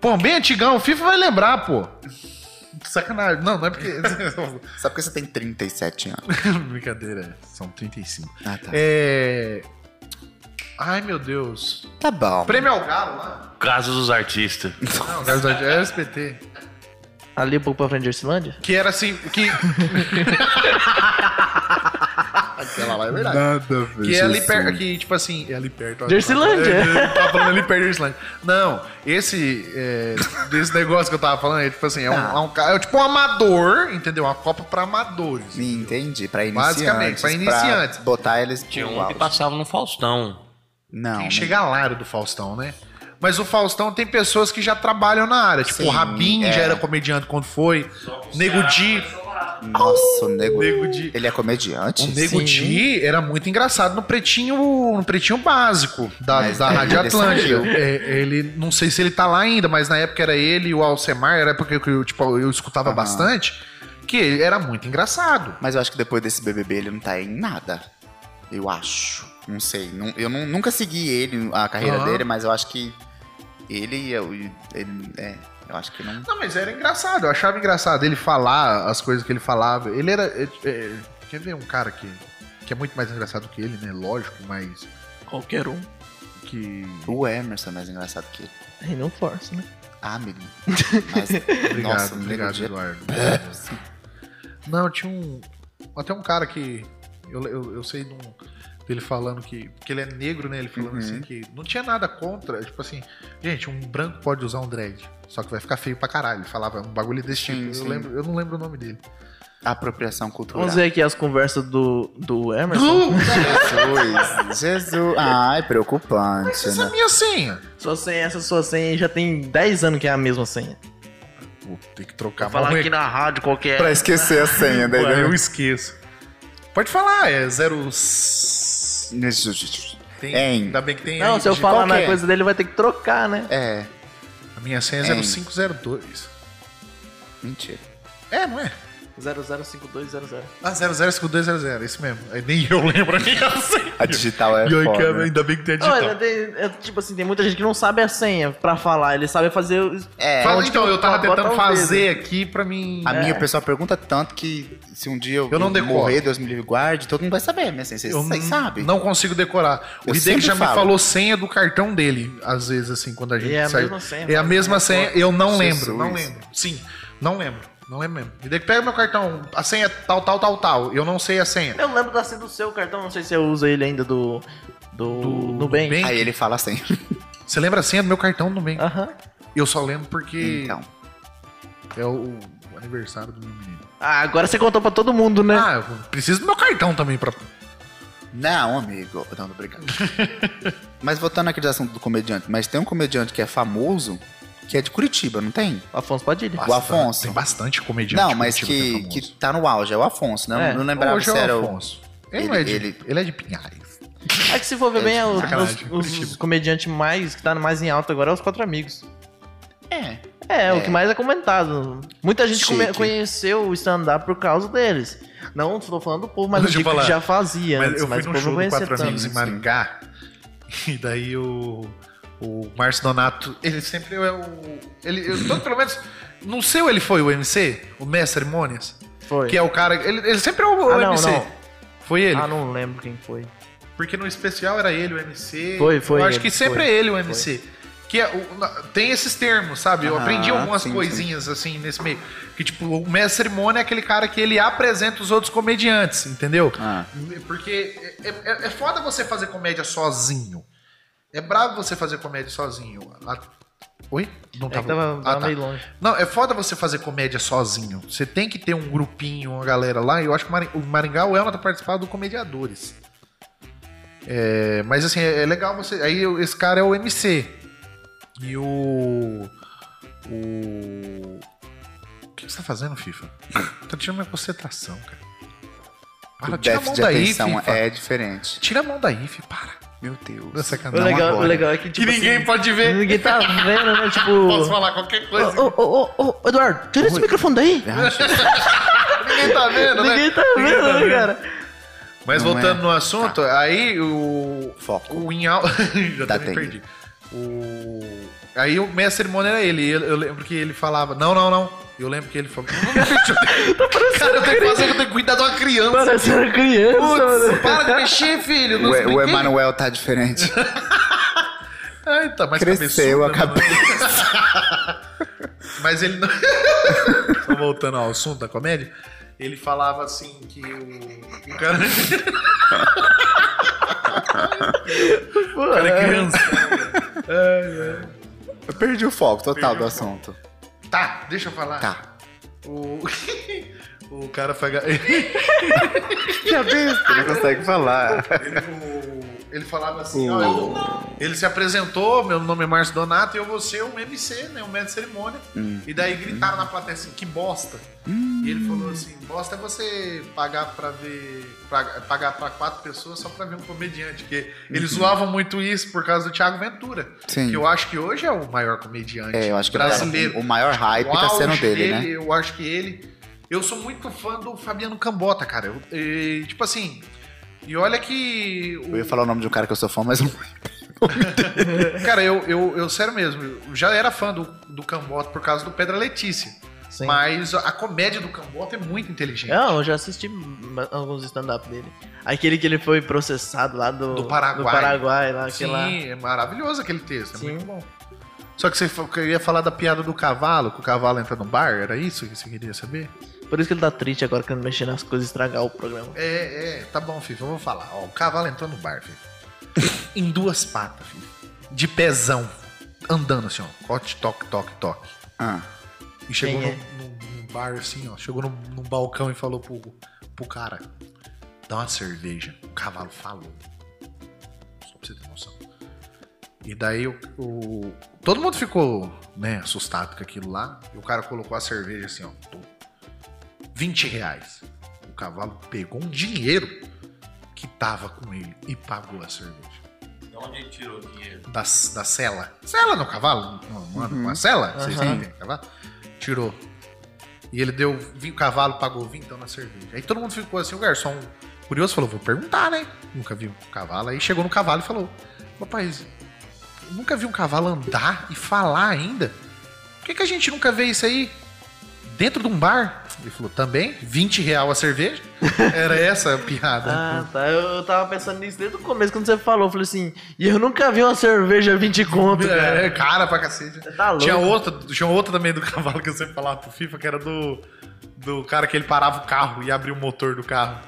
Speaker 3: Pô, bem antigão, o FIFA vai lembrar, pô. Sacanagem. Não, não é porque. *laughs*
Speaker 1: Sabe por que você tem 37 anos?
Speaker 3: Brincadeira, são 35.
Speaker 1: Ah, tá.
Speaker 3: É. Ai, meu Deus.
Speaker 1: Tá bom.
Speaker 3: Prêmio ao Galo lá?
Speaker 5: Casa dos artistas.
Speaker 3: Não, Galo da- é SBT.
Speaker 2: Ali um pouco pra frente de Ercilândia?
Speaker 3: Que era assim. Que, *laughs*
Speaker 1: Aquela lá é verdade.
Speaker 8: Nada, velho.
Speaker 3: que é ali perto. Que, tipo assim. É ali perto. ó.
Speaker 2: Dercilândia.
Speaker 3: É, Tava falando ali perto da Islândia. Não, esse. É, desse negócio que eu tava falando, é tipo assim, é
Speaker 1: Tá.
Speaker 3: um, é um ca- é tipo um amador, entendeu? Uma Copa pra amadores.
Speaker 1: Sim, entendi. Pra iniciantes.
Speaker 3: Basicamente, pra iniciantes.
Speaker 1: botar eles pro
Speaker 5: *laughs* Tinha um que
Speaker 1: alto.
Speaker 5: passava no Faustão.
Speaker 1: Não. né?
Speaker 3: Tem
Speaker 1: não-
Speaker 3: que chegar lá era do Faustão, né? Mas o Faustão tem pessoas que já trabalham na área. Tipo,
Speaker 1: Sim,
Speaker 3: o Rabin
Speaker 1: é.
Speaker 3: já era comediante quando foi. Nego Di.
Speaker 1: Nossa, o Nego...
Speaker 3: Nego Di.
Speaker 1: Ele é comediante?
Speaker 3: O Nego
Speaker 2: Sim.
Speaker 3: Di era muito engraçado no pretinho, no pretinho básico da,
Speaker 1: Mas é
Speaker 3: da
Speaker 1: ele
Speaker 3: Rádio Atlântica.
Speaker 1: saiu.
Speaker 3: É, ele, não sei se ele tá lá ainda, mas na época era ele e o Alcemar, era porque eu, tipo, eu escutava
Speaker 1: Aham.
Speaker 3: bastante, que ele era muito engraçado.
Speaker 1: Mas eu acho que depois desse BBB ele não tá em nada. Eu acho. Não sei. Não- eu nu- nunca segui ele, a carreira
Speaker 3: Aham.
Speaker 1: dele, mas eu acho que ele e eu. e- Ele, é, eu acho que não.
Speaker 3: Não, mas era engraçado, eu achava engraçado ele falar as coisas que ele falava. Ele era. é, é, quer ver um cara que, que é muito mais engraçado que ele, né? Lógico, mas
Speaker 2: Qualquer um.
Speaker 3: que.
Speaker 1: O Emerson é mais engraçado que ele.
Speaker 2: Aí não força, né?
Speaker 1: Ah, amigo. Mas,
Speaker 3: *laughs* Obrigado,
Speaker 1: nossa, um
Speaker 3: obrigado,
Speaker 1: obrigado.
Speaker 3: Eduardo. Não, tinha um. Até um cara que. Eu, eu, eu sei de um- dele falando que. Porque ele é negro, né? Ele falando
Speaker 1: Uhum.
Speaker 3: assim que. Não tinha nada contra. Tipo assim, gente, um branco pode usar um dread. Só que vai ficar feio pra caralho. Ele falava um bagulho desse
Speaker 1: Sim,
Speaker 3: tipo.
Speaker 1: sim.
Speaker 3: Eu, lembro, eu não lembro o nome dele.
Speaker 1: Apropriação cultural.
Speaker 2: Vamos ver aqui as conversas do, do Emerson.
Speaker 1: Jesus, Jesus. Ai, preocupante,
Speaker 3: Essa é a
Speaker 1: né?
Speaker 3: minha senha.
Speaker 2: Sua senha, essa sua senha já tem 10 anos que é a mesma senha.
Speaker 3: Vou ter que trocar
Speaker 2: Vou falar
Speaker 3: mas-
Speaker 1: né,
Speaker 2: aqui na rádio qual que é.
Speaker 1: Pra esquecer a senha daí.
Speaker 3: Ué,
Speaker 1: né?
Speaker 3: eu esqueço. Pode falar, é zero. s- Tem,
Speaker 1: Em.
Speaker 3: Ainda bem que tem.
Speaker 2: Não,
Speaker 3: aí,
Speaker 2: se eu
Speaker 3: gente.
Speaker 2: falar
Speaker 1: qual que
Speaker 2: na
Speaker 1: é?
Speaker 2: coisa dele, vai ter que trocar, né?
Speaker 1: É,
Speaker 3: A minha senha é
Speaker 1: Em.
Speaker 3: 0502.
Speaker 1: mentira.
Speaker 3: É, não é?
Speaker 2: 005200.
Speaker 3: Ah, 005200, esse mesmo. Aí nem eu lembro a minha senha.
Speaker 1: A digital é
Speaker 3: E aí, cara,
Speaker 1: foda.
Speaker 3: ainda bem que tem a
Speaker 2: Não,
Speaker 3: digital.
Speaker 2: é, tem- é, tipo assim, tem muita gente que não sabe a senha pra falar. Ele sabe fazer. os-
Speaker 1: É,
Speaker 3: Fala,
Speaker 2: onde
Speaker 3: então,
Speaker 2: que
Speaker 3: eu tava
Speaker 2: tipo, bota
Speaker 3: tentando
Speaker 2: o dedo?
Speaker 3: fazer aqui pra mim.
Speaker 1: a minha pessoa pergunta tanto que se um dia eu,
Speaker 3: É. Eu não decoro.
Speaker 1: morrer, Deus me livre e guarde, todo mundo vai saber, mas assim, vocês,
Speaker 3: Eu
Speaker 1: vocês
Speaker 3: n-
Speaker 1: sabem.
Speaker 3: não consigo decorar. O
Speaker 1: Eu
Speaker 3: Hideki já
Speaker 1: sempre
Speaker 3: me
Speaker 1: falo.
Speaker 3: falou senha do cartão dele, às vezes, assim, quando a gente
Speaker 2: E é a
Speaker 3: sai.
Speaker 2: mesma senha,
Speaker 3: É a
Speaker 2: mas
Speaker 3: mesma
Speaker 2: não é
Speaker 3: senha, eu não
Speaker 1: Jesus.
Speaker 3: lembro, não lembro. Sim, não lembro, não lembro mesmo. Hideki, pega meu cartão, a senha é tal, tal, tal, tal. Eu não sei a senha.
Speaker 2: Eu lembro da senha do seu cartão, não sei se eu uso ele ainda do. Do. Nubank.
Speaker 3: Nubank?
Speaker 1: Aí ele fala assim.
Speaker 3: Você lembra a senha do meu cartão do bem?
Speaker 2: Aham.
Speaker 3: Eu só lembro porque
Speaker 1: Então,
Speaker 3: é o o aniversário do meu menino.
Speaker 2: Ah, agora você contou pra todo mundo, né?
Speaker 3: Ah, eu preciso do meu cartão também pra.
Speaker 1: não, amigo. Não,
Speaker 3: *laughs*
Speaker 1: obrigado. mas voltando àquele assunto do comediante, mas tem um comediante que é famoso, que é de Curitiba, não tem?
Speaker 3: Ah.
Speaker 2: Afonso Padilha.
Speaker 1: O Afonso.
Speaker 3: Tem bastante comediante.
Speaker 1: não, mas
Speaker 3: curtido,
Speaker 1: que,
Speaker 3: famoso.
Speaker 1: que tá no auge, é o Afonso, né? Eu
Speaker 2: É,
Speaker 1: não lembrava
Speaker 3: Hoje
Speaker 1: se
Speaker 3: é
Speaker 1: era
Speaker 3: o
Speaker 1: o.
Speaker 3: Afonso. Ele,
Speaker 1: ele-
Speaker 3: não é de,
Speaker 1: ele-
Speaker 3: ele é de Pinhais.
Speaker 2: É que se for ver bem, é o-
Speaker 3: Sacanagem,
Speaker 2: os, os
Speaker 3: Curitiba.
Speaker 2: comediantes mais que tá mais em alta agora é os quatro amigos.
Speaker 1: É.
Speaker 2: É,
Speaker 1: É.
Speaker 2: o que mais é comentado. Muita gente come-
Speaker 1: Chique.
Speaker 2: conheceu o stand-up por causa deles. Não tô falando do povo, mas
Speaker 3: Deixa
Speaker 2: o
Speaker 3: eu
Speaker 2: Dico
Speaker 3: falar.
Speaker 2: já fazia
Speaker 3: Mas
Speaker 2: antes,
Speaker 3: eu fui
Speaker 2: mas o
Speaker 3: num
Speaker 2: povo não
Speaker 3: show do
Speaker 2: conhecia
Speaker 3: Quatro
Speaker 2: tanto.
Speaker 3: Amigos em Maringá. E daí o, o Márcio Donato, ele sempre é o. Ele, eu, todo- pelo menos. Não sei ou ele foi o MC, o Mestre Cerimônias,
Speaker 2: Foi.
Speaker 3: que é o cara. Ele, ele sempre é o, o
Speaker 2: Ah, não,
Speaker 3: MC.
Speaker 2: não.
Speaker 3: Foi ele?
Speaker 2: Ah, não lembro quem foi.
Speaker 3: Porque no especial era ele o MC.
Speaker 2: Foi, foi
Speaker 3: Eu acho
Speaker 2: ele,
Speaker 3: que sempre é
Speaker 2: foi,
Speaker 3: ele o MC. Que é o- na- tem esses termos, sabe? Eu
Speaker 1: Aham,
Speaker 3: aprendi algumas
Speaker 1: sim,
Speaker 3: coisinhas assim nesse meio. Que tipo, o mestre cerimônia é aquele cara que ele apresenta os outros comediantes, entendeu?
Speaker 1: Ah.
Speaker 3: Porque é, é- é foda você fazer comédia sozinho. É bravo você fazer comédia sozinho. A- Oi? Não
Speaker 2: É que tava,
Speaker 3: Ah,
Speaker 2: tava
Speaker 3: tá.
Speaker 2: meio longe.
Speaker 3: Não, é foda você fazer comédia sozinho. Você tem que ter um grupinho, uma galera lá. Eu acho que o Mari- o Maringá, o Elna participava do Comediadores. É, mas assim, é é legal você. Aí eu- esse cara é o MC. E o. O. O que você tá fazendo, FIFA? tá tirando minha concentração, cara. Para,
Speaker 1: o
Speaker 3: tira a mão
Speaker 1: déficit de
Speaker 3: daí,
Speaker 1: atenção
Speaker 3: FIFA.
Speaker 1: é diferente.
Speaker 3: Tira a mão daí, FIFA. Para.
Speaker 1: Meu Deus.
Speaker 3: Dá
Speaker 2: O
Speaker 3: sacanagem.
Speaker 2: legal, o
Speaker 1: agora.
Speaker 2: legal é que, tipo, assim,
Speaker 3: pode *laughs*
Speaker 2: ninguém tá vendo, né? Tipo.
Speaker 3: Posso falar qualquer coisa.
Speaker 2: Ô, ô, ô, ô, Eduardo, tira esse microfone daí.
Speaker 3: Ninguém tá vendo, né? Ninguém
Speaker 2: Ninguém tá
Speaker 3: tá
Speaker 2: vendo, né,
Speaker 3: vendo.
Speaker 2: cara?
Speaker 3: Mas
Speaker 1: Não
Speaker 3: voltando
Speaker 1: é.
Speaker 3: no assunto, aí o.
Speaker 1: Foco.
Speaker 3: O Inhal. *laughs* Já
Speaker 1: Tá
Speaker 3: até me
Speaker 1: tendo.
Speaker 3: perdi. O. Aí o mestre cerimônia era ele. e Eu, eu lembro que ele falava. Não, não, não. Eu lembro que ele falava. Cara, eu tenho que fazer, eu tenho que cuidar de uma criança.
Speaker 2: Parece uma criança, mano.
Speaker 3: Putz, para de mexer, filho. Não
Speaker 1: O,
Speaker 3: sei
Speaker 1: o
Speaker 3: quê.
Speaker 1: Emanuel tá diferente. *laughs*
Speaker 3: Ai, tá mais
Speaker 1: Cresceu a
Speaker 3: cabeçudo, né?
Speaker 1: cabeça.
Speaker 3: *laughs* Mas ele não. Só voltando ao assunto da comédia. Ele falava assim que o. O cara. *laughs*
Speaker 2: Pô,
Speaker 3: O cara é
Speaker 2: é.
Speaker 3: criança.
Speaker 1: Eu perdi o foco total do assunto.
Speaker 3: Tá, deixa eu falar.
Speaker 1: Tá.
Speaker 3: O, *laughs* o cara foi. aga-
Speaker 1: Já visto, não consegue falar.
Speaker 3: Ele, o- ele falava assim, ó, eu- ele se apresentou, meu nome é Márcio Donato e eu vou ser um MC, né, um mestre de cerimônia.
Speaker 1: Hum.
Speaker 3: E daí gritaram na plateia assim, que bosta. E ele falou assim, bosta é você pagar pra ver, pra- pagar pra quatro pessoas só pra ver um comediante, porque eles zoavam muito isso por causa do Thiago Ventura,
Speaker 1: Uhum. Sim.
Speaker 3: que eu acho que hoje é o maior comediante
Speaker 1: É, eu acho que
Speaker 3: brasileiro.
Speaker 1: o maior hype tá
Speaker 3: auge
Speaker 1: sendo dele, né?
Speaker 3: Eu acho que ele. Eu sou muito fã do Fabiano Cambota, cara. Eu- e, tipo assim. E olha que. o-
Speaker 1: Eu ia falar o nome de um cara que eu sou fã, mas não.
Speaker 3: Cara, eu, eu, eu, sério mesmo, eu já era fã do, do Cambota por causa do Pedra Letícia.
Speaker 2: Sim.
Speaker 3: Mas a comédia do Cambota é muito inteligente.
Speaker 2: Não, eu já assisti ma- alguns stand-up dele. Aquele que ele foi processado lá do,
Speaker 3: Do Paraguai.
Speaker 2: Paraguai, lá,
Speaker 3: Sim,
Speaker 2: aquele Ah, lá.
Speaker 3: é maravilhoso aquele texto,
Speaker 2: Sim.
Speaker 3: é muito bom. Só que você fa- queria falar da piada do cavalo, que o cavalo entra no bar, era isso que você queria saber?
Speaker 2: Por isso que ele tá triste agora querendo mexer nas coisas e estragar o programa.
Speaker 3: É, é, tá bom, Fifa, eu vou falar. Ó, o cavalo entrou no bar, filho. em duas patas, filho. De pezão. Andando assim, ó. Cote, toque, toque, toque.
Speaker 1: Ah,
Speaker 3: E chegou
Speaker 2: Quem
Speaker 3: num, num- num bar, assim, ó. Chegou num, num balcão e falou pro, pro cara: dá uma cerveja. O cavalo falou. Só pra você ter noção. E daí o, o- todo mundo ficou, né, assustado com aquilo lá. E o cara colocou a cerveja assim, ó. Tum. 20 reais. O cavalo pegou um dinheiro que tava com ele e pagou a cerveja.
Speaker 5: De onde ele tirou o dinheiro?
Speaker 3: Da, da cela. Cela no cavalo? Não, não é anda com a cela? Vocês
Speaker 9: Aham.
Speaker 3: entendem? um Cavalo? Tirou. E ele deu. vi- O cavalo pagou vintão na cerveja. Aí todo mundo ficou assim, o garçom curioso falou: vou perguntar, né? Nunca vi um cavalo. Aí chegou no cavalo e falou: Rapaz, eu nunca vi um cavalo andar e falar ainda. Por que, que a gente nunca vê isso aí? Dentro de um bar? Ele falou, também? 20 real a cerveja? Era essa a piada.
Speaker 2: Ah, tá. Eu, eu tava pensando nisso desde o começo, quando você falou. Eu falei assim, e eu nunca vi uma cerveja 20 conto, cara.
Speaker 3: É, cara pra cacete.
Speaker 2: Tá louco.
Speaker 3: Tinha um- outra, tinha outra também do *laughs* cavalo que eu sempre falava pro FIFA, que era do, do cara que ele parava o carro e abria o motor do carro.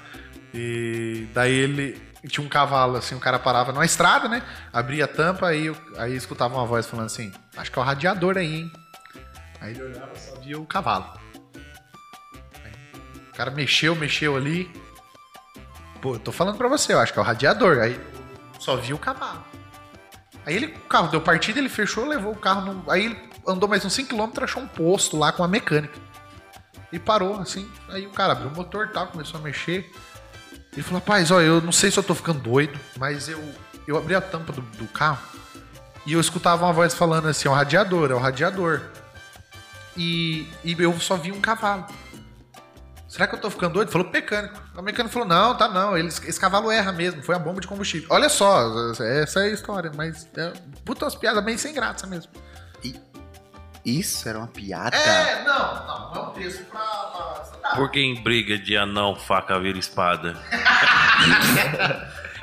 Speaker 3: E daí ele tinha um cavalo, assim, o cara parava numa estrada, né? Abria a tampa aí eu- aí eu escutava uma voz falando assim: Acho que é o radiador aí, hein? Aí ele olhava e só via o cavalo. Aí O cara mexeu, mexeu ali. Pô, eu tô falando pra você, eu acho que é o radiador. Aí só via o cavalo. Aí ele, o carro deu partida, ele fechou, levou o carro. no- aí ele andou mais uns 5km, achou um posto lá com a mecânica. E parou, assim. Aí o cara abriu o motor e tal, começou a mexer. Ele falou: Rapaz, ó, eu não sei se eu tô ficando doido, mas eu, eu abri a tampa do, do carro e eu escutava uma voz falando assim: É o radiador, é o radiador. E, e eu só vi um cavalo. Será que eu tô ficando doido? Falou pro mecânico. O mecânico falou: não, tá não. Ele, esse cavalo erra mesmo, foi a bomba de combustível. Olha só, essa é a história, mas. É, puta, umas piadas bem sem graça mesmo.
Speaker 1: Isso era uma piada?
Speaker 3: É, não, não, não é um texto pra. pra stand-up.
Speaker 5: Por que em briga de anão, faca, vira espada?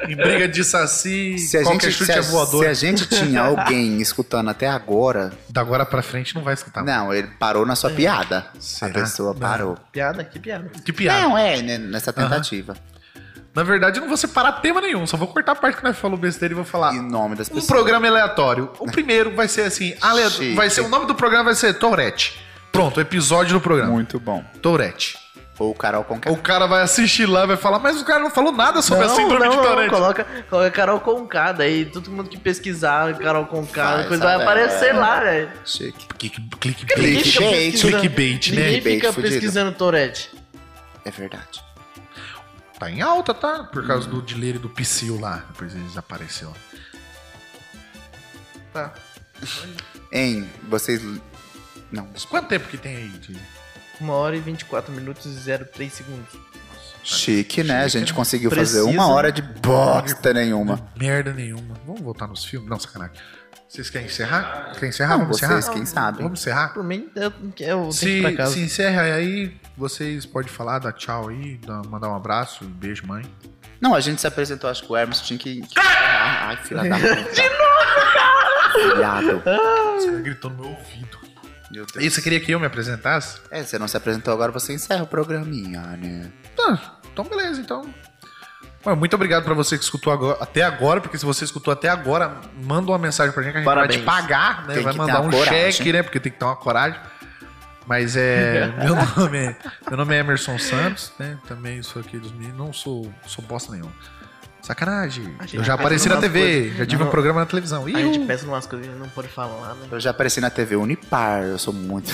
Speaker 3: Em briga de saci,
Speaker 1: Se a,
Speaker 3: qualquer
Speaker 1: gente,
Speaker 3: chute
Speaker 1: se,
Speaker 3: é
Speaker 1: a,
Speaker 3: voador.
Speaker 1: se a
Speaker 3: *laughs*
Speaker 1: gente tinha alguém escutando até agora,
Speaker 3: Da agora pra frente não vai escutar.
Speaker 1: não, ele parou na sua piada.
Speaker 3: Tá. É. Será?
Speaker 1: A pessoa
Speaker 3: Não.
Speaker 1: parou.
Speaker 2: Piada? Que piada.
Speaker 3: Que piada.
Speaker 1: Não, é, né, nessa tentativa.
Speaker 3: Na verdade, eu não vou separar tema nenhum, só vou cortar a parte que nós falou besteira e vou falar.
Speaker 1: E o nome das
Speaker 3: Um
Speaker 1: pessoas.
Speaker 3: programa aleatório. O primeiro vai ser assim, ale...
Speaker 1: Chique.
Speaker 3: vai ser o nome do programa vai ser Tourette. Pronto, episódio do programa.
Speaker 1: Muito bom.
Speaker 3: Tourette.
Speaker 1: Ou Carol Conká.
Speaker 3: O cara vai assistir lá e vai falar, mas o cara não falou nada sobre a síndrome de Tourette.
Speaker 2: coloca, coloca Carol Conká daí, todo mundo que pesquisar Carol Conká,
Speaker 1: Faz,
Speaker 2: coisa vai
Speaker 1: sabe,
Speaker 2: aparecer
Speaker 1: é.
Speaker 2: lá, velho.
Speaker 1: Chique.
Speaker 3: Click-
Speaker 2: Ninguém
Speaker 3: Clickbait.
Speaker 2: fica
Speaker 1: Clickbait,
Speaker 2: pesquisando-
Speaker 3: clickbait, né?
Speaker 2: Ninguém
Speaker 1: Clickbait
Speaker 2: fica
Speaker 1: fudido.
Speaker 2: pesquisando Tourette.
Speaker 1: É verdade.
Speaker 3: Tá em alta, tá? Por causa do Dileiro e do Psyu lá. Depois ele desapareceu. Tá.
Speaker 1: Hein, vocês. Não,
Speaker 3: Quanto tempo que tem aí? De...
Speaker 2: 1 hora e 24 minutos e 03 segundos.
Speaker 1: Chique, né? A gente conseguiu
Speaker 2: Precisa.
Speaker 1: fazer uma hora
Speaker 3: né?
Speaker 1: de bosta nenhuma.
Speaker 3: Merda nenhuma. Vamos voltar nos filmes? Não, sacanagem. Vocês querem encerrar? Querem encerrar?
Speaker 1: Não,
Speaker 3: Vamos
Speaker 1: vocês,
Speaker 3: encerrar?
Speaker 1: quem sabe.
Speaker 3: Vamos encerrar?
Speaker 2: Por mim, eu, eu tenho que ir pra
Speaker 3: Se,
Speaker 2: casa.
Speaker 3: se encerra aí, vocês podem falar, dar tchau aí, dar- mandar um abraço, um beijo, mãe.
Speaker 1: Não, a gente se apresentou, acho que o Hermes tinha que. Ah, Ai, filha da puta. *laughs* De novo, cara! Viado.
Speaker 3: Você gritou no meu ouvido.
Speaker 1: Meu Deus.
Speaker 3: E você queria que eu me apresentasse?
Speaker 1: É, você não se apresentou agora, você encerra o programinha, né?
Speaker 3: Tá, então beleza, então. Ué, muito obrigado pra você que escutou agora- até agora, porque se você escutou até agora, manda uma mensagem pra gente que a gente vai
Speaker 2: Parabéns.
Speaker 3: te pagar, né?
Speaker 1: Tem
Speaker 3: vai
Speaker 1: que
Speaker 3: mandar
Speaker 1: ter uma
Speaker 3: um
Speaker 1: coragem.
Speaker 3: cheque, né? Porque tem que ter uma coragem. Mas
Speaker 2: *laughs*
Speaker 3: é. meu, nome é meu nome é Emerson Santos, né? Também sou aqui dos meninos. Não sou, sou bosta nenhuma. Sacanagem.
Speaker 2: A gente
Speaker 3: Eu já
Speaker 2: faz
Speaker 3: apareci na
Speaker 2: umas
Speaker 3: TV,
Speaker 2: coisas.
Speaker 3: já tive um
Speaker 2: Não.
Speaker 3: programa na televisão.
Speaker 2: A gente
Speaker 3: Iu!
Speaker 2: pensa em umas coisas que não pode falar, né?
Speaker 1: Eu já apareci na TV Unipar, eu sou muito.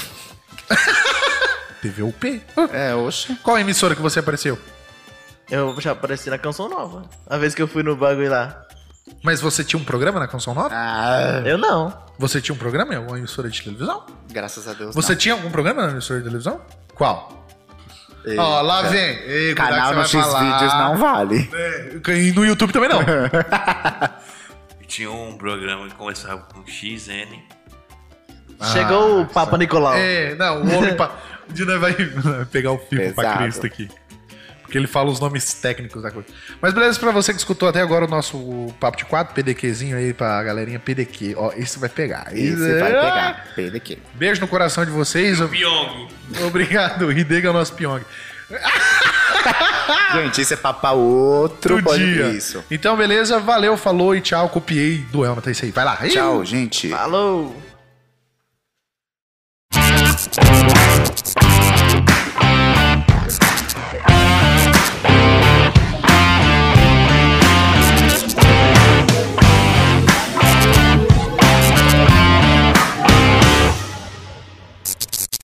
Speaker 3: TV UP.
Speaker 1: *laughs* É, oxe.
Speaker 3: Qual a emissora que você apareceu?
Speaker 2: Eu já apareci na canção nova. A vez que eu fui no bagulho lá.
Speaker 3: Mas você tinha um programa na Canção Nova?
Speaker 1: Ah,
Speaker 2: Eu não.
Speaker 3: Você tinha um programa em alguma emissora de televisão?
Speaker 1: graças a Deus.
Speaker 3: Você tinha algum programa na emissora de televisão? Qual?
Speaker 1: não. Ei,
Speaker 3: Ó, lá vem. Ei, cuidado
Speaker 1: É, Canal no
Speaker 3: que você vai falar.
Speaker 1: X-Vídeos não vale.
Speaker 3: É, E no YouTube também não.
Speaker 5: E Tinha um programa que começava com XN.
Speaker 2: Chegou o Papa Nicolau.
Speaker 3: é, não, o homem. Pa... Um dia nós vai *laughs* pegar o filme pra
Speaker 1: Pesado.
Speaker 3: Cristo aqui. Porque ele fala os nomes técnicos da coisa. Mas beleza, pra você que escutou até agora o nosso Papo de 4, PDQzinho aí pra galerinha PDQ. Ó, esse vai pegar. É.
Speaker 1: E você vai pegar. Pega aqui.
Speaker 3: Beijo no coração de vocês.
Speaker 5: Piongo!
Speaker 3: Obrigado. *laughs* Hidega é o nosso Pyong.
Speaker 1: Gente, isso é papar outro
Speaker 3: Outro dia.
Speaker 1: pode Isso.
Speaker 3: Então, beleza. Valeu, falou e tchau. Copiei do Elma. Tá isso aí. Vai lá. Ih!
Speaker 1: Tchau, gente.
Speaker 2: Falou!